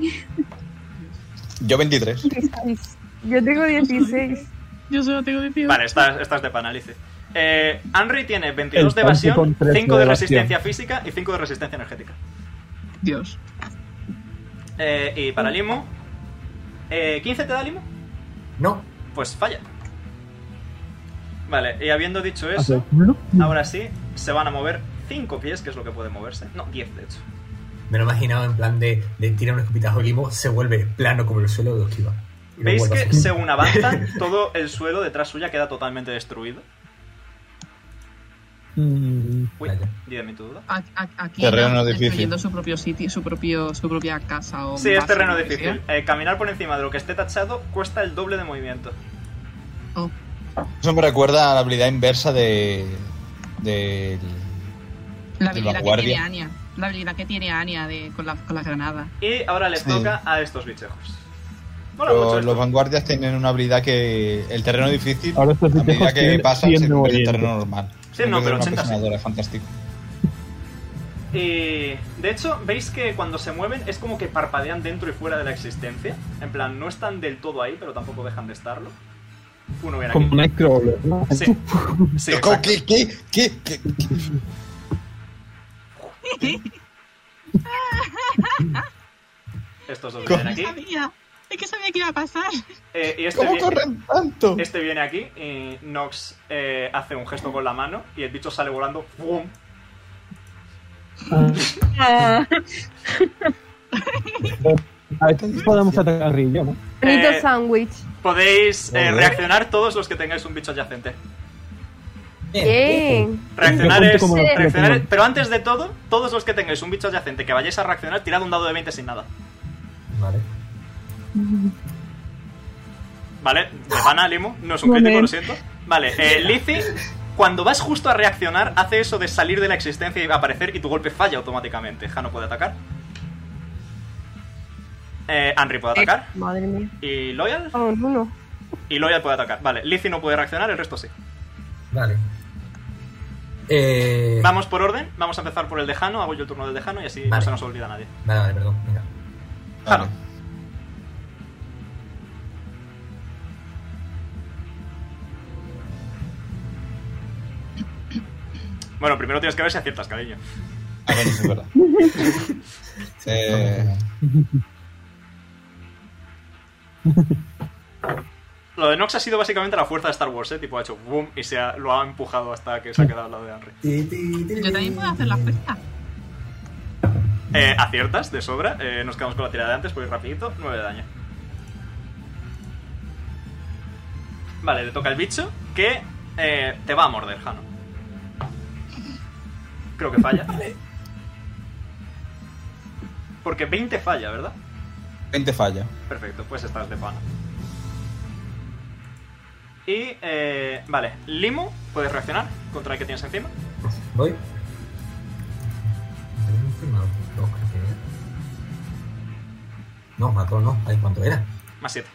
Yo 23.
Yo tengo 16.
Yo solo tengo 22.
Vale, estás, estás de panalice. Eh, Henry tiene 22
El
de
tanque con
evasión,
tres
5
de
de
evasión.
resistencia física y 5 de resistencia energética.
Dios.
Eh, y para Limo, eh, ¿15 te da Limo?
No.
Pues falla. Vale, y habiendo dicho
Hace-
eso, ahora sí se van a mover 5 pies, que es lo que puede moverse. No, 10 de hecho.
Me lo imaginaba en plan de le tira un escopitazo de limo, se vuelve plano como el suelo y lo esquiva. Y lo
¿Veis
vuelve a
que
hacer.
según avanzan, todo el suelo detrás suya queda totalmente destruido? Uy, dígame tu duda.
A- a- Aquí
Terreno
ya
difícil.
destruyendo su propio sitio, su propio, su propia casa o
Sí, es
base,
terreno
lo que sea.
difícil. Eh, caminar por encima de lo que esté tachado cuesta el doble de movimiento.
Eso me recuerda a la habilidad inversa de. del.
La
de
habilidad que tiene Anya. La habilidad que tiene Anya de, con, la, con la granada.
Y ahora les
Sí.
toca a estos bichejos. Mola
Pero
mucho
Los, vanguardias tienen una habilidad que. El terreno difícil.
Ahora estos
a medida
bichejos
que
tienen
pasan, se
100
convierte en
oyentes.
terreno normal.
Sí,
En
no,
vez de
pero
una
80 sí.
aproximadora, fantástico.
Y Eh, de hecho, veis que cuando se mueven es como que parpadean dentro y fuera de la existencia. En plan, no están del todo ahí, pero tampoco dejan de estarlo. Uno viene
Como
aquí.
Nightcrawler, ¿no?
Sí. Sí, exacto.
¿Qué, qué, qué, qué?
Estos dos vienen aquí.
Sabía, es que sabía que iba a pasar.
Eh, y este
¿Cómo
viene,
corren
tanto?
Este viene aquí y Nox eh, hace un gesto con la mano y el bicho sale volando. ¡Bum!
Ah.
A estos podemos atacar Rillo, ¿no?
Bonito
Eh,
sándwich.
Podéis eh,
Joder.
reaccionar todos los que tengáis un bicho adyacente.
Bien.
Reaccionar es.
Yo cuento como lo
reaccionar
tengo.
es- pero antes de todo, todos los que tengáis un bicho adyacente que vayáis a reaccionar, tirad un dado de 20 sin nada.
Vale.
Vale, de pana, Limo, no es un crítico, lo siento. Vale, eh, Lizzie, cuando vas justo a reaccionar, hace eso de salir de la existencia y aparecer y tu golpe falla automáticamente. Jano puede atacar. Eh, Henry puede atacar.
Madre mía.
Y Loyal.
Vamos, uno.
Y Loyal puede atacar. Vale, Lizzie no puede reaccionar, el resto sí.
Vale. Eh,
Vamos por orden, vamos a empezar por el de Jano, hago yo el turno del de Jano y así no
Vale.
se nos olvida nadie.
Vale, vale, perdón. Venga.
Jano. Bueno, primero tienes que ver si aciertas, cariño.
Ah, bueno, sí, es
(laughs)
verdad. Eh,
Lo de Nox ha sido básicamente la fuerza de Star Wars, ¿eh? Tipo, ha hecho boom y se ha- lo ha empujado hasta que se ha quedado al lado de Henry.
Yo también puedo hacer
(laughs)
la fuerza.
Eh, aciertas de sobra. Eh, nos quedamos con la tirada de antes, voy rapidito. 9 de daño. Vale, le toca el bicho que eh, te va a morder, Jano. Creo que falla. Porque 20 falla, ¿verdad?
20 falla.
Perfecto, pues estás de pana. Y, eh, vale, Limo, puedes reaccionar contra el que tienes encima.
Voy. Dos, creo que era. No, mató, no. Ay, ¿Cuánto era?
Más 7.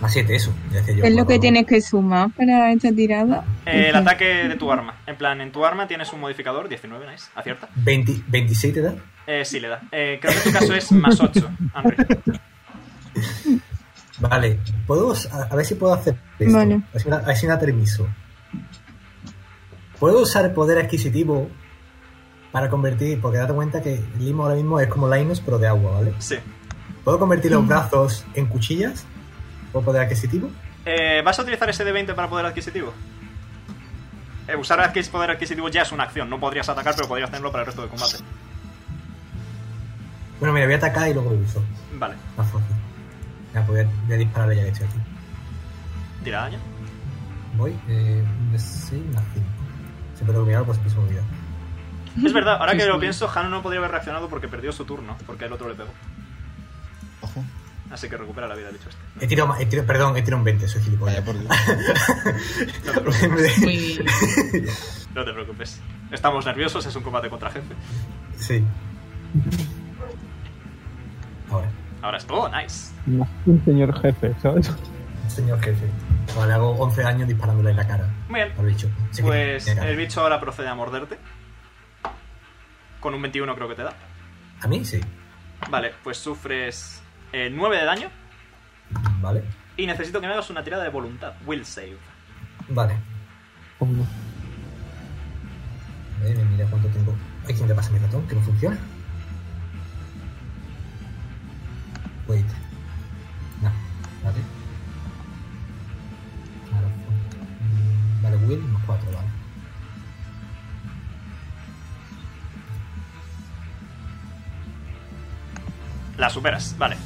Más 7, eso. Ya decía yo,
Es lo
mató,
que
no.
tienes que sumar para esta tirada.
Eh, el ataque de tu arma. En plan, en tu arma tienes un modificador, 19, nice, acierta.
20 ¿26 te da?
Eh, sí, le da. Eh, creo que en tu caso es más 8, Henry.
Vale. ¿Puedo, us- a, a ver si puedo hacer esto.
Vale.
A ver si me da- a ver si me da permiso. ¿Puedo usar poder adquisitivo para convertir? Porque date cuenta que el limo ahora mismo es como Linus, pero de agua, ¿vale?
Sí.
¿Puedo convertir los brazos en cuchillas? ¿Puedo poder adquisitivo?
Eh, ¿Vas a utilizar ese de 20 para poder adquisitivo? Eh, usar adquis- poder adquisitivo ya es una acción. No podrías atacar, pero podrías tenerlo para el resto del combate.
Bueno, mira, voy a atacar y luego lo uso.
Vale,
Más fácil. Ya, pues voy a- voy a dispararle ya que estoy aquí.
tira daño.
Voy, eh, un de 6 más 5. Siempre tengo que mirar, pues que se me olvida.
Es verdad, ahora
Sí,
que
sí.
lo pienso, Hano no podría haber reaccionado porque perdió su turno, porque el otro le pegó.
Ojo.
Así que recupera la vida, dicho este.
He tirado, ma- he tirado, perdón, he tirado un 20, soy gilipollas. (laughs)
por Dios.
No te preocupes. No te preocupes. Estamos nerviosos, es un combate contra jefe.
sí. Ahora.
Ahora es todo, nice.
Más que un señor jefe, ¿sabes? (laughs)
señor jefe. O le hago 11 años disparándole en la cara.
Bien.
Al bicho. Así que,
Pues
venga.
el bicho ahora procede a morderte. Con un 21 creo que te da.
¿A mí? Sí.
Vale, pues sufres 9 de daño.
Vale.
Y necesito que me hagas una tirada de voluntad. Will save.
Vale. Eh, me mira cuánto tiempo. Hay quien le pasa mi ratón, que no funciona. Wait. No, vale. Claro, fue- mm, Vale, Will más 4, vale.
La superas, vale.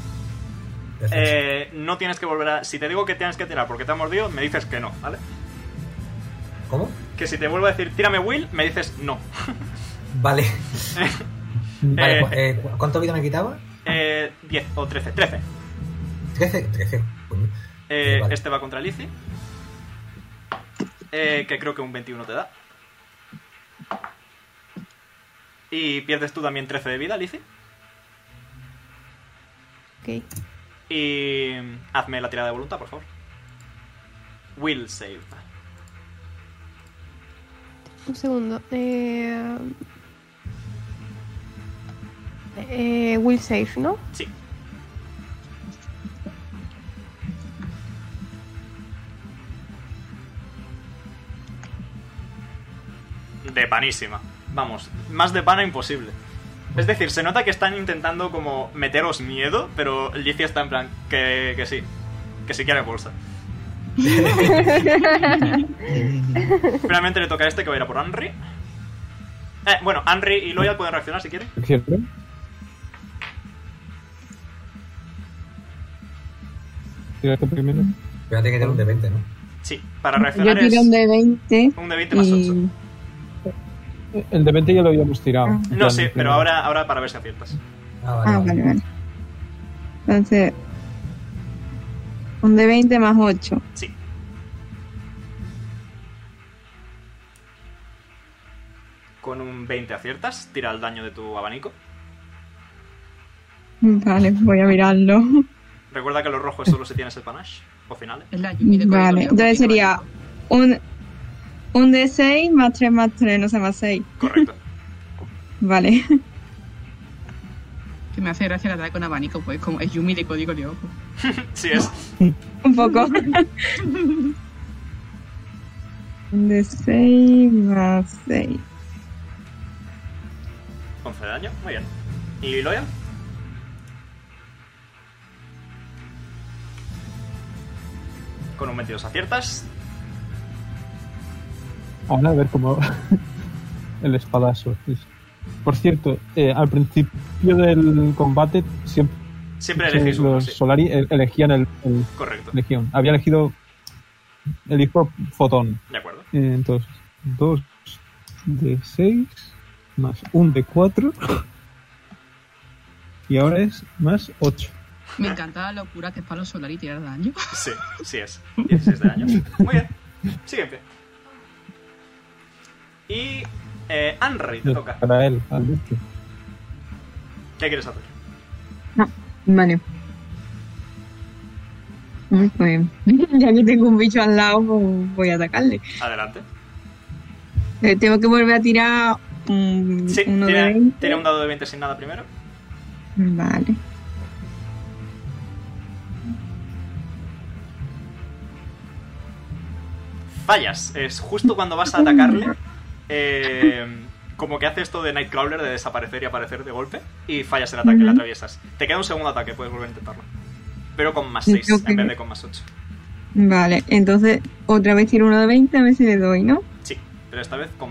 Eh, no tienes que volver a... Si te digo que tienes que tirar porque te ha mordido, me dices que no, ¿vale?
¿Cómo?
Que si te vuelvo a decir, tírame Will, me dices no. (laughs)
Vale. vale
Eh,
cu- eh, cu- ¿Cuánto vida me quitaba?
Eh, 10 o 13, 13.
13. 13.
Eh,
Vale.
Este va contra Lizzie. Eh, que creo que un 21 te da. Y pierdes tú también 13 de vida, Lizzie.
Ok.
Y hazme la tirada de voluntad, por favor. Will save.
Un segundo. Eh, eh, will save, ¿no?
Sí. De panísima. Vamos, más de pana imposible. Es decir, se nota que están intentando como meteros miedo, pero Licia está en plan que, que sí. Que si quiere bolsa. Finalmente le toca a este que va a ir a por Henry. Eh, bueno, Henry y Loyal pueden reaccionar si quieren.
¿Cierto? Tiraste primero.
Espérate que tiene un de 20, ¿no?
Sí, para
Yo
reaccionar es...
tiro un de 20.
Un de 20 más
y-
El de 20 ya lo habíamos tirado.
No, sí, pero ahora, ahora para ver si aciertas.
Ah, vale, vale. Entonces, un de 20 más 8.
Sí. Con un 20 aciertas, tira el daño de tu abanico.
Vale, voy a mirarlo.
Recuerda que los rojos solo si tienes el panache o finales.
Vale, entonces sería
¿eh?
un, un de 6 más 3 más 3, no sé, más 6.
Correcto.
Vale.
Que me hace gracia la ataque con abanico, pues como es Yumi de código Lyoko.
sí es.
Un poco. un de 6 más 6.
11 de daño, muy bien. ¿Y Loyal? Con un 22 aciertas,
Ahora a ver cómo. (laughs) el espadazo. Por cierto, eh, al principio del combate siempre.
Siempre elegís uno,
los
sí.
Solari el- elegían el, el-
Correcto.
elegían. Había elegido. Elijo fotón.
De acuerdo.
Eh, entonces, 2 de 6 más 1 de 4. Y ahora es más 8.
Me encanta la locura que es palo solar y tirar daño. (laughs)
Sí, sí es. 16 de daño. Muy bien. Siguiente. Y. Eh, Henry te toca.
Para él, al bicho.
¿Qué quieres hacer?
Vale. Muy bien. (laughs) Ya que tengo un bicho al lado, pues voy a atacarle.
Adelante.
Eh, tengo que volver a tirar un,
Sí,
uno
tira,
de 20.
tira un dado de 20 sin nada primero.
Vale.
Fallas. Es justo cuando vas a atacarle. eh, como que hace esto de Nightcrawler de desaparecer y aparecer de golpe. Y fallas el ataque,
Ujú.
la atraviesas. Te queda un segundo ataque, puedes volver a intentarlo. Pero con más
Yo
6
creo que-
en vez de con más 8.
Vale, entonces otra vez tiro uno de 20 a ver si le
(laughs)
doy, ¿no?
Sí, pero esta vez con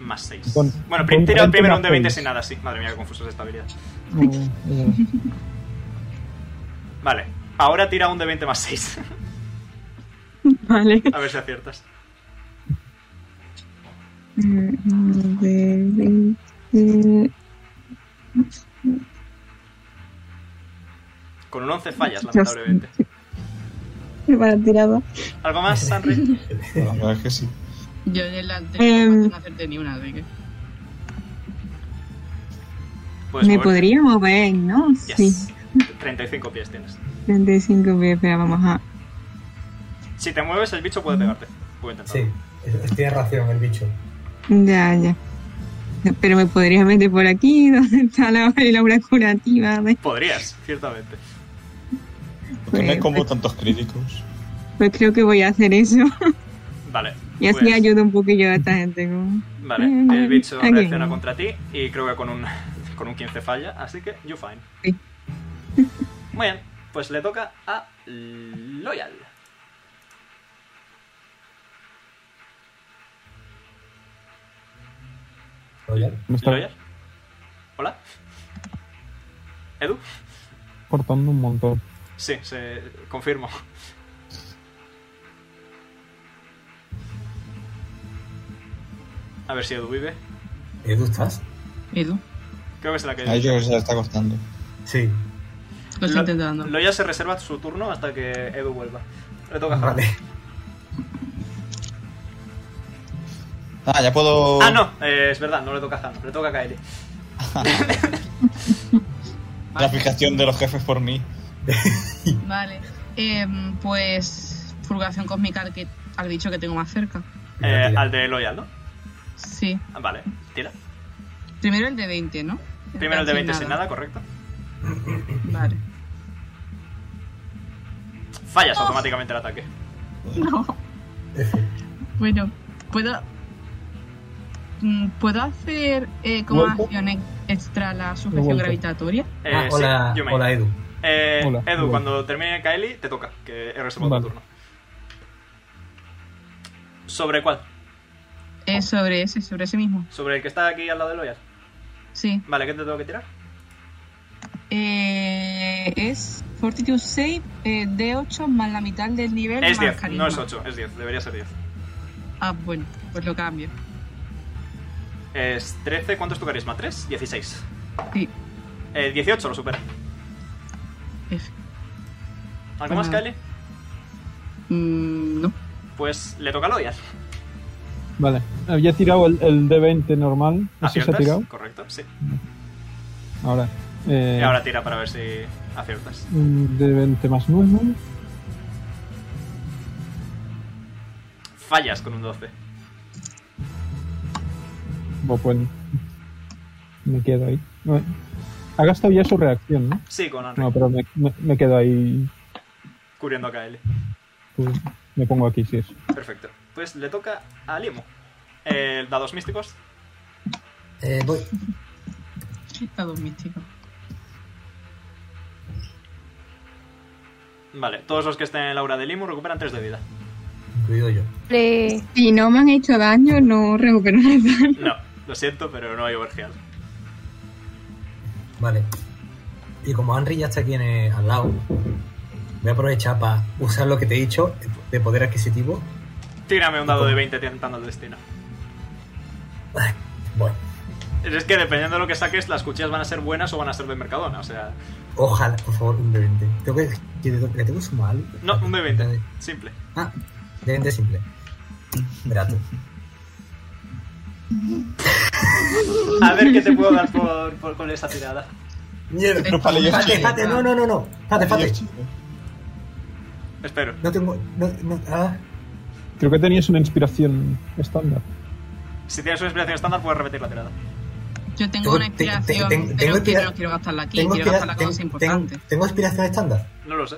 más 6.
Con-
bueno,
con
tira el
20
primero
más
un de 20
seis.
sin nada, sí. Madre mía, qué confuso es esta habilidad. Vale, ahora tira un de 20 más 6.
Vale.
(laughs) A ver si aciertas.
Mm, uno De 20.
Con un 11 fallas, lamentablemente.
Para tirada.
¿Algo más, Sanri?
La verdad es que sí.
Yo en el anterior
Em.
no hacerte ni una, así que.
Puedes
Me
mover.
podría mover, ¿no?
Pues Yes.
Sí.
35 pies tienes.
35 pies, pero vamos a.
Si te mueves, el bicho puede pegarte. Puede intentarlo.
Es- Tiene razón el bicho.
Ya, ya. Pero me podrías meter por aquí, (laughs) donde está la, la obra curativa. de-
Podrías, ciertamente.
Porque no hay como tantos críticos.
Pues creo que voy a hacer eso. (laughs)
Vale.
Y así
pues-
ayudo un poquillo a esta gente. como-
Vale,
Mm,
el bicho
aquí.
reacciona contra ti y creo que con un, (laughs) con un 15 falla, así que you fine.
Sí.
Muy bien, pues le toca a Loyal.
Me está
¿Loyal? ¿Hola? ¿Edu?
cortando un montón.
Sí, se confirmo. A ver si Edu vive. Eh,
¿Edu estás?
Edu.
Creo que se la que
Ahí yo creo que se la está cortando.
Sí.
Lo estoy intentando.
Loyal se reserva su turno hasta que Edu vuelva. Le toca a Javi.
Vale.
Ah, ya puedo.
Ah, no, eh, es verdad, no le toca a Zano, le toca a Kaeli.
La fijación de los jefes por mí.
Vale. Em, pues. Furgación cósmica al, que, al bicho que tengo más cerca.
Eh, al de Loyal, ¿no?
Sí.
Ah, Vale, tira.
Primero el de 20, ¿no?
Primero el de
Sin
20 sin nada, correcto.
Vale.
Fallas automáticamente el ataque.
No.
Eh,
Bueno, puedo. mm, ¿Puedo hacer eh, como
Vuelta.
acción ex- extra la sujeción
Vuelta.
gravitatoria?
Eh,
Ah,
sí,
hola-
Yumei.
hola, Edu.
Eh,
Hola,
Edu,
hola.
cuando termine Kaeli, te toca, que he reservado
Vale.
tu turno. ¿Sobre cuál?
Eh, sobre ese, sobre ese mismo.
¿Sobre el que está aquí al lado de Loyal?
Sí.
Vale, ¿qué te tengo que tirar?
Eh, es Fortitude 6 eh, D8 más la mitad del nivel.
Es
más
10,
carisma.
no es 8, es 10, debería ser 10.
Ah, bueno, pues lo cambio.
Es 13, ¿cuánto es tu carisma? ¿3? 16.
Sí.
Eh, 18 lo supera.
F.
¿Algo más,
Ajá.
Kaeli?
Mm, no.
Pues le toca a Loyal.
Vale. Había tirado el, el D20 normal. ¿Eso se ha
¿Aciertas?
tirado?
Correcto, sí.
Ahora. Eh,
Y ahora tira para ver si aciertas.
un D20 más 9.
Fallas con un 12.
bueno. pues, Me quedo ahí. Bueno. Ha gastado ya su reacción, ¿no?
Sí, con Henry.
No, pero me, me- me quedo ahí.
Cubriendo a Kaeli.
pues, me pongo aquí, si es.
Perfecto. Pues le toca a Limo. Eh, dados místicos.
Eh, voy.
Estado místico.
Vale, todos los que estén en la aura de Limo recuperan 3 de vida.
(laughs)
Incluido yo.
Si no me han hecho daño, no recupero el daño.
No, lo siento, pero no hay overheal.
Vale. Y como Henry ya está aquí en, eh, al lado, voy a aprovechar para usar lo que te he dicho de poder adquisitivo.
Tírame un dado de 20 tentando el destino.
Bueno,
Es que dependiendo de lo que saques, las cuchillas van a ser buenas o van a ser de Mercadona. O sea,
ojalá, por favor, un de 20. Tengo que, que, que tengo que sumar algo.
no, un de 20. Simple.
Ah, de 20 simple. Verá tú.
A ver qué te puedo dar por, por- con esa tirada.
Mierda.
No, vale, yo
Espérate,
estoy-
espérate, no, no, no, no. Espérate, espérate.
Espero.
No tengo. No, no, ah.
Creo que tenías una inspiración estándar.
Si tienes una inspiración estándar, puedes repetir la tirada.
Yo tengo
Tengo-
una
te- te-
inspiración,
tengo-
pero es que
tengo
yo
inspira-
no quiero gastarla aquí,
Tengo,
quiero
inspira-
gastarla
tengo-
con
tengo-
importante.
tengo inspiración estándar.
No lo sé.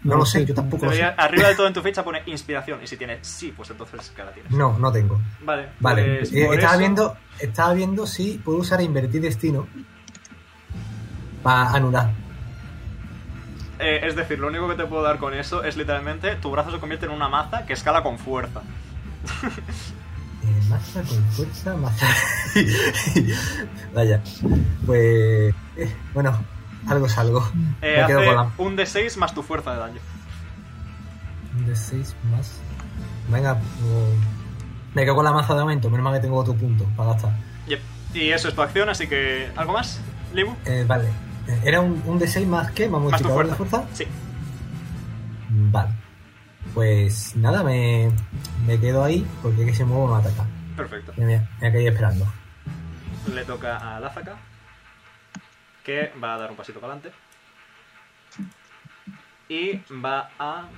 No, lo sé, yo tampoco lo sé.
Debería- arriba de todo en tu ficha pone inspiración. Y si tienes sí, pues entonces que la tienes.
No, no tengo.
Vale.
Vale,
pues
eh,
por
estaba,
eso-
viendo, estaba viendo si puedo usar invertir destino para anular.
Eh, es decir, lo único que te puedo dar con eso es literalmente tu brazo se convierte en una maza que escala con fuerza.
Eh, maza con fuerza, maza. (laughs) Vaya. Pues. eh, bueno, algo es algo.
Eh,
Me
hace
quedo con la.
un D6 más tu fuerza de daño.
un De 6 más. Venga, pues, me quedo con la maza de aumento. Menos mal que tengo otro punto para gastar.
Yep. Y eso es tu acción, así que. ¿Algo más? ¿Libu?
Eh, vale. Eh, ¿Era un, un D6 más qué? ¿Más
Más tu
multiplicador de fuerza?
Sí.
Vale. Pues nada, me, me quedo ahí porque que se muevo me ataca.
Perfecto.
Me, me, me ha caído esperando.
Le toca a Lazaka. Que va a dar un pasito para adelante. Y va a.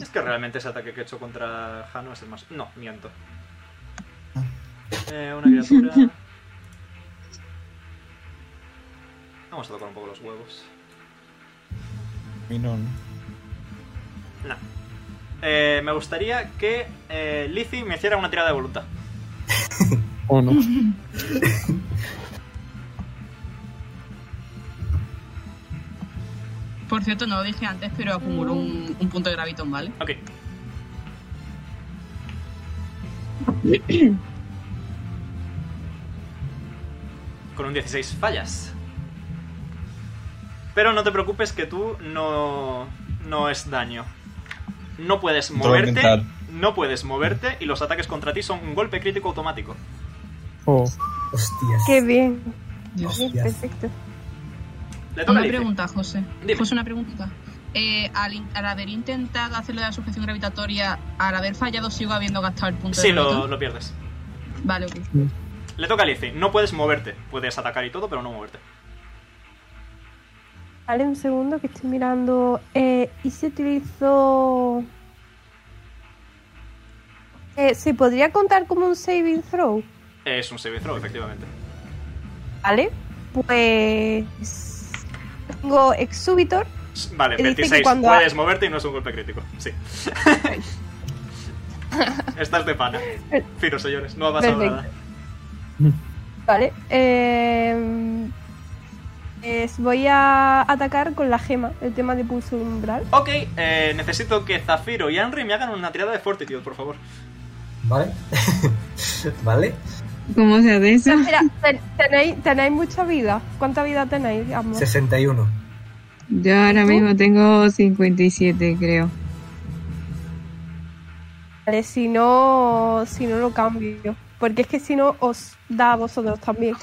Es que realmente ese ataque que he hecho contra Hano es el más. No, miento. Eh, una criatura. Vamos a tocar un poco los huevos.
Y no, ¿no?
No. Eh, me gustaría que eh, Lizzie me hiciera una tirada de voluntad.
Oh, no.
Por cierto, no lo dije antes, pero acumuló un, un punto de gravitón, ¿vale?
Ok. Con un 16 fallas. Pero no te preocupes que tú no, no es daño. No puedes
voy a
moverte.
intentar.
No puedes moverte y los ataques contra ti son un golpe crítico automático.
Oh,
Hostias.
Qué bien.
Hostias.
Perfecto.
Le toca
Una
a Lizzie.
pregunta, José.
Dime.
José, una pregunta. Eh, al, in- al haber intentado hacer lo de la sujeción gravitatoria, al haber fallado, sigo habiendo gastado el punto
Sí,
de
lo,
gravitón?
lo pierdes.
Vale, ok.
Le toca a Lizzie. No puedes moverte. Puedes atacar y todo, pero no moverte.
Vale, un segundo que estoy mirando. Eh, ¿Y si utilizo...? Eh, ¿Se podría contar como un saving throw?
Es un save throw, efectivamente.
Vale, pues... Tengo exubitor.
Vale,
Dice que
26.
cuando-
Puedes moverte y no es un golpe crítico.
(laughs)
Sí. Estás de pana. Firo, señores, no ha pasado
Perfecto.
nada.
Vale, eh, es- voy a atacar con la gema, el tema de pulso umbral.
Ok, eh, necesito que Zafiro y Henry me hagan una tirada de fortitude, por favor.
¿Vale? (laughs) ¿Vale?
(laughs) ¿Cómo se hace eso?
Espera, ten- tenéis, tenéis mucha vida. ¿Cuánta vida tenéis, amor?
61.
Yo ahora mismo tengo 57, (laughs) creo.
Vale, si no, si no lo cambio. Porque es que si no, os da a vosotros también.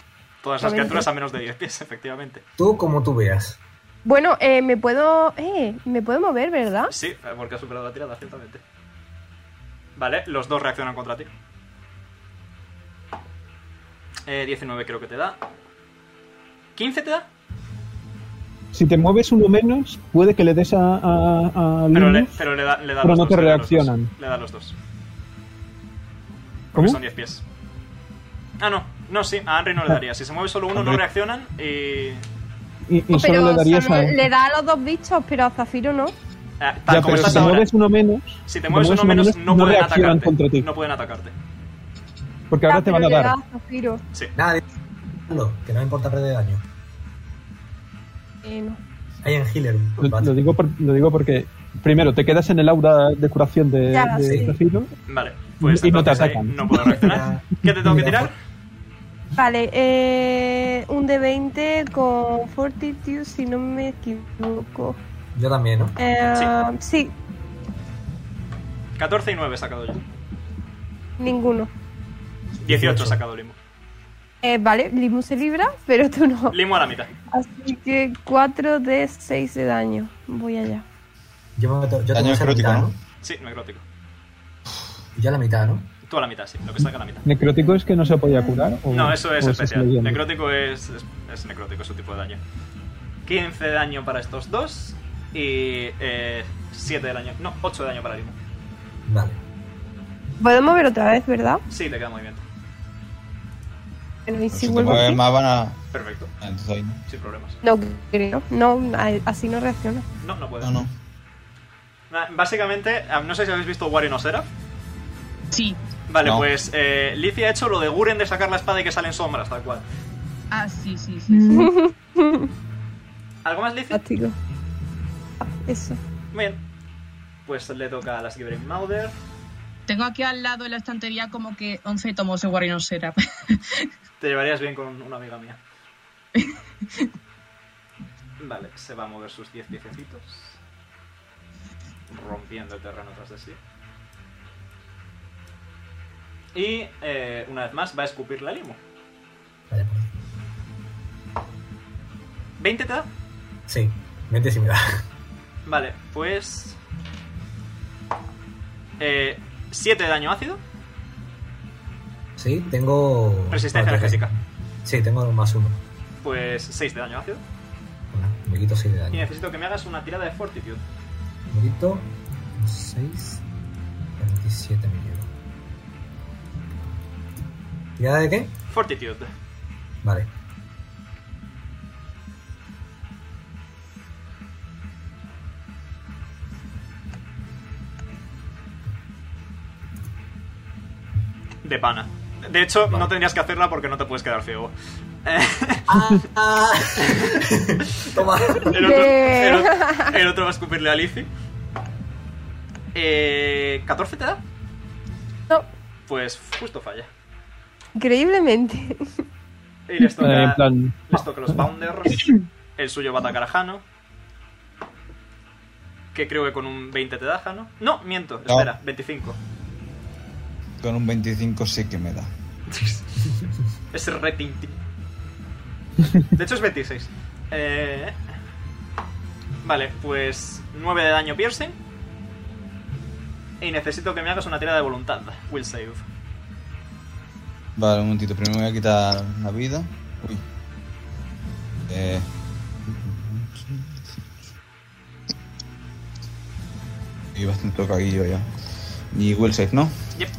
Todas las
Obviamente.
criaturas a menos de 10 pies, (laughs) efectivamente.
Tú como tú veas.
Bueno, eh, me puedo. Eh, me puedo mover, ¿verdad?
Sí, eh, porque ha superado la tirada, ciertamente. Vale, los dos reaccionan contra ti. Eh, 19 creo que te da. ¿15 te da?
Si te mueves uno menos, puede que le des a, a, a
Pero,
Linus.
le, pero le da, le da
Pero
los
no
dos,
te
le da los dos.
reaccionan.
Le da los dos. Porque
¿Cómo?
son 10 pies. Ah, no. No, sí, a Henry no
Ah.
le daría. Si se mueve solo uno, no
Henry.
reaccionan y...
Y, y
pero
solo le ¿eh? darías
solo
a.
le da a los dos bichos, pero a Zafiro no.
Ah, tal como
Ya, pero
estás
si te
ahora.
mueves uno menos,
Si te
te
mueves uno menos, no, pueden
reaccionan
atacarte.
contra ti.
No pueden atacarte.
porque ahora
Ah,
te van a
pero le da
dar.
a Zafiro.
Sí.
Nada, de- no, que no me importa perder daño.
Eh, no.
Hay en healer.
Lo, lo digo por- lo digo porque, primero, te quedas en el aura de curación de,
Ya,
de este
sí.
Zafiro.
Vale, pues
Y no te
entonces ahí
atacan.
no puedo
(laughs)
reaccionar. ¿Qué te tengo que tirar?
Vale, eh, un de 20 con Fortitude, si no me equivoco.
Yo también, ¿no?
Eh, sí.
14 y 9 he sacado yo.
ninguno.
18 he sacado Limo.
Eh, vale, Limu se libra, (laughs) pero tú no.
Limo a la mitad.
Así que 4 de 6 de daño. Voy allá.
Yo, me meto- yo tengo
Daño
esa
necrótico,
mitad,
¿no?
¿no?
Sí, necrótico.
Y ya la mitad, ¿no?
Tú a la mitad, sí. Lo que saca a la mitad.
¿Necrótico es que no se podía curar? o-
No, eso es
o
especial.
leyenda?
necrótico es, es, es necrótico, es un tipo de daño. 15 de daño para estos dos y eh, 7 de daño. No, 8 de daño para Limo.
Vale.
Puedo mover otra vez, ¿verdad?
Sí, te queda muy bien.
Bueno, y
Si
si
te
vuelvo
mueves
aquí?
más van a...
Perfecto,
Ah, entonces ahí no.
sin problemas.
No creo. No, a- así
(laughs)
no reacciona.
No, no puedes.
No, no.
Na- Básicamente, ah, no sé si habéis visto Wario no Seraph.
Sí.
Vale,
No.
pues eh, Lizzie ha hecho lo de Guren de sacar la espada y que salen sombras, tal cual.
Ah, sí, sí, sí. sí.
Mm,
¿Algo más, Lizzie?
Fantástico. Ah, Eso.
Muy bien. Pues le toca a la Skibbereen Mauder.
Tengo aquí al lado en la estantería como que 11 tomos de
(laughs)
Warrior Serap.
Te llevarías bien con una amiga mía. Vale, se va a mover sus 10 piececitos. Rompiendo el terreno tras de sí. Y eh, una vez más va a escupir la limo.
Vaya por Dios.
¿20 te da?
Sí, mente sí me da.
Vale, pues. Eh, 7 de daño ácido.
(laughs) Sí, tengo.
Resistencia
bueno, tres-
energética.
Sí, tengo un más uno.
Pues 6 de daño ácido.
Bueno, me quito 6 de
Y
daño.
necesito que me hagas una tirada de fortitude.
Me quito 6, 27 me llevo. ¿Tirada de qué?
Fortitude.
Vale.
De pana. De hecho, no tendrías que hacerla porque no te puedes quedar ciego. (laughs)
Toma.
El otro, el otro- el otro va a escupirle a Lizzie. Eh, ¿14 te da?
No.
Pues justo falla.
(laughs) Increíblemente.
Y les toca,
Eh, en plan-
les toca los Bounders. El suyo va a atacar a Jano. Que creo que con un 20 te da, Jano. No, miento,
No.
espera, 25.
Con un 25 sí que me da.
Es retinti. De hecho es 26. Eh, Vale, pues 9 de daño piercing. Y necesito que me hagas una tirada de voluntad. Will save.
Vale, un momentito. Primero me voy a quitar la vida. Uy. Eh. Y bastante tocadillo ya. Y will save, ¿no?
Yep.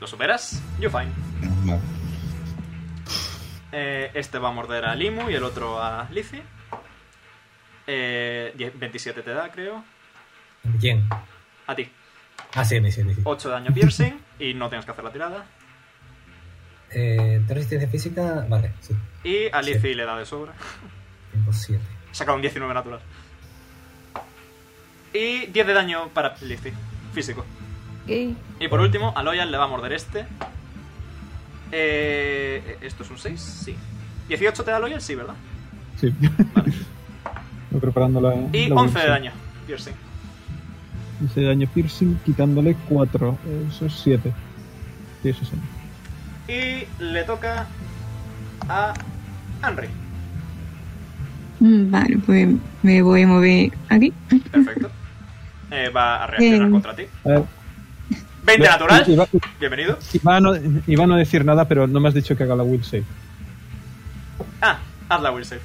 ¿Lo superas? You're fine.
Vale.
Eh, este va a morder a Limu y el otro a Lizzie. Eh, die- 27 te da, creo.
¿Quién?
A ti.
Ah, sí, me sí, me sí.
8 daño piercing y no tienes que hacer la tirada.
Eh, ¿Te resistencia física? Vale, sí.
Y a Lizzie le da de sobra.
Tengo (laughs) 7.
Saca un 19 natural. Y 10 de daño para Lizzie, físico. Y por último, a Loyal le va a morder este. Eh, ¿Esto es un 6? Sí. ¿18 te da Loyal? Sí, ¿verdad?
Sí. (laughs) Estoy preparando la.
Y 11 de
la bolsa.
daño. Piercing.
11 de daño piercing, quitándole 4. Eso es 7. Sí, eso sí.
Y le toca a Henry.
Mm, Vale, pues me voy a mover aquí.
Perfecto. Eh, va a reaccionar
Bien.
contra ti.
A ver.
20
Ve-
natural.
Iba,
Bienvenido.
iba a no, iba a no decir nada, pero no me has dicho que haga la will save.
Ah, haz la will save.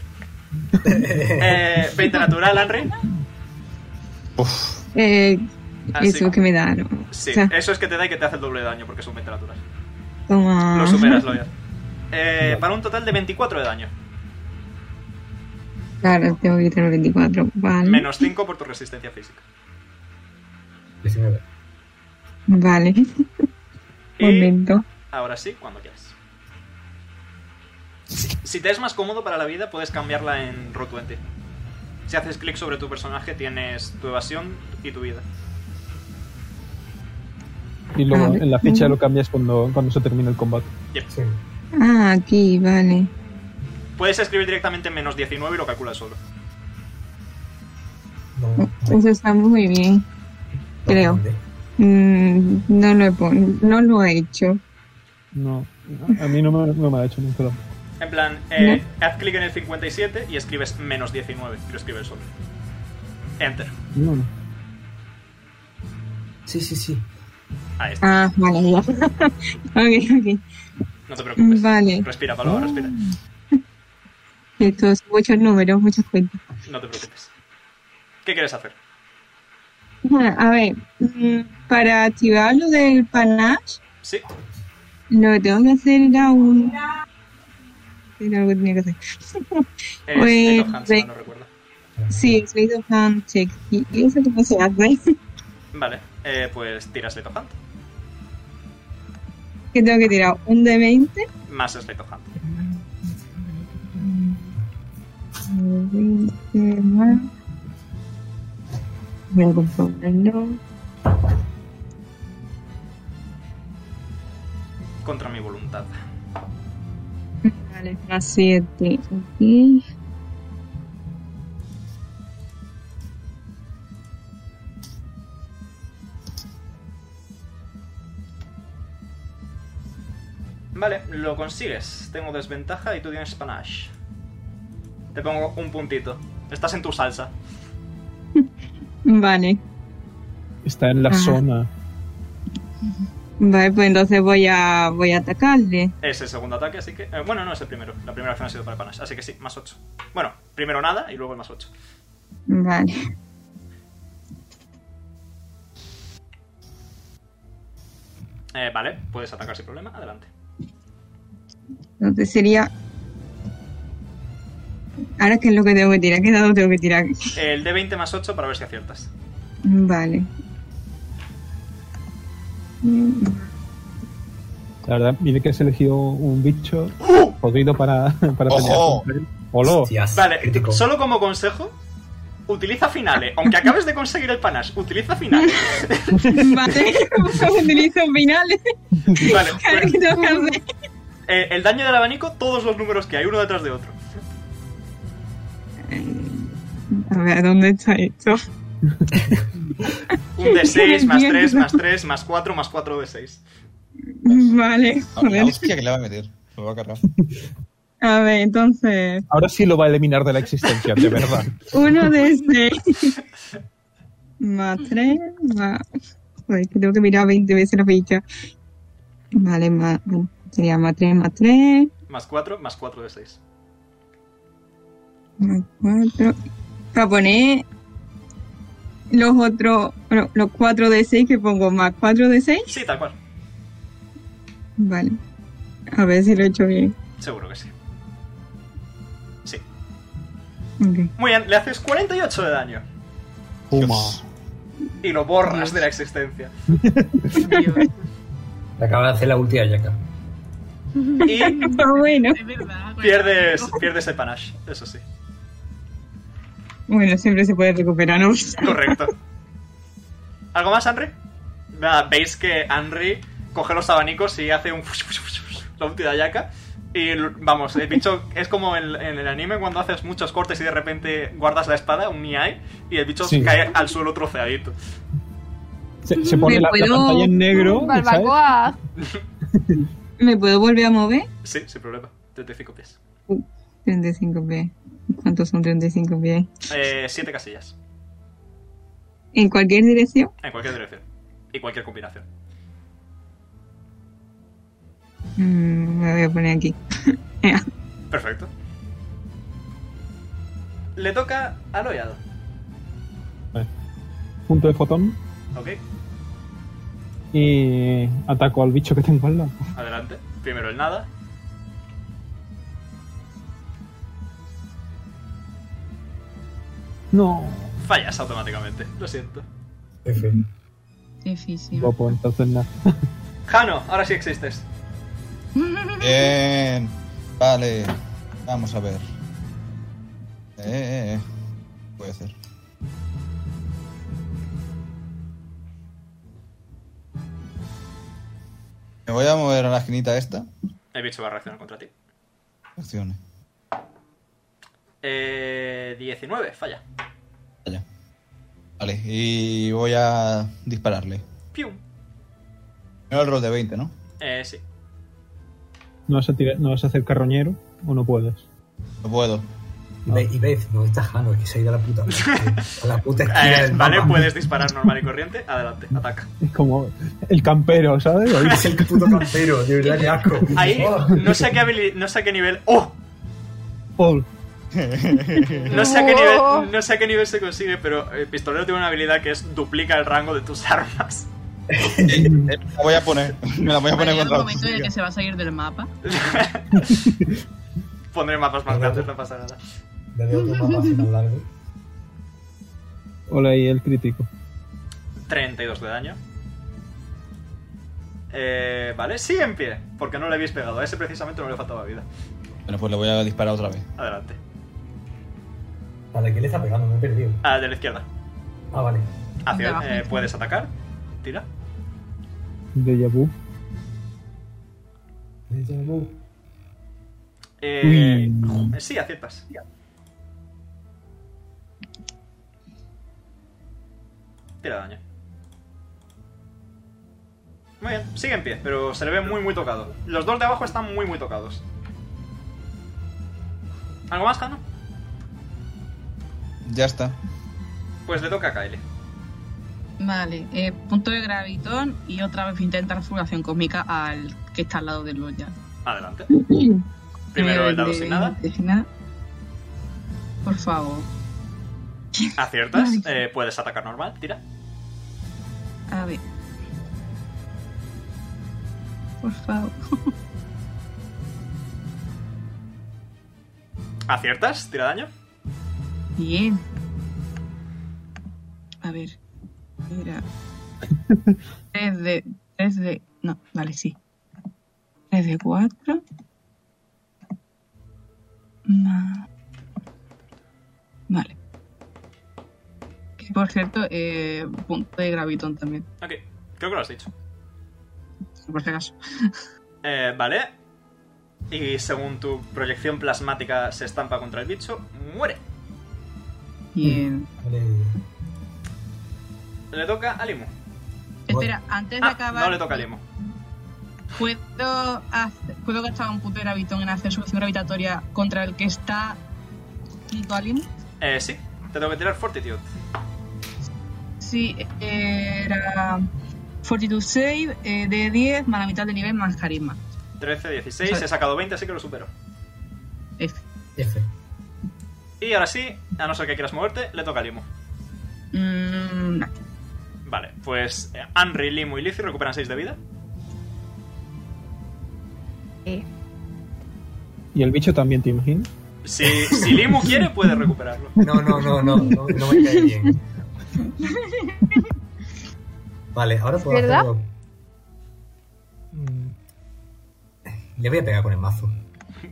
Eh, 20 natural, Henry.
Eh,
Así.
eso que me da, ¿no?
Ah, Sí, Eh,
(laughs) O sea,
eso es que te da y que te hace el doble de daño porque son 20 natural.
toma.
Lo superas, Loyal. Eh, para un total de 24 de daño.
(laughs) Claro, tengo que quitar los 24. Vale.
Menos 5 por tu resistencia física.
19.
Vale. Momento.
Ahora sí, cuando quieras. Si, si te es más cómodo para la vida, puedes cambiarla en Roll20. Si haces clic sobre tu personaje, tienes tu evasión y tu vida.
Y luego
Vale.
en la ficha lo cambias cuando, cuando se termine el combate.
Yep.
Ah, aquí, vale.
Puedes escribir directamente menos 19 y lo calculas solo.
Eso está muy bien. Creo. Mm, no, lo he pon- no lo he hecho.
No, a mí no me, no me ha hecho nunca.
En plan, eh, haz clic en el 57 y escribes menos 19 y lo escribes solo. Enter.
No, no.
Sí, sí, sí.
Ahí está.
Ah, vale, ya. (laughs) ok,
No te
ok.
preocupes.
Vale.
Respira, Paloma, respira.
Estos muchos números, muchas cuentas.
No te preocupes. ¿Qué quieres hacer?
Ah, A ver, mm, para activar lo del panache,
Sí.
lo que tengo que hacer era un. Era algo que tenía que hacer.
Eh, Slate of Hand, si mal no recuerdo.
sí, Slate of Hand check. ¿Y eso cómo se hace? (laughs)
Vale, eh, pues tira Slate of Hand.
que tengo que tirar un de 20.
Más Slate of Hand.
20 más. Voy a comprobarlo.
Contra mi voluntad.
Vale, más 7. Ok.
Vale, lo consigues. Tengo desventaja y tú tienes panache. Te pongo un puntito. Estás en tu salsa.
Vale.
Está en la
Ajá.
zona.
Vale, pues entonces voy a voy a atacarle.
Es el segundo ataque, así que. eh, bueno, no es el primero. La primera acción ha sido para Panache. Así que sí, más 8. Bueno, primero nada y luego el más 8.
Vale.
Eh, vale, puedes atacar sin problema. Adelante.
Entonces sería. Ahora qué es lo que tengo que tirar, qué dado tengo que tirar.
El D20 más 8 para ver si aciertas.
Vale. Mm,
La verdad, mire que has elegido un bicho jodido para, para pelear contra él. ¡Olo!
Oh, Vale, solo como consejo, utiliza finales. Aunque acabes de conseguir el panache, utiliza finales.
Vale, (laughs) utilizo finales.
Vale,
(laughs)
pues,
Ahora que tengo que hacer.
Eh, el daño del abanico, todos los números que hay, uno detrás de otro.
A ver, ¿dónde está esto?
Un
(laughs)
D6, más
Bien.
3, más 3, más 4, más 4 D6.
Vale, joder.
hostia que le va a meter. Lo va a cargar.
A ver, entonces.
Ahora sí lo va a eliminar de la existencia, de verdad.
Uno (laughs) de seis. más tres. Más... Joder, que tengo que mirar 20 veces la ficha. Vale, más... sería más tres, más tres.
Más 4, más 4 D6.
Más cuatro. Para poner los otros. Bueno, los cuatro de seis que pongo más cuatro de seis.
Sí, tal cual.
Vale. A ver si lo he hecho bien.
Seguro que sí. Sí.
(laughs) Ok.
Muy bien, le haces 48 de daño.
Puma.
Y lo borras de la existencia.
Te acaba de hacer la última yaca.
(laughs)
Y
Ah, bueno.
pierdes, pierdes el panache, eso sí.
Bueno, siempre se puede recuperar, ¿no?
Correcto. ¿Algo más, Henry? Nada, veis que Henry coge los abanicos y hace un... La última yaca. Y vamos, el bicho es como en, en el anime cuando haces muchos cortes y de repente guardas la espada, un niai, y el bicho
Sí.
cae al suelo troceadito.
Se, se pone la, la pantalla en negro, ¿sabes?
Mm, Barbacoa.
¿Me puedo volver a mover?
Sí, sin problema. 35 pies.
35 pies. ¿Cuántos son 35 pies?
Eh, 7 casillas.
¿En cualquier dirección?
En cualquier dirección. Y cualquier combinación.
Mm, me voy a poner aquí. Ea.
Perfecto. Le toca al hollado.
Punto de fotón.
Ok,
Y ataco al bicho que tengo al lado.
adelante. Primero el nada.
No.
Fallas automáticamente. Lo siento.
Difícil.
Guapo, entonces nada.
Jano, ahora sí existes.
Bien. Vale. Vamos a ver. Eh, eh, eh. ¿Qué Voy a hacer. Me voy a mover a la esquinita esta.
El bicho va a reaccionar contra ti.
Accione.
Eh, 19, falla.
Vale, y voy a dispararle.
Piu.
No el rol de 20, ¿no?
Eh, sí.
¿No vas, a tirar- ¿No vas a hacer carroñero o no puedes?
No puedo.
Y ve, y ve, no está Jano, es que se ha ido a la puta. A la puta esquina
(laughs) Eh,
del
vale,
mapa.
puedes disparar normal y corriente. Adelante, ataca.
Es como el campero, ¿sabes?
Es el puto campero, de verdad que asco.
Ahí,
Oh.
no sé a qué, habili- no sé a qué nivel. ¡Oh!
Paul.
No sé, a qué nivel, no sé a qué nivel se consigue, pero el pistolero tiene una habilidad que es duplica el rango de tus (laughs) armas.
La voy a poner. Me la voy a poner
Vale, llega
contra
un momento en el que se va a salir del mapa.
Pondré mapas más grandes, no pasa nada.
Dale otro mapa así más largo.
Hola, y el crítico.
32 de daño. Eh, vale, sigue en pie, porque no le habéis pegado. A ese precisamente no le faltaba vida.
Bueno, pues le voy a disparar otra vez.
Adelante.
Vale, ¿quién le está pegando? Me he perdido.
Ah, de la izquierda.
Ah, vale.
Hacia-
De abajo.
eh, puedes atacar. Tira.
De Yabu.
Eh, ju- sí, aciertas. Tira daño. Muy bien, sigue en pie, pero se le ve muy, muy tocado. Los dos de abajo están muy, muy tocados. ¿Algo más, Jano?
Ya está.
Pues le toca a Kylie.
Vale, eh, punto de gravitón y otra vez intenta la fulgación cósmica al que está al lado de Loya.
Adelante. Primero
Eh,
el dado
de-
sin nada.
de sin nada. Por favor.
Aciertas. eh, puedes atacar normal. Tira.
A ver. Por favor.
Aciertas. Tira daño.
Bien. A ver. Mira. Desde. Desde. No, vale, sí. Desde 4. Vale. Que por cierto, eh, punto de gravitón también.
Ok. Creo que lo has dicho.
Por si acaso.
Eh, vale. Y según tu proyección plasmática se estampa contra el bicho, muere.
Bien.
Le toca a Limu.
Espera, antes de
Ah,
acabar.
no le toca a Limu.
¿Puedo, hacer- puedo gastar un punto de gravitón en hacer succión gravitatoria contra el que está junto a Lim?
Eh, sí. Te tengo que tirar Fortitude.
Sí, era Fortitude Save eh, de 10 más la mitad de nivel más carisma.
13, 16. He sacado 20, así que lo supero.
F.
Y ahora sí, a no ser que quieras moverte, le toca a Limu.
Mm, no.
Vale, pues eh, Henry, Limu y Lizzy recuperan 6 de vida.
Y el bicho también, ¿te imaginas?
Si,
(laughs)
si Limu quiere, puede recuperarlo.
No, no, no, no, no, no me cae bien. Vale, ahora puedo
¿Verdad?
hacerlo. Mm. Le voy a pegar con el mazo.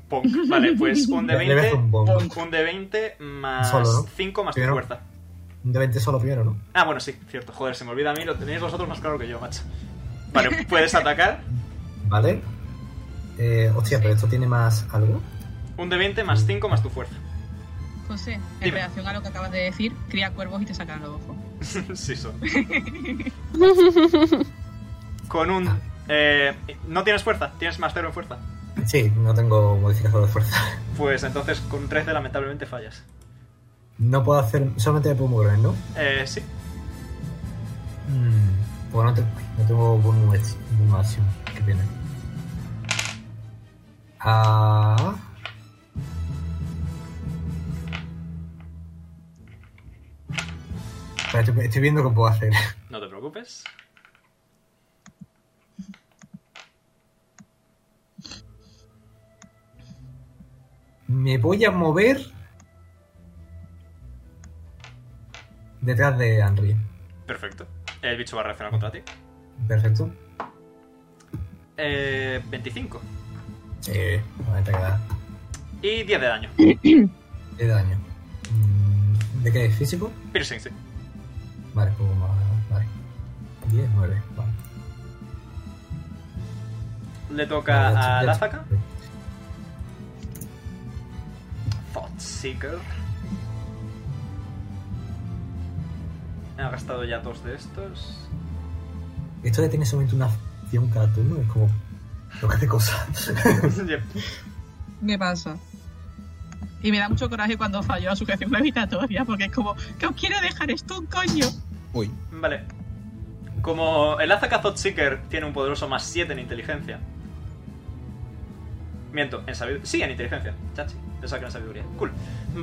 Pong. Vale, pues un de
Le- le voy a
20.
hacer un
Un, de 20 más
Solo, ¿no?
5 más tu
Primero.
fuerza.
Un de 20 solo primero, ¿no?
Ah, bueno, sí, cierto. Joder, se me olvida a mí, lo tenéis vosotros más claro que yo, macho. Vale, puedes atacar.
Vale. Eh, hostia, pero esto tiene más algo.
Un de 20 más 5 más tu fuerza. (laughs)
José, en
Dime.
relación a lo que acabas de decir, cría cuervos y te sacan los ojos.
sí, son. Con un. eh, no tienes fuerza, tienes más cero en fuerza.
Sí, no tengo modificador de fuerza.
Pues entonces con 13 lamentablemente fallas.
No puedo hacer. Solamente me puedo mover, ¿no?
Eh, sí.
Mm, Bueno, no, te- no tengo bonus action- bonus action. Qué pena. Ah. Espera, Estoy, estoy viendo qué puedo hacer. (laughs)
No te preocupes.
Me voy a mover detrás de Henry.
Perfecto. El bicho va a reaccionar contra ti.
Perfecto.
Eh, 25.
Sí, me queda
Y 10 de daño.
de daño. Mm, ¿De qué? ¿Físico?
Piercing, sí.
Vale, poco más. Vale. 10, 9. Vale.
Le toca
Vale,
a
ya- ya-
Lazaka. Thought Seeker. Ha gastado ya dos de estos.
Esto de tener solamente una acción cada turno es como. Lo que hace cosas.
Yep.
Me pasa. Y me da mucho coraje cuando falló la sujeción gravitatoria, porque es como, ¿qué os quiero dejar esto, un coño?
Uy.
Vale. Como el Azaka Thought Seeker tiene un poderoso más 7 en inteligencia. Miento, en sabiduría. Sí, en inteligencia. Chachi, pensaba que era en sabiduría. Cool.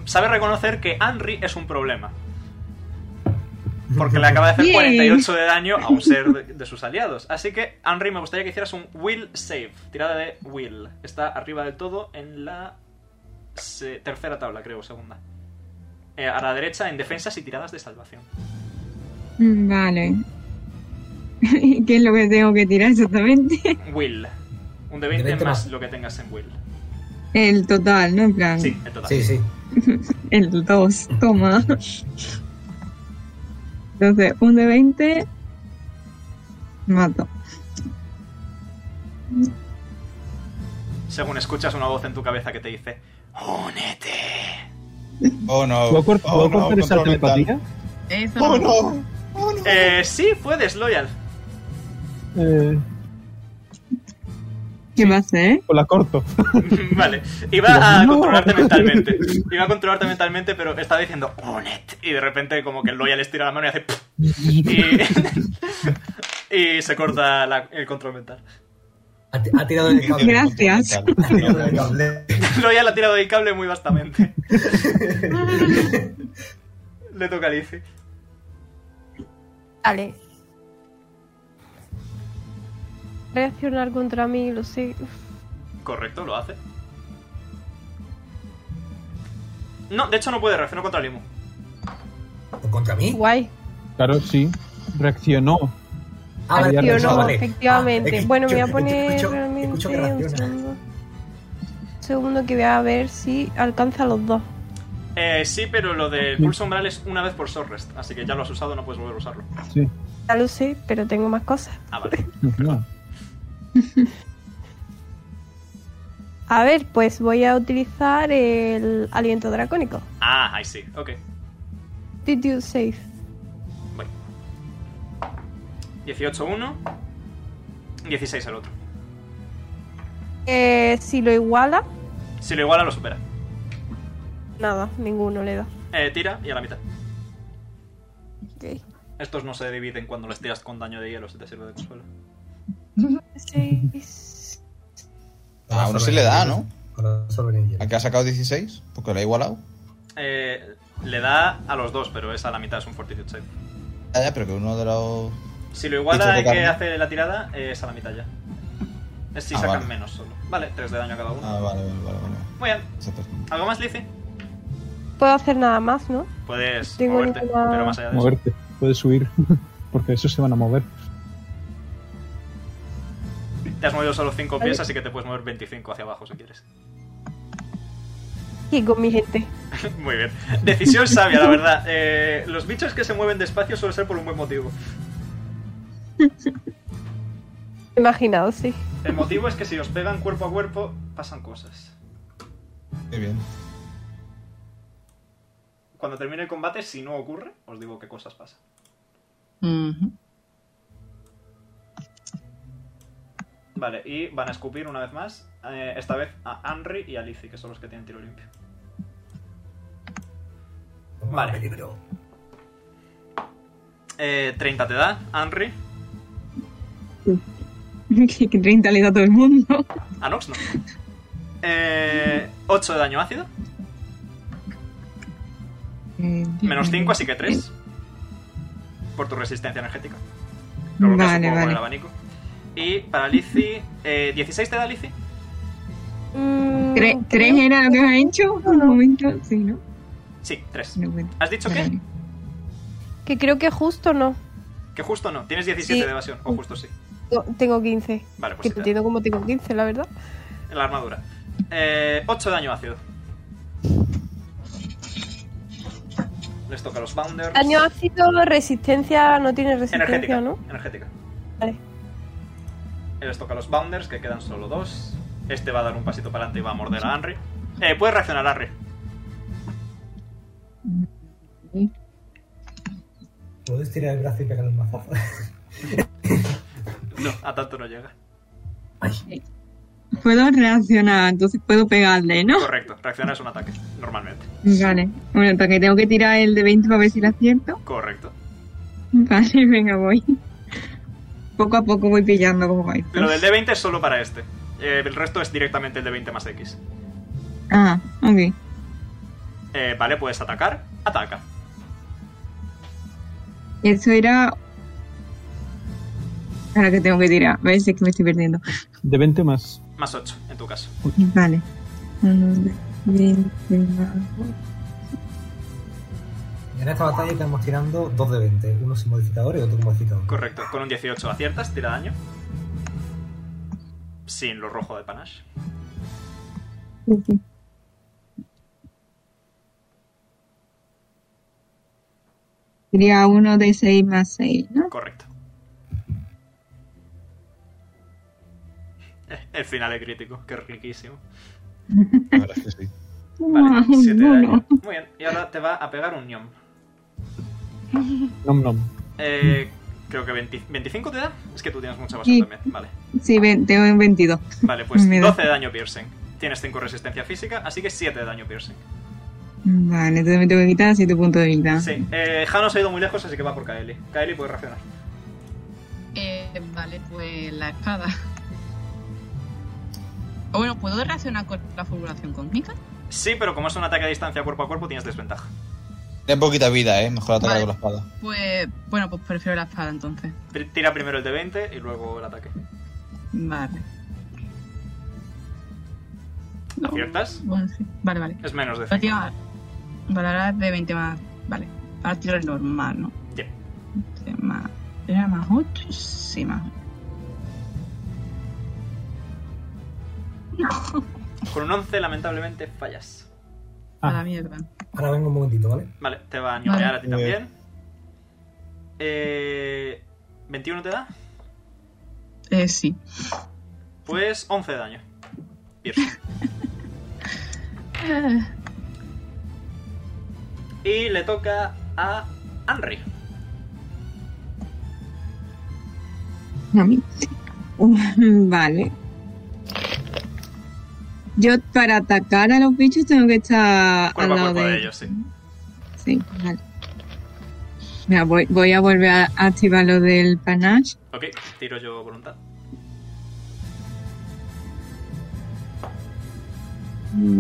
Sabe reconocer que Henry es un problema. Porque le acaba de hacer
Bien.
48 de daño a un ser de, de sus aliados. Así que, Henry, me gustaría que hicieras un Will Save. Tirada de Will. Está arriba del todo en la se- tercera tabla, creo, segunda. Eh, a la derecha en defensas y tiradas de salvación.
Mm, Vale. (laughs) ¿Qué es lo que tengo que tirar exactamente?
Will. Un de 20,
De 20
más,
más.
lo que tengas en Will.
El total, ¿no? En plan.
Sí, el total.
(laughs) Sí, sí.
El 2, toma. Entonces, un de 20. Mato.
Según escuchas una voz en tu cabeza que te dice:
Oh no.
¿Puedo, cort-
Oh,
¿puedo
no,
cortar esa
control mental.
telepatía?
Eso.
Oh, no.
eh, Sí, puedes, Loyal.
Eh,
¿Qué va a hacer? (laughs)
O la corto.
(laughs) Vale. Iba a controlarte mentalmente. Iba a controlarte mentalmente, pero estaba diciendo Onet. Y de repente, como que el Loyal estira la mano y hace. "Pff". Y, (laughs) y se corta la- el control mental.
Ha, ti- ha tirado el cable.
Gracias.
Ha tirado
(laughs)
el cable.
Loyal ha tirado del cable muy vastamente. Le toca a Lizzie.
Dale.
Reaccionar contra mí, lo sé.
Correcto, lo hace. No, de hecho no puede reaccionar contra Limu.
¿Contra mí?
Guay.
Claro, sí. Reaccionó.
Ah,
Había
Reaccionó,
reaccionado.
efectivamente.
Ah, es que
bueno, me voy a
escucho-
poner
escucho-
realmente
escucho que
un
reacciona.
segundo. Un segundo que voy a ver si alcanza los dos.
Eh, sí, pero lo del pulso umbral es una vez por short rest, así que ya lo has usado, no puedes volver a usarlo.
Ya lo sé, pero tengo más cosas.
Ah, vale.
A ver, pues voy a utilizar el aliento dracónico.
Ah, ahí sí, ok.
Did you save?
18 uno, 16 el otro.
Eh, si lo iguala,
Si lo iguala, lo supera.
nada, ninguno le da.
Eh, tira y a la mitad.
Ok.
Estos no se dividen cuando les tiras con daño de hielo, si te sirve de consuelo.
Seis.
A Ah, uno sí le da, ¿no?
¿A
que ha sacado 16? Porque lo ha igualado.
Eh, le da a los dos, pero es a la mitad, es un fortitude save.
Ah, ya, pero que uno de los.
Si lo
Dicho
iguala
de
el que
carne.
hace la tirada, eh, es a la mitad ya. Es si
Ah,
sacan
vale.
menos solo. Vale, 3 de daño a cada uno.
Ah, vale, vale, vale. vale.
Muy bien. ¿Algo más, Lizzie?
Puedo hacer nada más, ¿no?
Puedes
Tengo
moverte,
ninguna-
pero más allá de eso.
Moverte. Puedes subir. (laughs) Porque esos se van a mover.
Te has movido solo 5
Vale.
pies, así que te puedes mover 25 hacia abajo si quieres. (laughs)
Y con mi gente.
Muy bien. Decisión sabia, la verdad. Eh, los bichos que se mueven despacio suele ser por un buen motivo.
Imaginado, sí.
El motivo es que si os pegan cuerpo a cuerpo, pasan cosas.
Muy bien.
Cuando termine el combate, si no ocurre, os digo qué cosas pasan. Vale, y van a escupir una vez más, eh, esta vez a Henry y a Lizzie, que son los que tienen tiro limpio. Vale. Eh, 30 te da, Henry.
Que 30 le da a todo el mundo.
A Nox no. Eh, 8 de daño ácido. Menos 5, así que 3. Por tu resistencia energética. Lo bloqueas un
Vale,
poco con
vale.
el abanico. Y para Lizzie, eh, 16 te da Lizzie.
Mm,
¿Tres, tres era lo que has hecho? Un momento, sí, ¿no?
Sí, 3.
No, bueno.
¿Has dicho qué?
Que creo que justo no.
Que justo no. Tienes 17
Sí.
de evasión. O justo sí.
No, tengo 15.
Vale, pues
que
sí,
no
te da.
entiendo cómo tengo 15, la verdad.
En la armadura. Eh, 8 de daño ácido. Les toca a los Bounders.
Daño ácido, resistencia, no tiene
Energética.
resistencia, ¿no?
Energética. Eh,
Vale.
Les toca a los Bounders, que quedan solo dos. Este va a dar un pasito para adelante y va a morder a Henry. Eh, puedes reaccionar, Henry.
¿Puedo estirar el brazo y pegarle un mazazo? (laughs)
No, a tanto no llega.
Puedo reaccionar, entonces puedo pegarle, ¿no?
Correcto, reaccionar es un ataque, normalmente.
Vale. Bueno, porque tengo que tirar el de 20 para ver si lo acierto. (laughs)
Correcto.
Vale, venga, voy. Poco a poco voy pillando cómo va esto.
Lo del D20 es solo para este. Eh, el resto es directamente el de 20 más X.
Ah, ok.
Eh, vale, puedes atacar. Ataca.
Eso era... Ahora que tengo que tirar, veis es que me estoy perdiendo.
De 20 más.
Más 8, en tu caso.
Vale. Uno, dos, veinte, más.
En esta batalla estamos tirando dos de 20, uno sin modificador y otro con modificador.
Correcto, con un 18 aciertas, tira daño. Sin lo rojo de panache.
Sería uno de 6 más 6, ¿no?
Correcto. (laughs) Eh, El final es crítico, que riquísimo.
La verdad es que sí.
Vale,
Ay,
siete de
mono.
daño. Muy bien, y ahora te va a pegar un ñom.
Nom nom.
Eh, Creo que 20 25 te da. Es que tú tienes mucha basura
Sí.
también. Vale.
Sí, ve- tengo un 22.
Vale, pues
(laughs) Me da.
12 de daño piercing. Tienes 5 resistencia física, así que 7 de daño piercing.
Vale, entonces me tengo que quitar 7 puntos de vida.
Sí. Eh, Jano se ha ido muy lejos, así que va por Kaeli. Kaeli puede reaccionar.
Eh, vale, pues la espada. O bueno, ¿puedo reaccionar con la formulación cósmica?
Sí, pero como es un ataque a distancia cuerpo a cuerpo, tienes desventaja.
Ten poquita vida, ¿eh? Mejor atacar con la espada.
Pues, bueno, pues prefiero la espada entonces.
Pri- Tira primero el de 20 y luego el ataque.
Vale.
¿Aciertas?
Bueno, sí. Vale, vale.
Es menos de
Lo
5.
tiro a- Vale, ahora es de 20 más. Vale. Ahora tiro el normal, ¿no?
Ya.
20 más. ¿Era más 8? Sí, más.
Con un 11, lamentablemente, fallas.
A la mierda.
Ahora vengo un momentito, ¿vale?
Vale, te va a añorear a ti
Vale.
también. Eh, ¿21 te da?
Eh, sí.
Pues 11 de daño. (laughs) Piercing. Y le toca a Henry.
A mí. (laughs) Vale. Yo para atacar a los bichos tengo que estar
Cuerpo a
al lado
cuerpo
de
de
ellos.
ellos, sí.
Sí, vale. Mira, voy, voy a volver a activar lo del panache. (laughs)
Ok, tiro yo voluntad.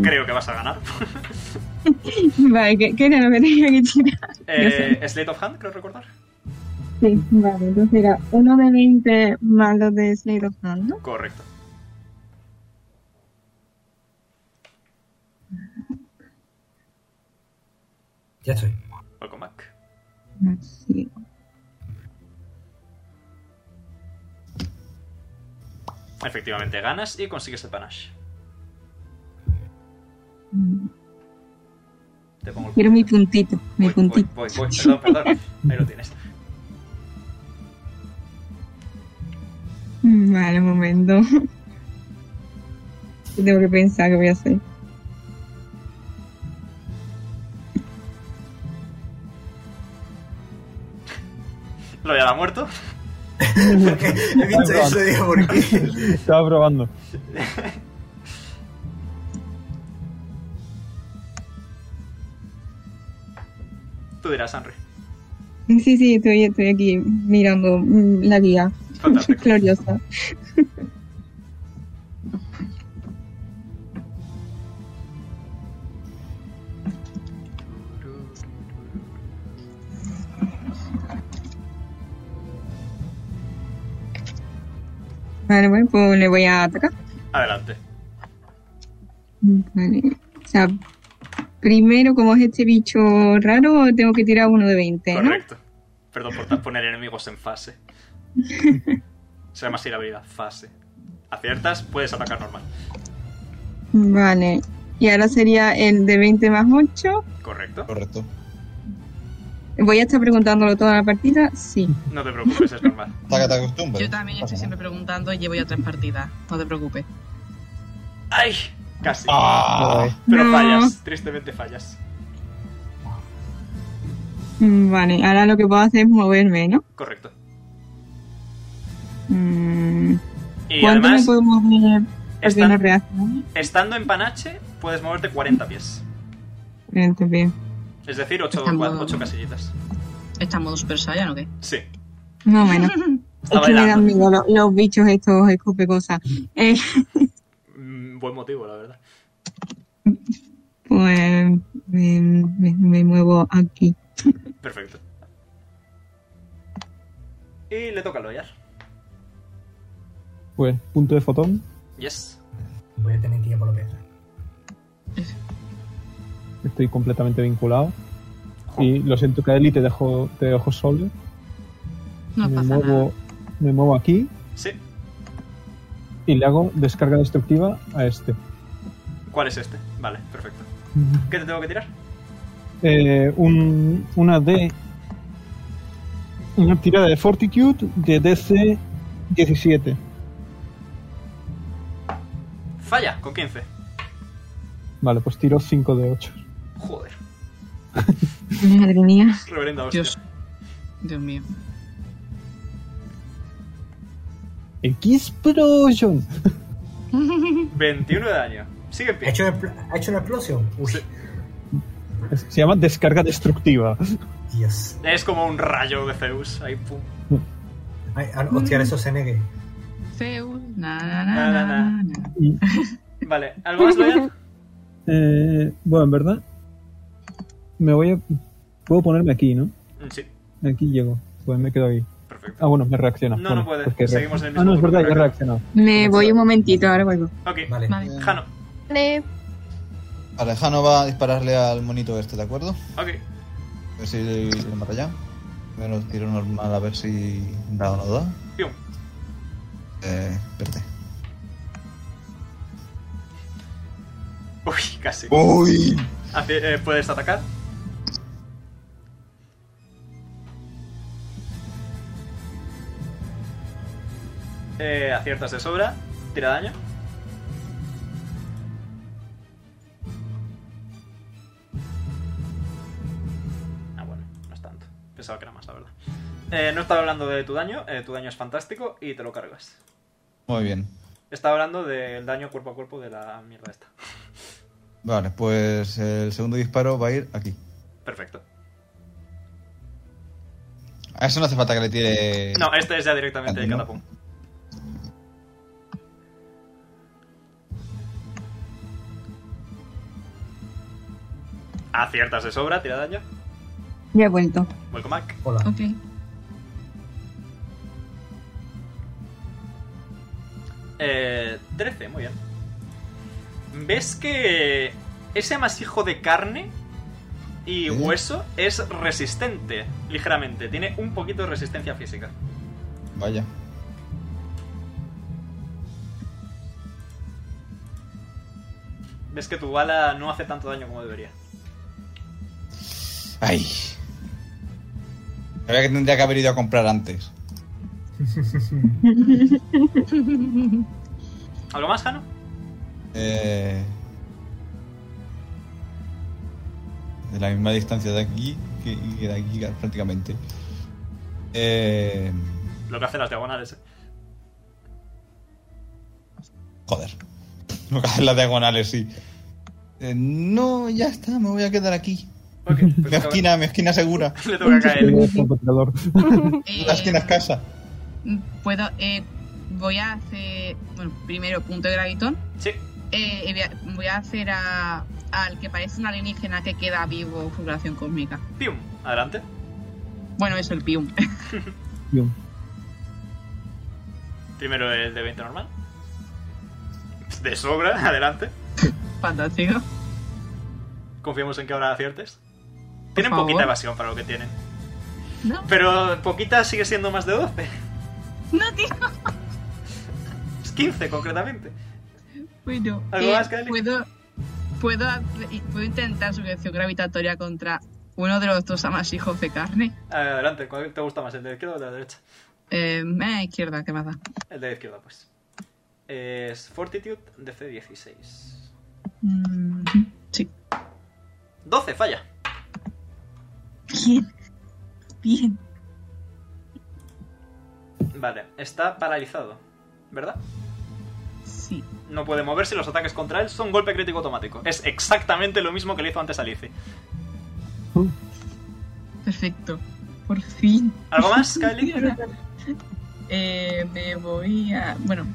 Creo que vas a ganar.
Vale, ¿qué, qué era lo que tenía que tirar? No sé.
eh, Slate of Hand, creo recordar.
Sí, vale, entonces era uno de 20 más los de Slade of Hand, ¿no?
Correcto.
Ya estoy.
Welcome back.
Así.
Efectivamente, ganas y consigues el panache. Te pongo el
Quiero mi puntito, mi
Voy,
puntito.
voy, voy, perdón, perdón. Ahí lo tienes.
Mm, Vale, un momento. (laughs) Tengo que pensar qué voy a hacer.
Lo ya ha muerto.
(laughs) He dicho eso, digo, ¿por qué?
Estaba probando.
Tú dirás, Henry.
Sí, sí, estoy, estoy aquí mirando mm, la guía. (laughs)
Fantástico.
Gloriosa. (laughs) Vale, bueno, pues le voy a atacar.
Adelante.
Mm, Vale. O sea, primero, como es este bicho raro, tengo que tirar uno de 20, ¿no?
Correcto. Perdón por ta- poner enemigos en
(laughs)
fase. Se llama así la habilidad, fase. Aciertas, puedes atacar normal.
Mm, Vale. Y ahora sería el de 20 más 8.
Correcto.
Correcto.
Voy a estar preguntándolo toda la partida. Sí.
No te preocupes, es normal.
Ataca, ¿eh? te acostumbras.
Yo también estoy siempre preguntando y llevo ya tres partidas. No te preocupes.
¡Ay! Casi.
Ah.
Pero
No.
fallas, tristemente fallas.
Mm, Vale, ahora lo que puedo hacer es moverme, ¿no?
Correcto.
Mm,
Y
¿Cuánto
además-
me puedo mover? Porque
Está-
no reacciona.
Estando en panache, puedes moverte 40 pies.
Espérate, bien.
Es decir, 8, casillitas.
¿Está en modo Super Saiyan o qué?
Sí.
Más
(laughs)
o menos. es que me dan miedo lo- los, bichos estos escupe cosas. Eh,
Mm, Buen motivo, la verdad.
pues me, me- me muevo aquí.
Perfecto. Y le toca al Loyar.
Pues, punto de fotón.
Yes.
(laughs) Voy a tener que ir a por la piedra.
Estoy completamente vinculado. Y lo siento, Kaeli, te dejo, te dejo solo.
No
me
pasa
muevo, Me muevo aquí
Sí.
y le hago descarga destructiva a este.
¿Cuál es este? Vale, perfecto.
Ujú.
¿Qué te tengo que tirar?
Eh, un, una de. Una tirada de Fortitude de DC 17.
Falla, con 15.
Vale, pues tiro 5 de 8.
Joder.
Madre mía.
Reverenda hostia.
Dios mío.
Explosion.
21 de daño. Sigue en pie.
¿Ha hecho, una expl- ha hecho una explosión? Uy,
Es- Se llama descarga destructiva.
Dios.
Es como un rayo de Zeus. Ahí, pum.
Ay, ah, no, hostia, eso se negue.
Zeus, na,
Na,
na, na,
na, na.
na, na.
Vale, ¿algo más,
(laughs)
Loyan?
Eh, bueno, en verdad. Me voy a. Puedo ponerme aquí, ¿no?
Sí.
Aquí llego. Pues me quedo ahí. Ah, bueno, me reacciona.
No,
Bueno,
no puede.
porque-
Seguimos en el
Ah, no,
mismo
es
turno,
verdad, ya he
creo.
reaccionado.
Me voy un momentito, ahora vuelvo.
Ok,
vale.
Jano.
Vale.
Eh, Vale, Jano va a dispararle al monito este, ¿de acuerdo?
Ok.
A ver si le mata ya. Primero tiro normal a ver si da o no da.
Pium.
Eh, espérate.
Uy, casi.
¡Uy!
Hace- eh, ¿Puedes atacar? Eh, aciertas de sobra. Tira daño. Ah, bueno, no es tanto. Pensaba que era más, la verdad. Eh, no estaba hablando de tu daño. eh, tu daño es fantástico y te lo cargas.
Muy bien.
Estaba hablando del daño cuerpo a cuerpo de la mierda esta.
Vale, pues el segundo disparo va a ir aquí.
Perfecto.
A eso no hace falta que le tire.
No, este es ya directamente de
Entiendo.
catapum. Aciertas de sobra, tira daño.
Ya he vuelto.
Welcome back.
Hola.
Ok.
Eh, 13, muy bien. ¿Ves que ese amasijo de carne y hueso es resistente ligeramente? Tiene un poquito de resistencia física.
Vaya.
¿Ves que tu bala no hace tanto daño como debería?
Ay. Sabía que tendría que haber ido a comprar antes.
¿Algo más, Jano?
Eh, de la misma distancia de aquí que, que de aquí prácticamente. Eh,
Lo que hacen las diagonales. eh.
joder. (laughs) Lo que hacen las diagonales, sí. Eh, no, ya está, me voy a quedar aquí.
Ok, pues
Mi esquina, mi esquina segura.
(laughs) Le toca
(laughs)
caer.
La esquina es casa.
Eh, Puedo. eh, voy a hacer. Bueno, primero punto de gravitón.
Sí.
Eh, y voy, a, voy a hacer a- al que parece un alienígena que queda vivo, fulguración cósmica.
Pium, adelante.
Bueno, es el pium. (laughs)
Primero el de 20 normal. De sobra, (laughs) adelante.
Fantástico.
Confiemos en que ahora aciertes. Tienen
favor.
poquita evasión para lo que tienen.
No.
Pero poquita sigue siendo más de 12.
No, tío.
(laughs) Es 15 concretamente.
Bueno,
¿Algo
eh,
más, Kylie?
puedo, puedo, hacer- puedo intentar sujeción gravitatoria contra uno de los dos amasijos de carne.
Adelante, ¿cuál te gusta más? ¿El de la izquierda o el de la derecha?
Eh, eh, izquierda, ¿qué más da?
El de la izquierda, pues. Es Fortitude DC 16.
Mm, sí.
12, falla.
Bien. Bien.
Vale, está paralizado, ¿verdad?
Sí.
No puede moverse, los ataques contra él son golpe crítico automático. Es exactamente lo mismo que le hizo antes a Lizzie.
Perfecto. Por fin.
¿Algo más, Kylie?
Eh, me voy a. Bueno,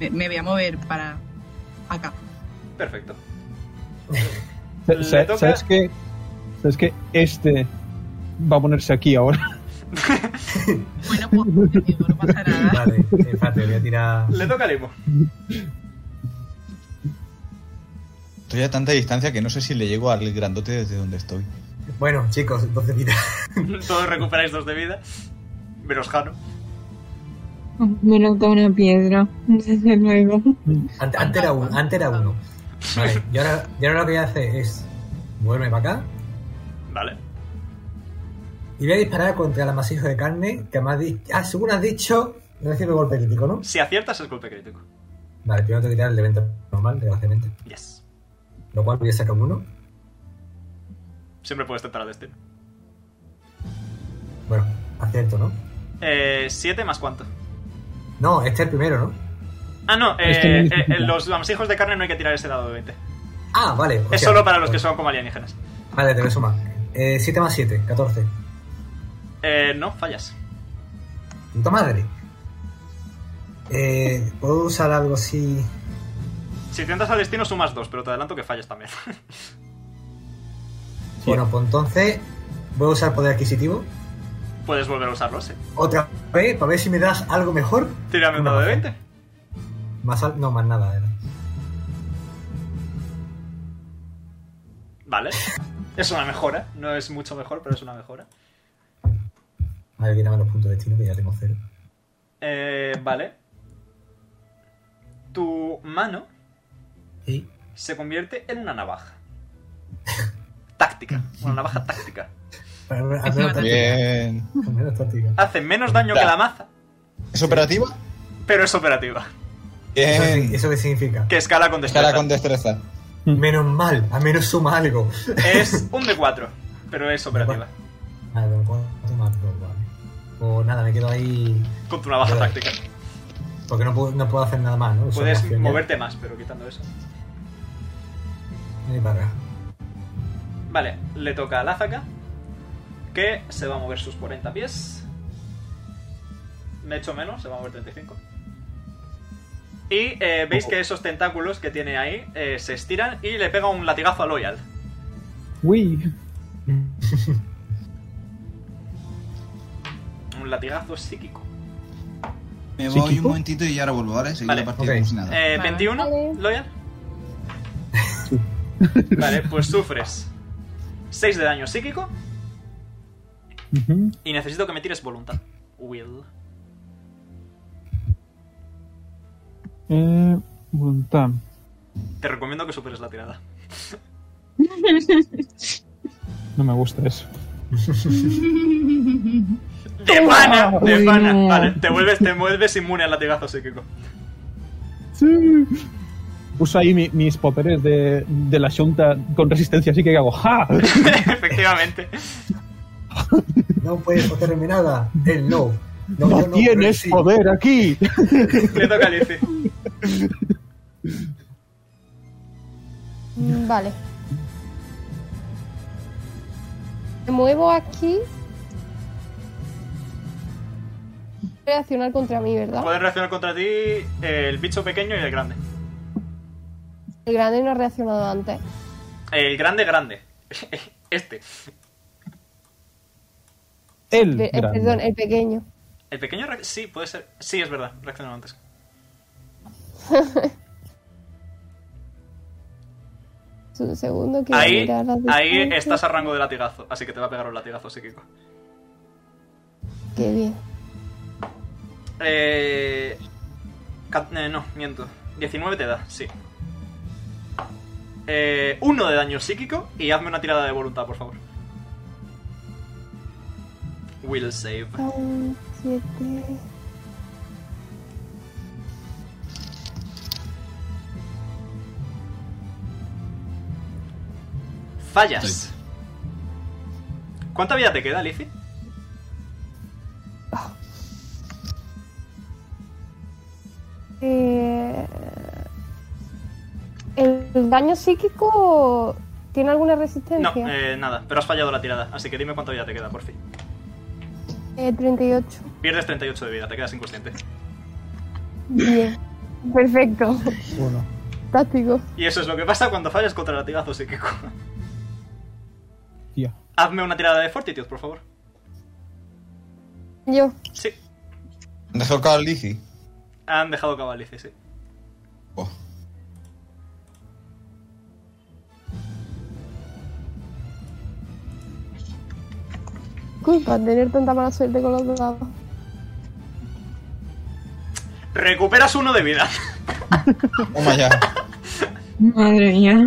me, me voy a mover para acá.
Perfecto.
Sa- sa-
Le toca-
¿Sabes qué? ¿Sabes qué? Este va a ponerse aquí ahora.
Bueno, pues te digo, no pasa nada.
Vale, espérate, voy a tirar.
Le toca a Limo.
Estoy a tanta distancia que no sé si le llego al grandote desde donde estoy.
Bueno, chicos, 12 vidas.
(laughs) Todos recuperáis dos de vida. Menos Jano.
Me lo da una piedra, (laughs) desde luego.
Ante- Antes era uno. Antes era uno. Vale, y ahora, y ahora lo que voy a hacer es moverme para acá
Vale.
y voy a disparar contra el amasijo de carne que me has dicho. Ah, según has dicho, recibe golpe crítico, ¿no?
Si aciertas es golpe crítico.
Vale, primero te tirar el de 20 normal, desgraciadamente.
Yes.
Lo cual voy a sacar uno.
Siempre puedes tentar al destino.
Bueno, acierto, ¿no?
Eh, 7 más cuánto.
No, este es el primero, ¿no?
Ah, no, eh,
Este no es
eh,
difícil.
los lamasijos de carne no hay que tirar ese dado de 20.
Ah, vale. o
Es
sea,
solo para los que son como alienígenas.
Vale, te voy a sumar. Eh, 7 más 7, 14.
Eh, no, fallas.
Puta madre. Eh, ¿Puedo usar algo así?
Si intentas al destino sumas 2, pero te adelanto que fallas también. (laughs)
Bueno, pues entonces voy a usar poder adquisitivo.
Puedes volver a usarlo, sí.
Otra vez, para ver si me das algo mejor.
Tírame un dado de 20.
Más al- No, más nada era.
Vale. Es una mejora. No es mucho mejor, pero es una mejora.
A ver, quítame los puntos de destino que ya tengo cero.
Eh, vale. Tu mano
Sí.
se convierte en una navaja. (laughs) Táctica. Una navaja táctica.
Al menos al menos
Bien.
táctica. Al menos táctica.
Hace menos daño que la maza,
¿Es operativa?
pero es operativa.
Bien.
¿Eso qué significa?
Que escala con destreza.
Escala con destreza.
Menos mal, al menos suma algo. (laughs)
Es un D4, pero es operativa.
Vale, pero ¿cuánto más? Dos, vale. Pues nada, me quedo ahí.
Con tu navaja
Vale.
táctica.
Porque no puedo, no puedo hacer nada más, ¿no? Uso
Puedes
acción ya.
moverte más, pero quitando eso.
Ni para acá.
Vale, le toca a Lázaka, que se va a mover sus 40 pies. Me echo menos, se va a mover 35. Y eh, veis que esos tentáculos que tiene ahí eh, se estiran y le pega un latigazo a Loyal.
(laughs) Uy.
Un latigazo psíquico.
Me
¿Sí,
voy
Kiko?
un momentito y ahora vuelvo, ¿vale? Seguir
Vale,
la partida
ok.
como si nada.
Eh, 21, Loyal. Vale, pues sufres 6 de daño psíquico y necesito que me tires voluntad. Will.
Eh, voluntad.
Te recomiendo que superes la tirada.
No me gusta eso.
¡De pana! ¡De
Uy,
pana!
no.
Vale, te vuelves, te vuelves inmune al latigazo psíquico. (laughs)
Sí. Uso ahí mi- mis poderes de, de la Junta con resistencia, así que hago
(laughs)
¡Ja!
Efectivamente.
No puedes hacerme nada. Él no. No, yo no, pero él
tienes
sí.
poder aquí!
(laughs)
Le toca a Lizzie.
Mm, Vale. Me muevo aquí. Reaccionar contra mí, ¿verdad?
Puedes reaccionar contra ti eh, el bicho pequeño y el grande.
El grande no ha reaccionado antes.
El grande, grande. (laughs) Este.
El,
Pe- eh, perdón, el pequeño.
El pequeño. re- Sí, puede ser. Sí, es verdad. Reaccionó antes.
Es Un segundo que voy a
Ahí,
mirar las
ahí
distancias.
estás a rango de latigazo, así que te va a pegar un latigazo psíquico.
Qué bien.
Eh, ca- eh, no, miento. 19 te da, sí. Eh, uno de daño psíquico y hazme una tirada de voluntad, por favor. Will save.
Son siete.
Fallas. ¿Cuánta vida te queda, Lizzie?
Eh, ¿El daño psíquico tiene alguna
No,
resistencia?
eh, nada, pero has fallado la tirada, así que dime cuánta vida te queda, por fin.
Eh, 38.
Pierdes 38 de vida, te quedas inconsciente.
Bien. Perfecto. Táctico.
Y eso es lo que pasa cuando fallas contra el latigazo psíquico.
Tía.
Hazme una tirada de fortitude, por favor.
Yo.
Sí,
Mejor que Lizzie.
han dejado acabar Lizzie, sí.
Oh,
Culpa tener tanta mala suerte con los dados.
Recuperas uno de vida. (laughs)
Toma ya.
Madre mía.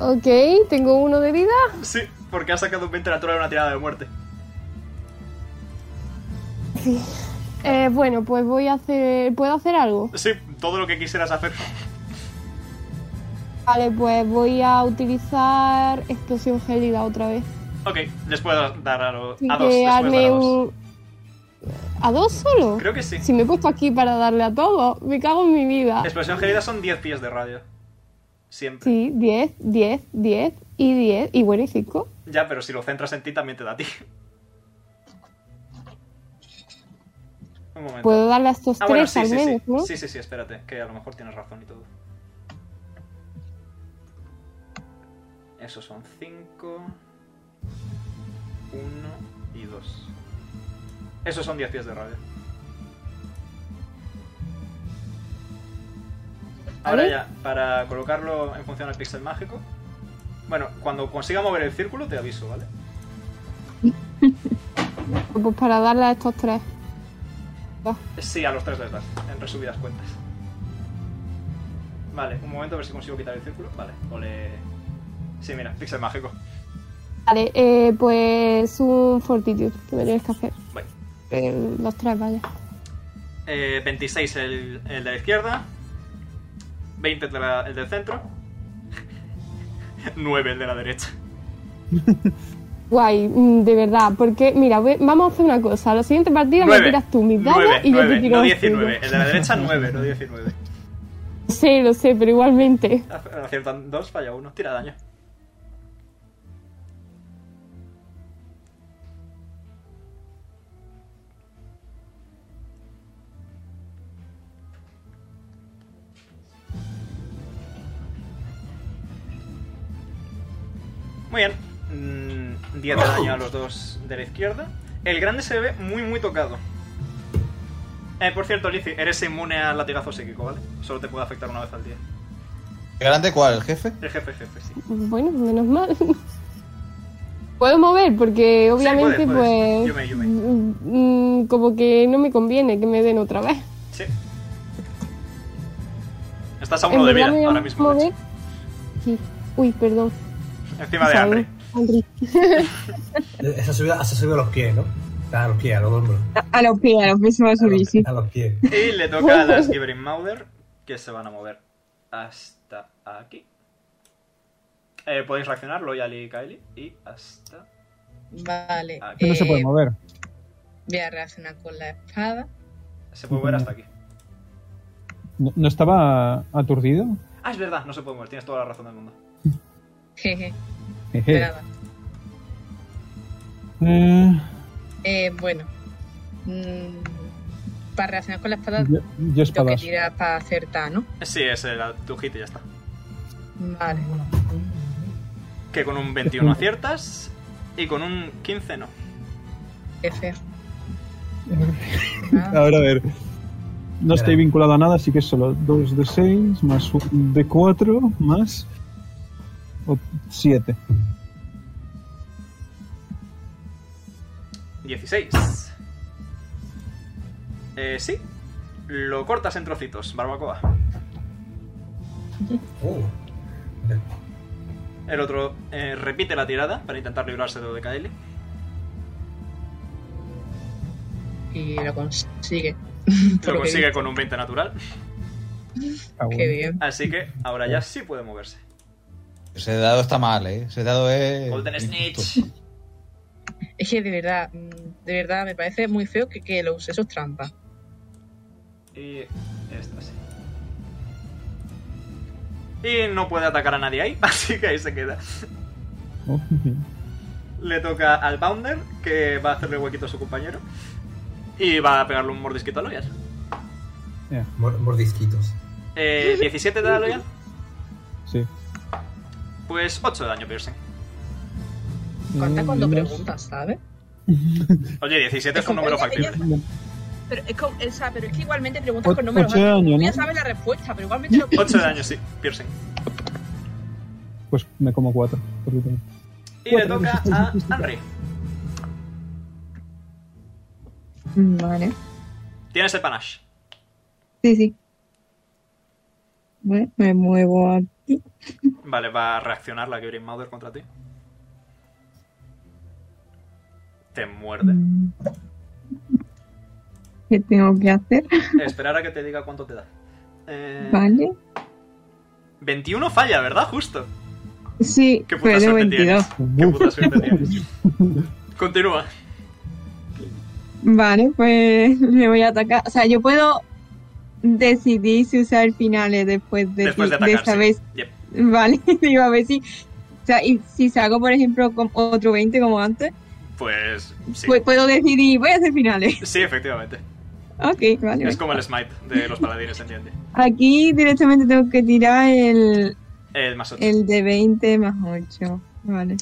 Ok, tengo uno de vida.
Sí, porque has sacado un 20 natural en una tirada de muerte.
Sí. Eh, bueno, pues voy a hacer. ¿Puedo hacer algo?
Sí, todo lo que quisieras hacer.
Vale, pues voy a utilizar explosión gélida otra vez.
Ok, les puedo dar a, lo-
Así
a dos.
que
les puedes dar a
hazme
dos.
un. ¿A dos solo?
Creo que sí.
Si me he puesto aquí para darle a todo, me cago en mi vida.
Explosión gélida son 10 pies de radio. Siempre.
Sí, 10, 10, 10 y 10. Y bueno, y 5.
Ya, pero si lo centras en ti también te da a ti. Un momento.
Puedo darle a estos
Ah, bueno,
tres
sí,
al
sí,
menos,
sí.
¿no?
Sí, sí, sí, espérate, que a lo mejor tienes razón y todo. Esos son 5, 1 y 2. Esos son 10 pies de radio. Ahora
¿Vale?
ya, para colocarlo en función al pixel mágico. Bueno, cuando consiga mover el círculo te aviso, ¿vale?
Pues para darle a estos tres.
Sí, a los tres les das, en resumidas cuentas. Vale, un momento a ver si consigo quitar el círculo. Vale, o le... Sí, mira, pixel mágico.
Vale, eh, pues un fortitude que me tienes que hacer.
Vale.
Eh, los tres, vaya.
Eh, 26 el, el de la izquierda, 20 el, de la- el del centro, (laughs) 9 el de la derecha.
Guay, mm, de verdad, porque mira, ve- vamos a hacer una cosa. La siguiente partida
Nueve.
me tiras tú mis dados
9,
y yo te
9,
tiro
no
los
19.
tuyos.
El de la derecha 9, no 19.
Lo sé, lo sé, pero igualmente.
Aciertan 2, falla 1, tira daño. Muy bien. Mm, 10 de daño a los dos de la izquierda. El grande se ve muy, muy tocado. Eh, por cierto, Lizzy, eres inmune al latigazo psíquico, ¿vale? Solo te puede afectar una vez al día.
¿Grande cuál? ¿El jefe?
El jefe, jefe, sí.
Bueno, menos mal. Puedo mover porque obviamente
puedes, puedes. Yume,
pues
yume.
mm, mm, como que no me conviene que me den otra vez.
Sí. Estás a
En
uno de
verdad
vida
me voy a
ahora mismo. de
mover. Sí. Uy, perdón.
hecho. Encima de hambre.
Henry.
Esa subida has subido a los pies, ¿no? Ah, A los pies, a los hombros.
A, a los pies, a los pies se va a subir, sí.
A los pies.
Y
(laughs)
le toca a las Gibbering Mauder, que se van a mover hasta aquí. Eh, podéis reaccionar, Loyal y Kylie. Y hasta.
Vale.
Ah, Que no se puede
eh,
mover.
Voy a reaccionar con la espada.
Se puede mover hasta aquí.
¿No, no estaba aturdido?
Ah, es verdad, no se puede mover, tienes toda la razón del mundo.
(laughs) Jeje.
Jeje.
Nada.
Eh,
Eh, bueno. mm, para reaccionar con la espada,
yo, yo
tengo que
espadas.
tirar para acertar, ¿no?
Sí, es el, tu hit y ya está.
Vale.
Que con un
(laughs)
21 aciertas y con un 15 no.
(laughs)
Jefe.
Ahora a ver. No estoy vinculado a nada, así que solo 2 de 6, más un de 4, más 7.
16. Eh, sí. Lo cortas en trocitos, barbacoa.
Uh,
El otro eh, repite la tirada para intentar librarse de ODKL.
Y lo consigue. (laughs)
Lo
que
consigue con un 20 natural.
Qué bien.
Así que ahora ya sí puede moverse.
Ese dado está mal, ¿eh? Ese dado es...
Golden Snitch.
Es que de verdad, mm, de verdad, me parece muy feo que, que lo use sus trampas.
Y esta sí. Y no puede atacar a nadie ahí, (laughs) así que ahí se queda.
Oh,
Le toca al Bounder, que va a hacerle huequito a su compañero. Y va a pegarle un mordisquito a Loyal.
Mor- mordisquitos.
Eh, 17 de Loyal,
Sí.
pues 8 de daño piercing.
Corta cuando
Mm,
preguntas, ¿sabes?
Oye, 17 es un número factible.
Pero es, como, o sea, pero es que igualmente
O-
preguntas con números.
ocho de daño,
Ya
¿no?
sabes la respuesta, pero igualmente lo
8 de daño, sí, piercing.
Pues me como 4.
Y le toca a Henry.
Mm, Vale.
Tienes el panache.
Sí, sí. Bueno, me muevo aquí.
Vale, va a reaccionar la Green Mother contra ti. Te muerde.
¿Qué tengo que hacer?
Esperar a que te diga cuánto te da. Eh,
Vale.
21 falla, ¿verdad? Justo.
Sí,
Qué puta
pero
suerte
22.
tienes. Qué puta suerte tienes. Continúa.
Vale, pues (laughs) le voy a atacar. O sea, yo puedo decidir si usar finales después de,
Después de
de
atacar,
esta
sí.
vez. (laughs)
Yep.
Vale, digo, a ver si. O sea, y si saco, por ejemplo, con otro 20 como antes,
Pues sí.
pues puedo decidir, voy a hacer finales. (laughs)
Sí, efectivamente.
Ok, vale.
Es
vale.
como el smite de los paladines, ¿entiendes?
Aquí directamente tengo que tirar el,
El más 8.
el de 20 más 8. Vale.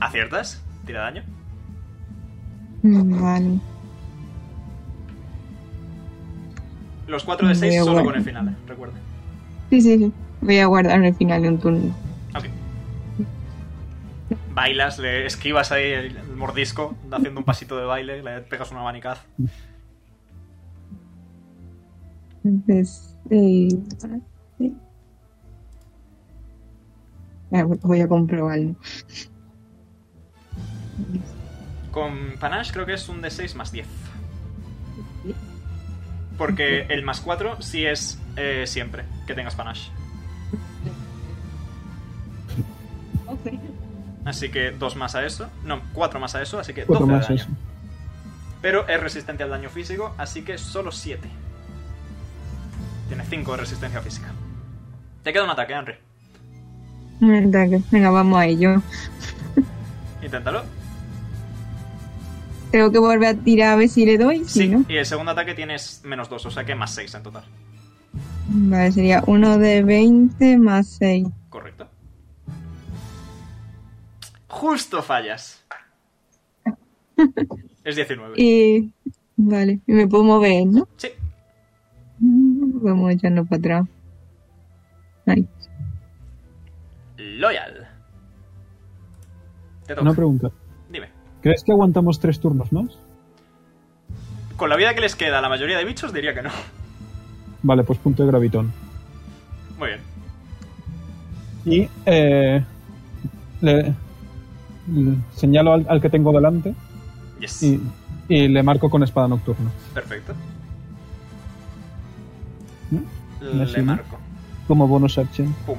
¿Aciertas? Tira daño.
Mm, Vale.
Los 4 de 6
Muy
solo
bueno.
con el final, eh, recuerda.
Sí, sí, sí. Voy a guardar el final de un turno.
Ok. Bailas, le esquivas ahí el el mordisco, haciendo un pasito de baile, le pegas una abanicaz.
Entonces, eh, sí. Ah, Voy a comprobarlo.
Con Panache creo que es un de 6 más 10. Porque el más 4 sí es eh, siempre que tengas Panache. Así que 2 más a eso. No, 4 más a eso, así que 12
Cuatro
de
más
daño.
eso.
Pero es resistente al daño físico, así que solo 7. Tiene 5 de resistencia física. Te queda un ataque, Henry.
Un ataque. Venga, vamos a ello.
Inténtalo.
Tengo que volver a tirar a ver si le doy. Sí, ¿no?
Y el segundo ataque tienes menos 2, o sea que más 6 en total.
Vale, sería uno de 20 más 6.
Correcto. Justo
(laughs)
fallas. Es 19.
Y. Vale, y me puedo mover, ¿no?
Sí.
Mm, Vamos a echarnos para atrás. Ahí.
Loyal. Te toca.
Una pregunta.
Dime.
¿Crees que aguantamos tres turnos más?
Con la vida que les queda a la mayoría de bichos diría que no. (laughs)
Vale, pues punto de gravitón.
Muy bien.
Y eh, le, le señalo al, al que tengo delante
Yes.
y, y le marco con espada nocturna.
Perfecto.
¿Mm?
Le
Así, ¿no?
marco.
Como bonus action.
Pum.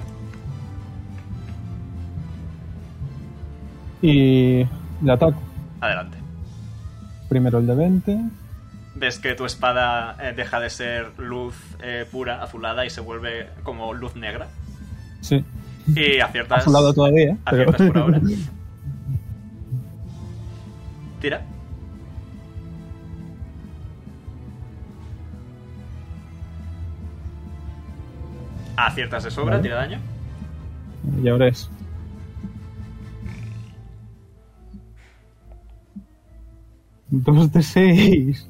Y le ataco.
Adelante.
Primero el de 20.
Ves que tu espada eh, deja de ser luz eh, pura, azulada, y se vuelve como luz negra.
Sí.
Y aciertas.
Azulado todavía, pero-
Aciertas
(laughs)
por ahora. Tira. Aciertas de sobra,
Vale.
tira daño.
Y ahora es. Dos de seis.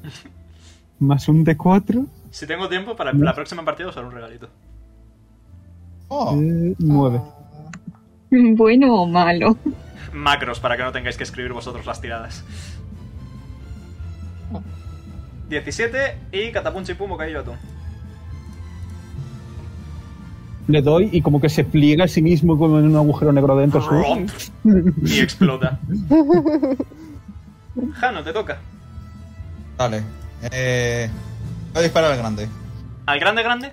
Más un de cuatro.
Si tengo tiempo, para la próxima partida os haré un regalito.
Oh.
eh, nueve.
(laughs) Bueno o malo.
Macros para que no tengáis que escribir vosotros las tiradas. 17 y Catapunchi Pum Bocadillo Atún.
Le doy y como que se pliega a sí mismo como en un agujero negro dentro.
Romp.
suyo.
Y explota. Jano, te toca.
Vale. Eh, voy a disparar al grande.
Al grande, grande.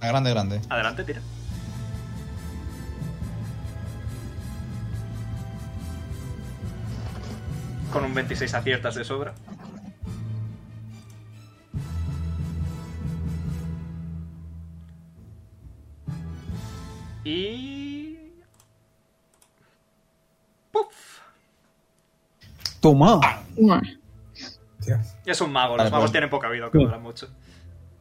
Al grande, grande.
Adelante, tira. Con un 26 aciertas de sobra. Y...
Toma.
Es un mago,
Vale,
los magos
pues.
tienen poca vida, que
Sí.
duran mucho.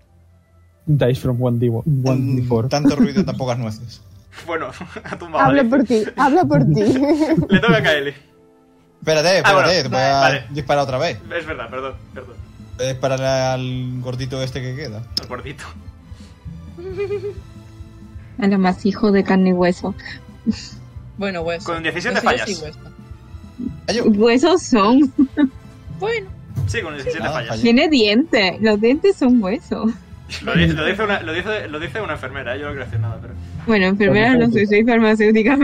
(laughs)
Dice from 1D4.
Tanto ruido, tan pocas nueces.
Bueno, ha tumbado.
Habla
a
por ti,
(laughs)
habla por ti.
Le toca a Kaeli.
Espérate, espérate,
Ah, bueno,
te voy a
vale.
disparar otra vez.
Es verdad, perdón, perdón.
Voy a disparar al gordito este que queda.
Al gordito.
A los masijos de carne y hueso.
Bueno, hueso.
Con 17
Hueso, yo
fallas.
sí, hueso.
Huesos son.
Bueno.
Sí, con 17
Ah,
fallas.
Tiene dientes. Los dientes son huesos.
Lo dice, lo dice una, lo, dice, lo dice una enfermera, ¿eh? yo no quiero decir nada, pero.
Bueno, enfermera no soy, soy farmacéutica.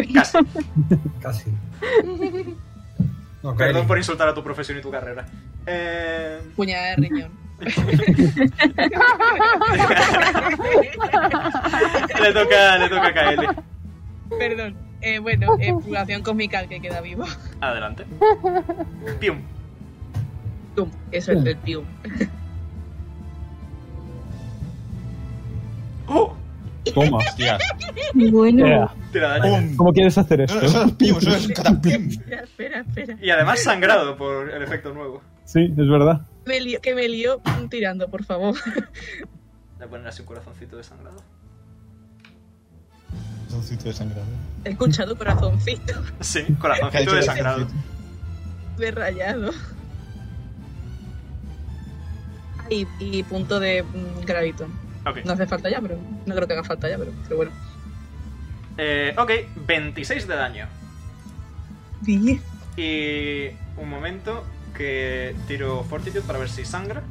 Casi. Perdón por insultar a tu profesión y tu carrera. Eh... (laughs)
Puñada de (laughs) riñón.
Le toca, le toca a Kaeli.
Perdón. Eh, bueno, eh, población cósmica al que queda vivo.
Adelante. Pium.
Pium, eso es el pium.
¡Oh!
Toma.
Bueno.
Yeah. ¿Cómo quieres hacer esto?
No, no, eso es pium, eso es catapim.
Espera, espera, espera.
Y además sangrado por el efecto nuevo.
Sí, es verdad.
Me lío- que me lío tirando, por favor.
Le ponen así un corazoncito de sangrado.
Corazoncito de sangrado.
He escuchado corazoncito.
Sí,
Ha dicho
corazoncito de sangrado.
Me he rayado. Ah, Y, y punto de mm, gravito.
Ok.
No hace falta ya, pero. No creo que haga falta ya, pero, pero bueno.
Eh, ok, 26 de daño.
Bien.
Y un momento que tiro Fortitude para ver si sangra.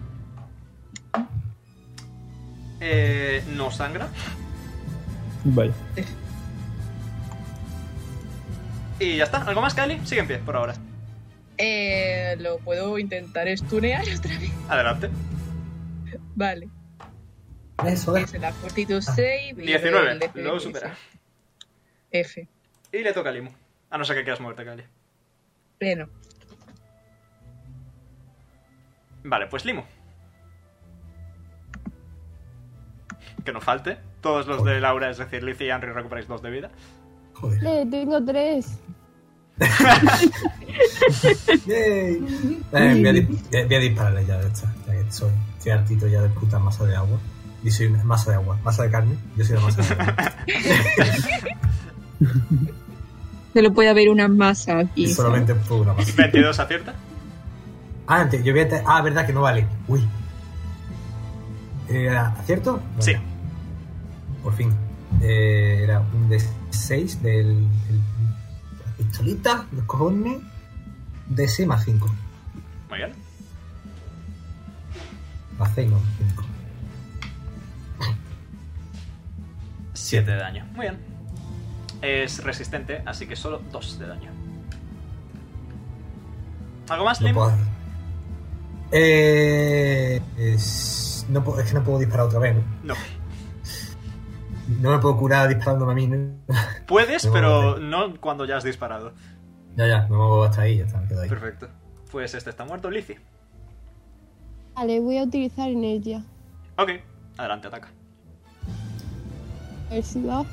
Eh, no sangra.
Vaya.
Y ya está. ¿Algo más, Kylie? Sigue en pie por ahora.
Eh, lo puedo
(laughs)
intentar estunear otra vez.
Adelante.
Vale.
Eso
es. La fortitud 6.
19. Lo supera.
F.
Y le toca a Limo. A no ser que quieras moverte, Kylie.
Bueno.
Vale, pues Limo. Que no falte. Todos los de Laura, es decir, Liz y Henry, recuperáis dos de vida.
Eh, tengo tres.
Yay. Eh, voy, a, di- eh, voy a dispararle ya de esta, ya que soy, estoy hartito ya de puta masa de agua. Y soy una masa de agua, masa de carne, yo soy la masa de agua.
Se lo puede haber una masa aquí.
Y solamente fue una masa.
22 acierta.
Ah, antes, yo voy a... te- Ah, verdad que no vale. Uy. Eh, ¿Acierto?
Sí.
Por fin. Eh, era un D6 del, del- la pistolita, los cojones. DC más 5.
Muy bien.
Más 6, no, 5.
7 de daño. Muy bien. Es resistente, así que solo 2 de daño. ¿Algo más,
No
Limo?
puedo. Eh, es, no puedo- es que no puedo disparar otra vez. ¿no?
No.
No me puedo curar disparándome a mí. ¿no? (laughs)
Puedes,
Me muevo
pero no cuando ya has disparado.
Ya, ya, me muevo hasta ahí, ya está, me quedo ahí.
Perfecto. Pues este está muerto, Lizzie.
Vale, voy a utilizar energía.
Ok, adelante, ataca.
A ver si da.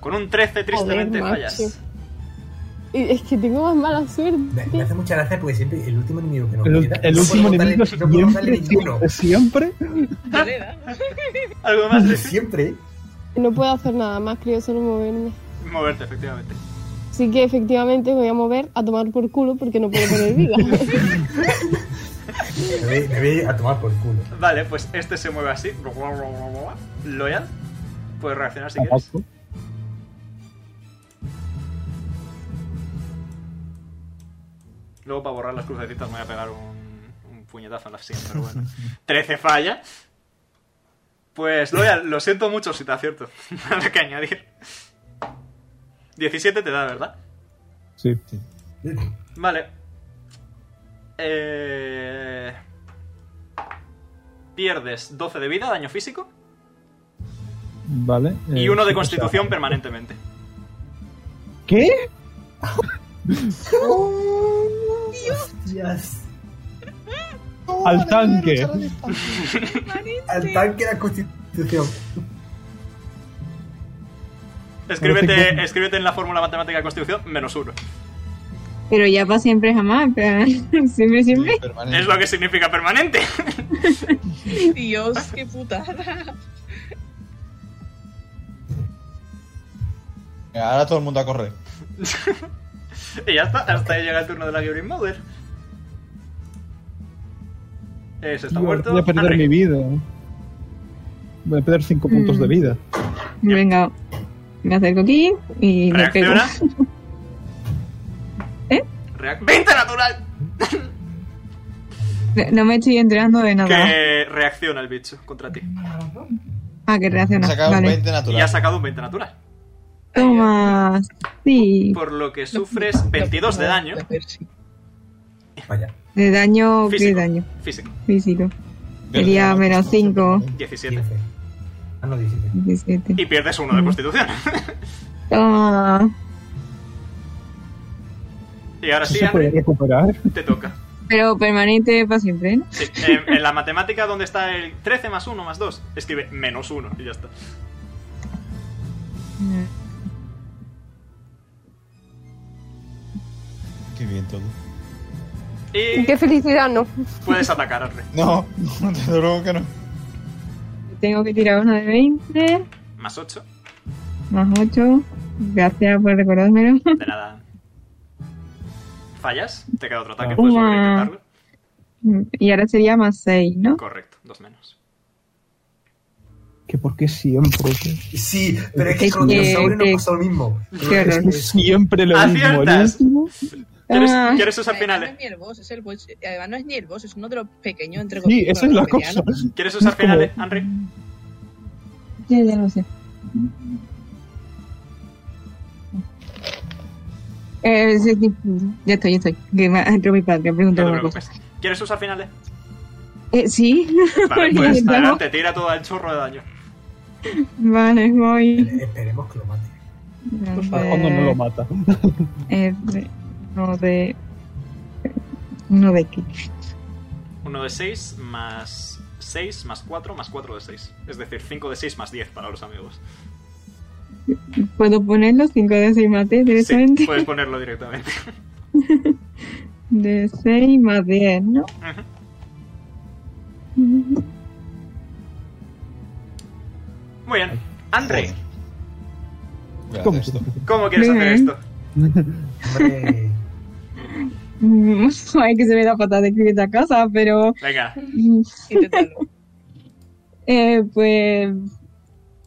Con un 13, tristemente
Joder,
fallas.
Y Es que tengo más mala suerte.
Me hace mucha gracia porque siempre el último enemigo que nos
El,
queda.
el
no
último
podemos
enemigo
darle- no podemos darle
siempre, (laughs)
ninguno.
siempre, siempre.
(laughs)
¿Algo más?
(laughs) Siempre.
No puedo hacer nada más, creo, solo moverme.
Moverte, efectivamente.
Así que efectivamente me voy a mover a tomar por culo porque no puedo poner
(laughs)
vida.
Me voy, me voy a tomar por culo.
Vale, pues este se mueve así. Loyal. Puedes reaccionar si quieres. Luego para borrar las crucecitas me voy a pegar un, un puñetazo en la sien, pero bueno. 13 falla. Pues Loyal, lo siento mucho si te acierto. (laughs) Nada que añadir. 17 te da, ¿verdad?
Sí.
Vale. Eh... Pierdes 12 de vida, daño físico,
Vale.
y
eh,
uno de
sí, o sea,
constitución permanentemente.
¿Qué?
Yes.
Al tanque.
Al tanque la constitución.
Escríbete, escríbete en la fórmula matemática de constitución menos uno.
Pero ya para siempre jamás. pero- (laughs) siempre, siempre.
Es lo que significa permanente. (laughs)
Dios, qué putada.
Venga, Ahora todo el mundo a correr.
Y ya está, hasta ahí llega el turno de la Gibrin Mother. Eso está
Tío,
muerto.
Voy a perder
Henry.
mi vida. Voy a perder 5 puntos
Mm.
de vida.
Venga, me acerco aquí y le pego.
Reacciona.
(laughs) ¿Eh?
Reac- ¡20 natural!
No me estoy enterando de
Ah,
nada.
Que reacciona el bicho contra ti.
Ah, que reacciona. vale.
Y ha sacado un 20 natural.
Toma. Sí.
Por lo que sufres 22 de daño.
Vaya.
De daño, ¿qué
Físico.
daño?
Físico.
Físico. Sería menos 5.
17.
Ah, no, 17.
Y pierdes uno de constitución. (laughs)
Ah,
Y ahora sí,
¿Se puede
Henry, (laughs)
recuperar?
te toca.
pero permanente para siempre, ¿no?
Sí, en, en la matemática donde está el 13 más 1 más 2, escribe menos 1 y ya está.
Qué bien todo.
Y
Qué felicidad, no.
puedes atacar, Henry.
No, (laughs) no, desde luego que no.
Tengo que tirar una de 20,
Más 8.
más 8. Gracias por recordármelo.
De nada. Fallas, te queda otro
Ah.
ataque, puedes volver a intentarlo.
(laughs) Y ahora sería más 6, ¿no?
Correcto, dos menos.
Que por qué siempre.
Sí, pero es que
Es
con los
que-
dinosaurios nos
que-
pasa lo mismo.
Qué
Es
horror.
que siempre lo
¿eh?
mismo.
¡Aciertas! ¿Quieres,
Ah.
quieres usar
Además, no
finales?
es ni el boss, es el boss. Además, no es ni el boss, es uno de los pequeños, entre
Sí, esa es la
medianos.
cosa.
¿Quieres usar
Es como-
finales, Henry?
Ya, ya lo sé. Eh, sí, sí, ya estoy, ya estoy. Que me entró mi padre a
No
preguntar
te
una cosa.
preocupes. ¿Quieres usar
(laughs)
finales?
Eh, sí. (laughs)
Vale,
Porque
pues
no-
adelante, tira todo el chorro de daño.
Vale, voy.
Esperemos que lo mate.
Por
Cuando no lo mata.
no de. No de qué.
1 de 6 más 6 más 4 más 4 de 6. Es decir, 5 de 6 más 10 para los amigos.
¿Puedo poner los 5 de 6 más 10 directamente?
Sí, puedes ponerlo directamente.
De 6 más 10, ¿no?
Ujú. Muy bien. Henry,
¿Cómo?
¿cómo quieres
Muy
hacer
bien.
esto?
Hombre,
Mm, (laughs) Ay, que se ve la patada de escribir esta casa, pero.
Venga,
mm,
(laughs) Inténtalo.
Eh, pues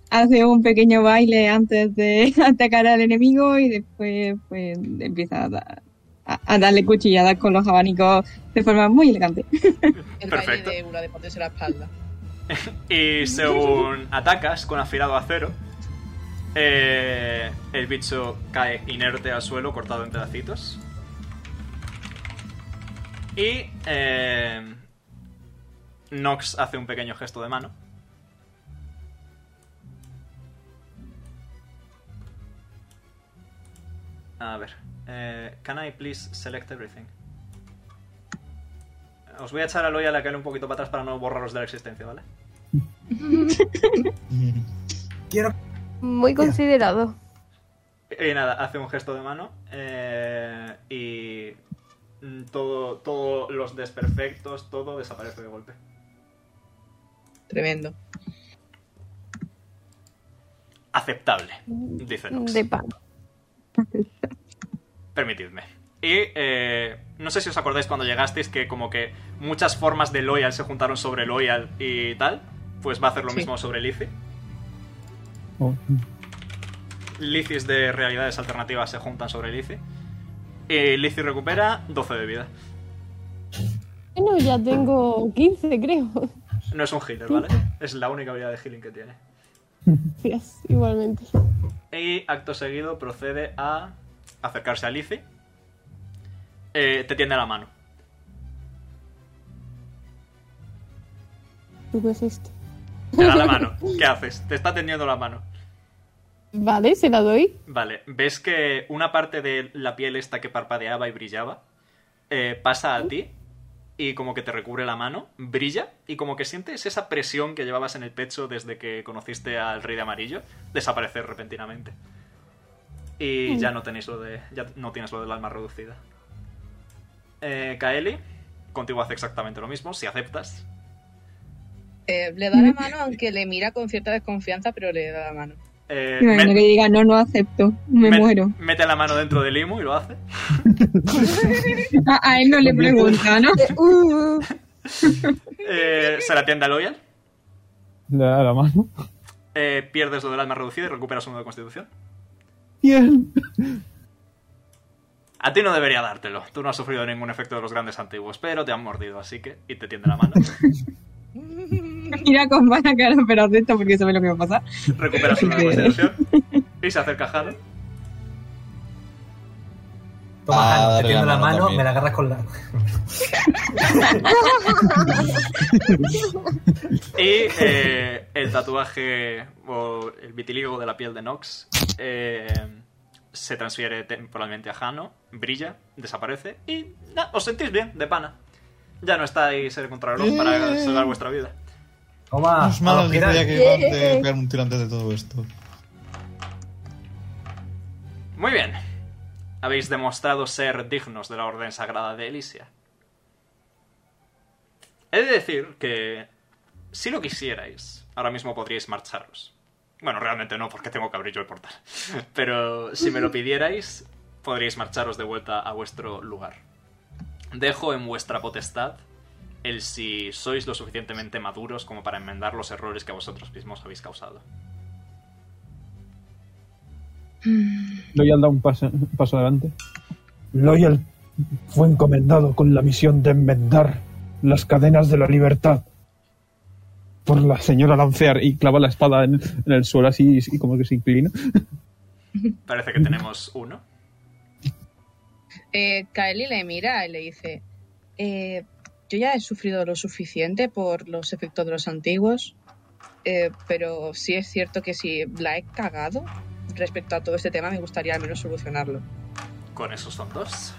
hace un pequeño baile antes de (laughs) atacar al enemigo y después pues empieza a, da- a- a darle cuchilladas con los abanicos de forma muy elegante.
El
Perfecto.
baile de una de ponerse la espalda.
Y según atacas con afilado acero, eh, el bicho cae inerte al suelo, cortado en pedacitos. Y eh, Nox hace un pequeño gesto de mano. A ver. eh, can I please select everything? Os voy a echar a Loya la que un poquito para atrás para no borraros de la existencia, ¿vale?
Quiero.
Muy considerado.
Y Eh, nada, hace un gesto de mano eh, y mm, todo, todos los desperfectos, todo desaparece de golpe.
Tremendo.
Aceptable, dice Nox.
De pan.
Permitidme. Y eh, no sé si os acordáis cuando llegasteis que como que muchas formas de Loyal se juntaron sobre Loyal y tal. Pues va a hacer lo
Sí.
mismo sobre Lizzie.
Oh.
Lizzie's de realidades alternativas se juntan sobre Lizzie. Y Lizzie recupera 12 de vida.
Bueno, ya tengo 15, creo.
No es un healer, ¿vale? Es la única habilidad de healing que tiene.
Gracias, igualmente.
Y acto seguido procede a acercarse a Lizzie. Eh, te tiende la mano.
¿Tú qué es esto?
Te da la mano. ¿Qué haces? Te está tendiendo la mano.
Vale, se la doy.
Vale, ves que una parte de la piel esta que parpadeaba y brillaba eh, pasa a ti y como que te recubre la mano, brilla y como que sientes esa presión que llevabas en el pecho desde que conociste al rey de amarillo desaparecer repentinamente. Y
Mm.
ya no tenéis lo de ya no tienes lo del alma reducida. Eh, Kaeli, contigo hace exactamente lo mismo, si aceptas.
Eh, le
Mm.
da la mano, aunque le mira con cierta desconfianza, pero le da la mano.
Eh,
Y bueno,
met-
que diga, no, no acepto, me
met- (laughs)
muero.
Mete la mano dentro del limo y lo hace.
A, a él no le pregunta, ¿no?
Uh,
Eh, se la tiende a Loyal.
Le da la mano.
Eh, pierdes lo del alma reducida y recuperas uno de constitución.
Bien.
A ti no debería dártelo. Tú no has sufrido ningún efecto de los grandes antiguos, pero te han mordido, así que. Y te tiende la mano.
(laughs) Mira con mala cara, pero acepto porque sabe lo que va a pasar.
Recuperas uno de constitución. Y se acerca a Jano.
Toma,
Ah,
Jano, te
dale
tiendo
la
la
mano
mano,
también.
me la agarras con la.
Y eh, el tatuaje o el vitiligo de la piel de Nox eh, se transfiere temporalmente a Jano, brilla, desaparece y na, os sentís bien, de pana. Ya no estáis en el contrarreloj para
Bien.
salvar vuestra vida.
Toma,
es mala
Ah, vamos, mira.
idea que iba a de pegarme un tiro antes de todo esto.
Muy bien. Habéis demostrado ser dignos de la orden sagrada de Elysia. He de decir que si lo quisierais, ahora mismo podríais marcharos. Bueno, realmente no, porque tengo que abrir yo el portal. (laughs) Pero si me lo pidierais, podríais marcharos de vuelta a vuestro lugar. Dejo en vuestra potestad el si sois lo suficientemente maduros como para enmendar los errores que vosotros mismos habéis causado.
Loyal da un paso, un paso adelante.
Loyal fue encomendado con la misión de enmendar las cadenas de la libertad
Por la señora Lancear y clava la espada en, en el suelo así y como que se inclina.
Parece que tenemos uno.
Eh, Kaeli le mira y le dice, eh, yo ya he sufrido lo suficiente por los efectos de los antiguos, eh, pero sí es cierto que si la he cagado respecto a todo este tema, me gustaría al menos solucionarlo.
Con esos son dos.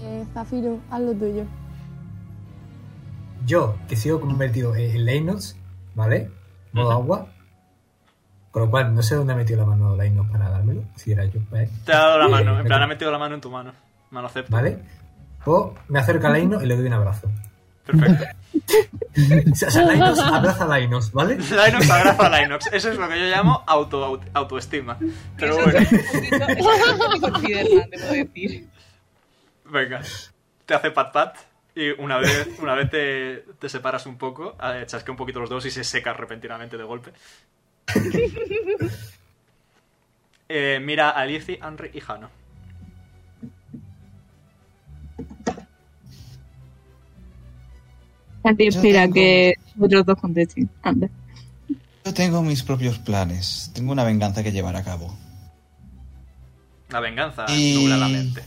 Eh, Zafiro, haz lo tuyo.
Yo, que sigo convertido en en Linux, ¿vale? Modo agua. Con lo cual, no sé dónde ha metido la mano Linux para dármelo, si era yo, ¿eh? ¿vale?
Te ha dado la
Sí,
mano, en
me-
plan ha metido la mano en tu mano. Me lo acepto.
¿Vale? O me acerco a Linux y le doy un abrazo. (laughs)
Perfecto. (laughs)
O sea, o sea, Linux abraza a Linux, ¿vale?
Linux abraza a Linux. Eso es lo que yo llamo auto, auto- autoestima. Pero bueno,
(laughs)
(laughs) venga. Te hace pat pat y una vez, una vez te, te separas un poco, eh, chasquea un poquito los dos y se seca repentinamente de
(laughs)
golpe. Eh, mira a Lizzie, Henry y Jano.
Santi, espera que otros dos contesten. Anda.
Yo tengo mis propios planes. Tengo una venganza que llevar a cabo.
La venganza
Y-
nubla la mente.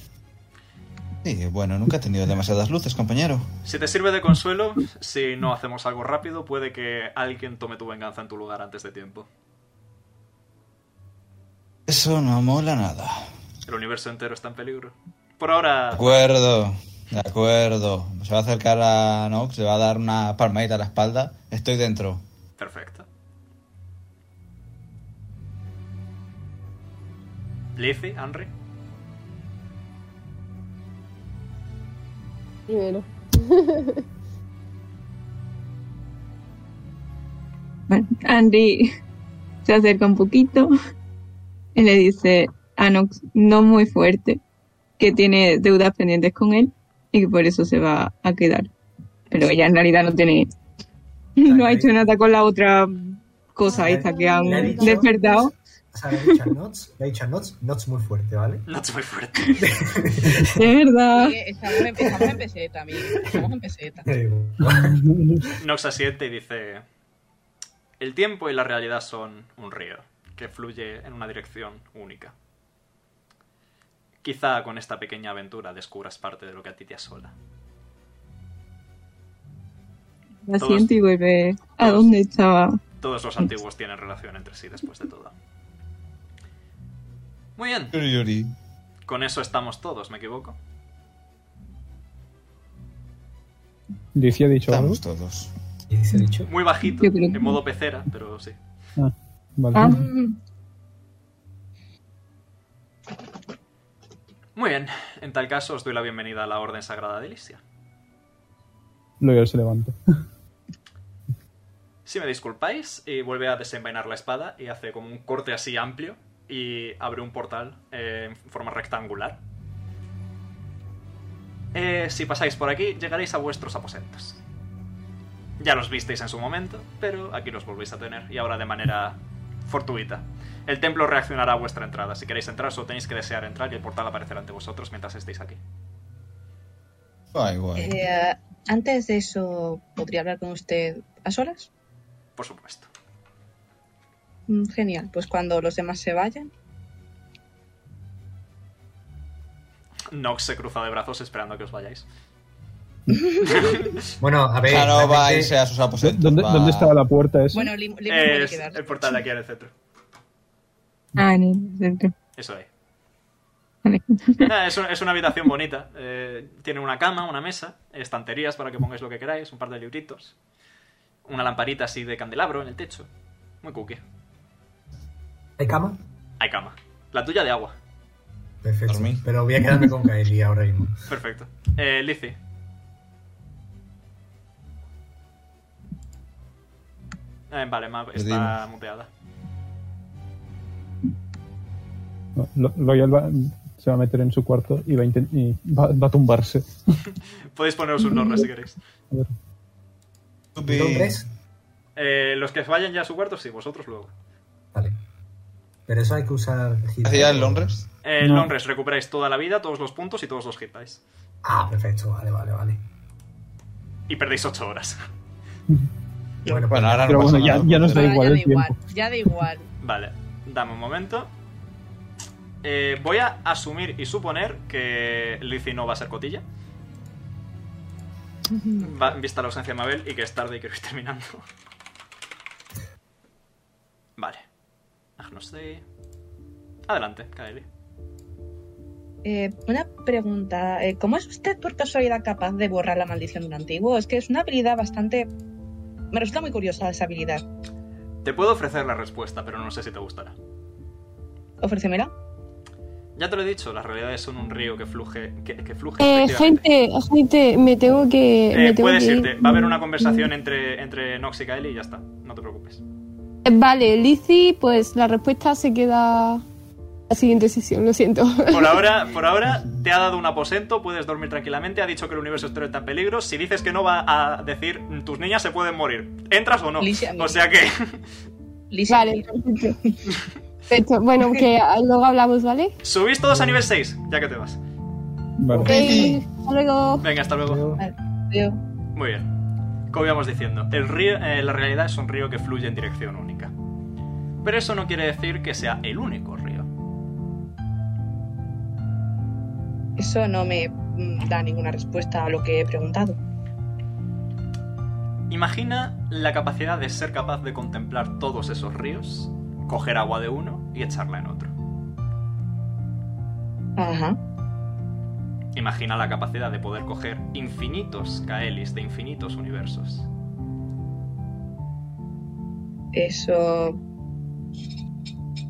Sí, bueno, nunca he tenido demasiadas luces, compañero.
Si te sirve de consuelo, si no hacemos algo rápido, puede que alguien tome tu venganza en tu lugar antes de tiempo.
Eso no mola nada.
El universo entero está en peligro. Por ahora,
De acuerdo, de acuerdo. Se va a acercar a Nox, se va a dar una palmadita a la espalda. Estoy dentro.
perfecto. Lizzie, Henry.
Primero.
Bueno, Andy se acerca un poquito y le dice a Nox, no muy fuerte, que tiene deudas pendientes con él y que por eso se va a quedar. Pero ella en realidad no tiene. No ha hecho nada con la otra cosa esta que han
Ah, Le ha dicho-
despertado.
O sea, le he dicho a Nots, le he dicho a Nots, Nots muy fuerte, ¿vale?
Nots muy fuerte.
De
Ah.
verdad.
Oye, Eh, estamos, en, estamos en peseta, amigo. Estamos en peseta.
Nox asiente y dice: El tiempo y la realidad son un río que fluye en una dirección única. Quizá con esta pequeña aventura descubras parte de lo que a ti te asola.
La
Todos-
siente y vuelve a donde estaba.
Todos los antiguos tienen relación entre sí después de todo. Muy bien.
Yuri, yuri.
Con eso estamos todos, ¿me equivoco?
Dice ha dicho algo.
Estamos todos.
¿Y se ha dicho?
Muy bajito,
Yo creo que-
en modo pecera, pero sí.
Ah, vale.
Ah,
Muy bien, en tal caso os doy la bienvenida a la Orden Sagrada de Elysia.
Loyal se levanta.
Si me disculpáis, y vuelve a desenvainar la espada y hace como un corte así amplio y abre un portal eh, en forma rectangular. Eh, si pasáis por aquí, llegaréis a vuestros aposentos. Ya los visteis en su momento, pero aquí los volvéis a tener y ahora de manera fortuita. El templo reaccionará a vuestra entrada. Si queréis entrar, solo tenéis que desear entrar y el portal aparecerá ante vosotros mientras estéis aquí.
Guay, guay.
Eh, antes de eso, ¿podría hablar con usted a solas?
Por supuesto.
Mm, Genial, pues cuando los demás se vayan.
Nox se cruza de brazos esperando que os vayáis.
Bueno, a ver.
Claro,
realmente-
vais a sus aposentos.
¿Dónde,
va.
dónde estaba la puerta esa?
Bueno, Lim- Lim puede
Es
quedar.
el portal de aquí al centro.
Ah, en el centro.
Eso ahí.
Vale.
Nada, es, un- es una habitación bonita. Eh, tiene una cama, una mesa, estanterías para que pongáis lo que queráis, un par de libritos, una lamparita así de candelabro en el techo. Muy cookie.
¿Hay cama?
Hay cama. La tuya de agua.
Perfecto. Pero voy a quedarme con Kaeli
(laughs)
ahora mismo.
Perfecto. Eh, Lizzie. Eh, vale, Mab está
Perdimos.
muteada.
Lo- Loyal va- se va a meter en su cuarto y va a, inten- y va- va a tumbarse.
Podéis poneros un nombre si queréis.
¿Nombres?
Eh, los que vayan ya a su cuarto, sí, vosotros luego.
Pero eso hay que usar.
¿Hacía el Londres?
Eh,
No.
Londres, recuperáis toda la vida, todos los puntos y todos los hit dice.
Ah, perfecto. Vale, vale, vale.
Y perdéis 8 horas. (laughs)
Bueno,
ahora
Pero
no pasa
bueno, ya,
nada,
Ah,
ya nos da
Ahora
igual
ya
el
da igual,
tiempo.
ya da igual.
Vale, dame un momento. Eh, voy a asumir y suponer que Lizzie no va a ser cotilla,
Mm.
va- vista la ausencia de Mabel y que es tarde y que ir (laughs) terminando. Vale. Agnos Day. Adelante, Kaeli.
Eh, una pregunta. eh, ¿Cómo es usted por casualidad capaz de borrar la maldición de un antiguo? Es que es una habilidad bastante... Me resulta muy curiosa esa habilidad.
Te puedo ofrecer la respuesta, pero no sé si te gustará.
Ofrécemela.
Ya te lo he dicho, las realidades son un río que fluye. Que, que fluye
Eh,
efectivamente.
gente, gente, me tengo que.
Eh,
me tengo
puedes
que ir. Mm.
irte. Va a haber una conversación entre, entre Nox y Kaeli y ya está. No te preocupes.
Eh, Vale, Lizzie, pues la respuesta se queda. La siguiente sesión, lo siento. (laughs)
Por ahora, por ahora te ha dado un aposento, puedes dormir tranquilamente, ha dicho que el universo exterior está en peligro. Si dices que no, va a decir tus niñas se pueden morir. ¿Entras o no?
Alicia, mira.
O sea que. (laughs)
Vale, perfecto. perfecto. Bueno, que ah, luego hablamos, ¿vale?
Subís todos a nivel 6, ya que te vas.
Ey, hasta luego.
Venga, hasta luego.
Adiós.
Muy bien. Como íbamos diciendo, el río, eh, la realidad es un río que fluye en dirección única. Pero eso no quiere decir que sea el único río.
Eso no me mm, da ninguna respuesta a lo que he preguntado.
Imagina la capacidad de ser capaz de contemplar todos esos ríos, coger agua de uno y echarla en otro.
Ajá.
Imagina la capacidad de poder coger infinitos Kaelis de infinitos universos.
Eso...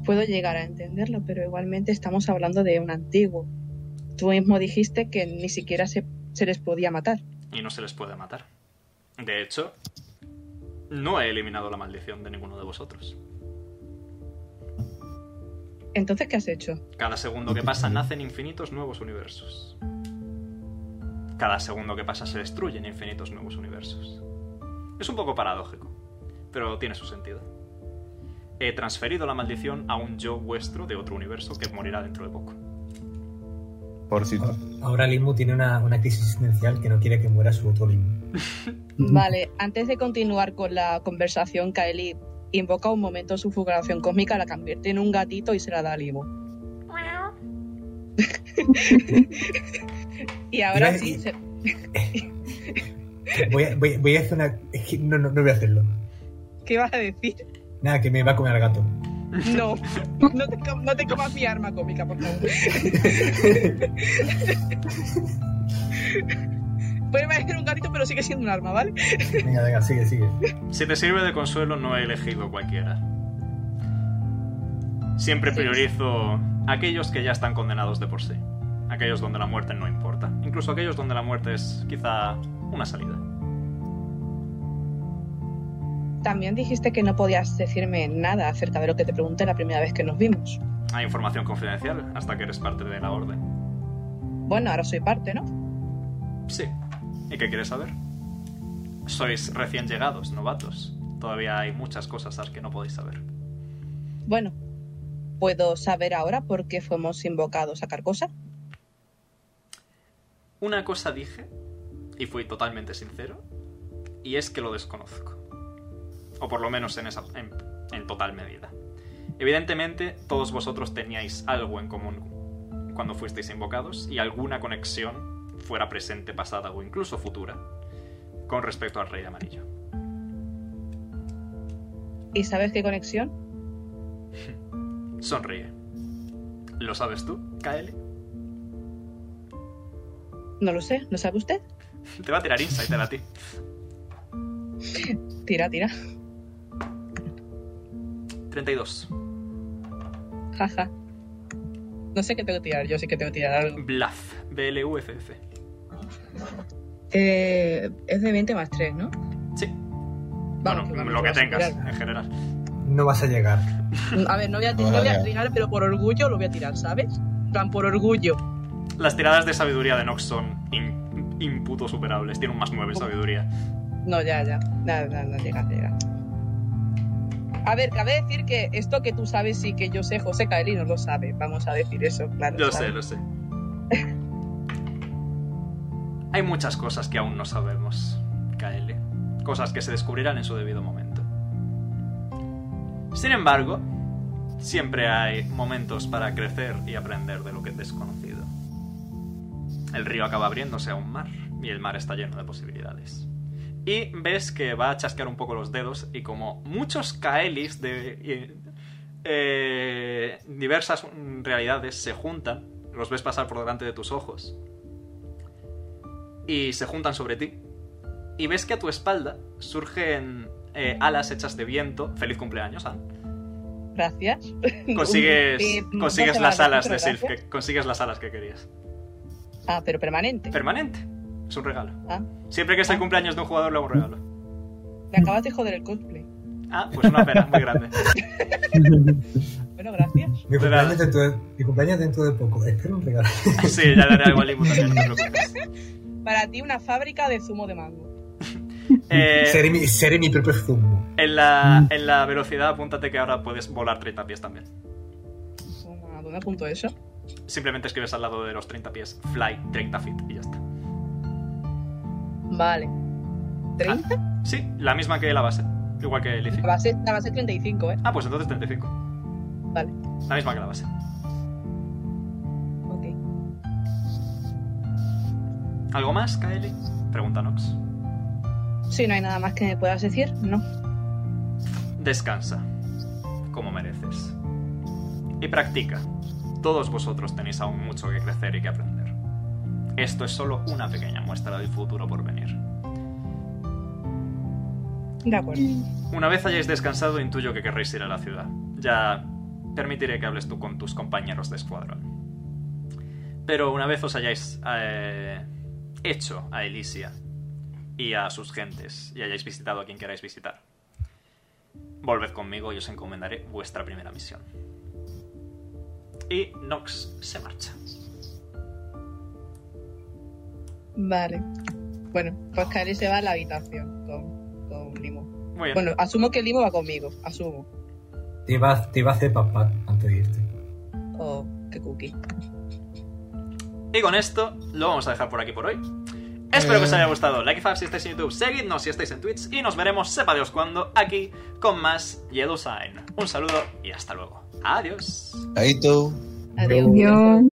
Puedo llegar a entenderlo, pero igualmente estamos hablando de un antiguo. Tú mismo dijiste que ni siquiera se, se les podía matar.
Y no se les puede matar. De hecho, no he eliminado la maldición de ninguno de vosotros.
Entonces, ¿qué has hecho?
Cada segundo que pasa nacen infinitos nuevos universos. Cada segundo que pasa se destruyen infinitos nuevos universos. Es un poco paradójico, pero tiene su sentido. He transferido la maldición a un yo vuestro de otro universo que morirá dentro de poco.
Pobrecito.
Ahora Limu tiene una, una crisis existencial que no quiere que muera su otro Limu.
Vale, antes de continuar con la conversación, Kaeli invoca un momento su fulguración cósmica, la convierte en un gatito y se la da a Limo. (laughs) y ahora
Iba-
sí, se-
Voy a, voy, voy a hacer una. es que No, no, no voy a hacerlo.
¿qué vas a decir?
Nada, que me va a comer al gato.
No, no te, com- no te comas mi arma cómica, por favor. Puede parecer un gatito, pero sigue siendo un arma, ¿vale?
Venga, venga, sigue, sigue.
Si te sirve de consuelo, no he elegido cualquiera. Siempre priorizo aquellos que ya están condenados de por sí. Aquellos donde la muerte no importa. Incluso aquellos donde la muerte es quizá una salida.
También dijiste que no podías decirme nada acerca de lo que te pregunté la primera vez que nos vimos.
Hay información confidencial hasta que eres parte de la orden.
Bueno, ahora soy parte, ¿no?
Sí. ¿Y qué quieres saber? Sois recién llegados, novatos. Todavía hay muchas cosas las que no podéis saber.
Bueno, ¿puedo saber ahora por qué fuimos invocados a Carcosa?
Una cosa dije, y fui totalmente sincero, y es que lo desconozco. O por lo menos en, esa, en, en total medida. Evidentemente, todos vosotros teníais algo en común cuando fuisteis invocados y alguna conexión, fuera presente, pasada o incluso futura, con respecto al Rey Amarillo.
¿Y sabes qué conexión?
Sonríe. ¿Lo sabes tú, KL?
No lo sé, ¿lo sabe usted?
Te va a tirar insight a ti.
Tira, tira. (laughs)
32.
Jaja. No sé qué tengo que tirar, yo sé que tengo que tirar algo.
Blaf. BLUFF.
Eh, es de 20 más 3, ¿no?
Sí. bueno, lo que
vas a
tengas,
tirar.
en general.
No vas a llegar.
A ver, no voy a, no voy a tirar, pero por orgullo lo voy a tirar, ¿sabes? En plan, por orgullo.
Las tiradas de sabiduría de Nox son in- imputo superables. Tiene un más 9 sabiduría.
No, ya, ya. Nada, nada, nada, llega, llega. A ver, cabe decir que esto que tú sabes y que yo sé, José Caeli no lo sabe. Vamos a decir eso, claro.
Lo sé,
¿sabes?
lo sé. (laughs) Hay muchas cosas que aún no sabemos, KL. Cosas que se descubrirán en su debido momento. Sin embargo, siempre hay momentos para crecer y aprender de lo que es desconocido. El río acaba abriéndose a un mar y el mar está lleno de posibilidades. Y ves que va a chasquear un poco los dedos y como muchos Kaelis de eh, diversas mm, realidades se juntan, los ves pasar por delante de tus ojos y se juntan sobre ti. Y ves que a tu espalda surgen eh, alas hechas de viento. Feliz cumpleaños, Anne.
(laughs) Gracias. (laughs)
Consigues,
Eh, no
consigues
se
las
va a dar,
alas
pero
de Sylph,
gracias.
que, consigues las alas que querías.
Ah, pero permanente.
Permanente. Es un regalo.
Ah.
Siempre que es el cumpleaños de un jugador, le hago un regalo.
Me acabas de joder el cosplay.
Ah, pues una pena muy
(laughs)
grande.
Bueno, gracias.
Mi cumpleaños, dentro de, mi cumpleaños dentro de poco. Espero un regalo.
Sí, ya le haré algo a Limu también, no te
(laughs)
preocupes.
Para ti, una fábrica de zumo de mango.
Eh,
seré, mi, seré mi propio zumo.
en, la, en la velocidad, apúntate que ahora puedes volar 30 pies también.
¿A dónde apunto eso?
Simplemente escribes al lado de los 30 pies fly 30 feet y ya está.
Vale. ¿30?
Sí, la misma que la base. Igual que Lizzie.
La base, la base es 35, ¿eh?
Ah, pues entonces 35.
Vale.
La misma que la base.
Ok.
¿Algo más, Kaeli? Pregunta Nox.
Si no hay nada más que me puedas decir, no.
Descansa, como mereces. Y practica. Todos vosotros tenéis aún mucho que crecer y que aprender. Esto es solo una pequeña muestra del futuro por venir.
De acuerdo.
Una vez hayáis descansado, intuyo que querréis ir a la ciudad. Ya permitiré que hables tú con tus compañeros de escuadrón. Pero una vez os hayáis eh, hecho a Elysia y a sus gentes, y hayáis visitado a quien queráis visitar, volved conmigo y os encomendaré vuestra primera misión. Y Nox se marcha.
Vale. Bueno, pues Kaeli se va a la habitación con, con Limo.
Muy bien.
Bueno, asumo que Limo va conmigo. Asumo.
Te iba, a- te iba a hacer papá antes de irte.
Oh, qué cookie.
Y con esto lo vamos a dejar por aquí por hoy. Espero que os haya gustado. Like y fab si estáis en YouTube, seguidnos si estáis en Twitch y nos veremos, sepa Dios cuándo, aquí con más Yedo Sign. Un saludo y hasta luego. Adiós.
Ahí tú.
Adiós.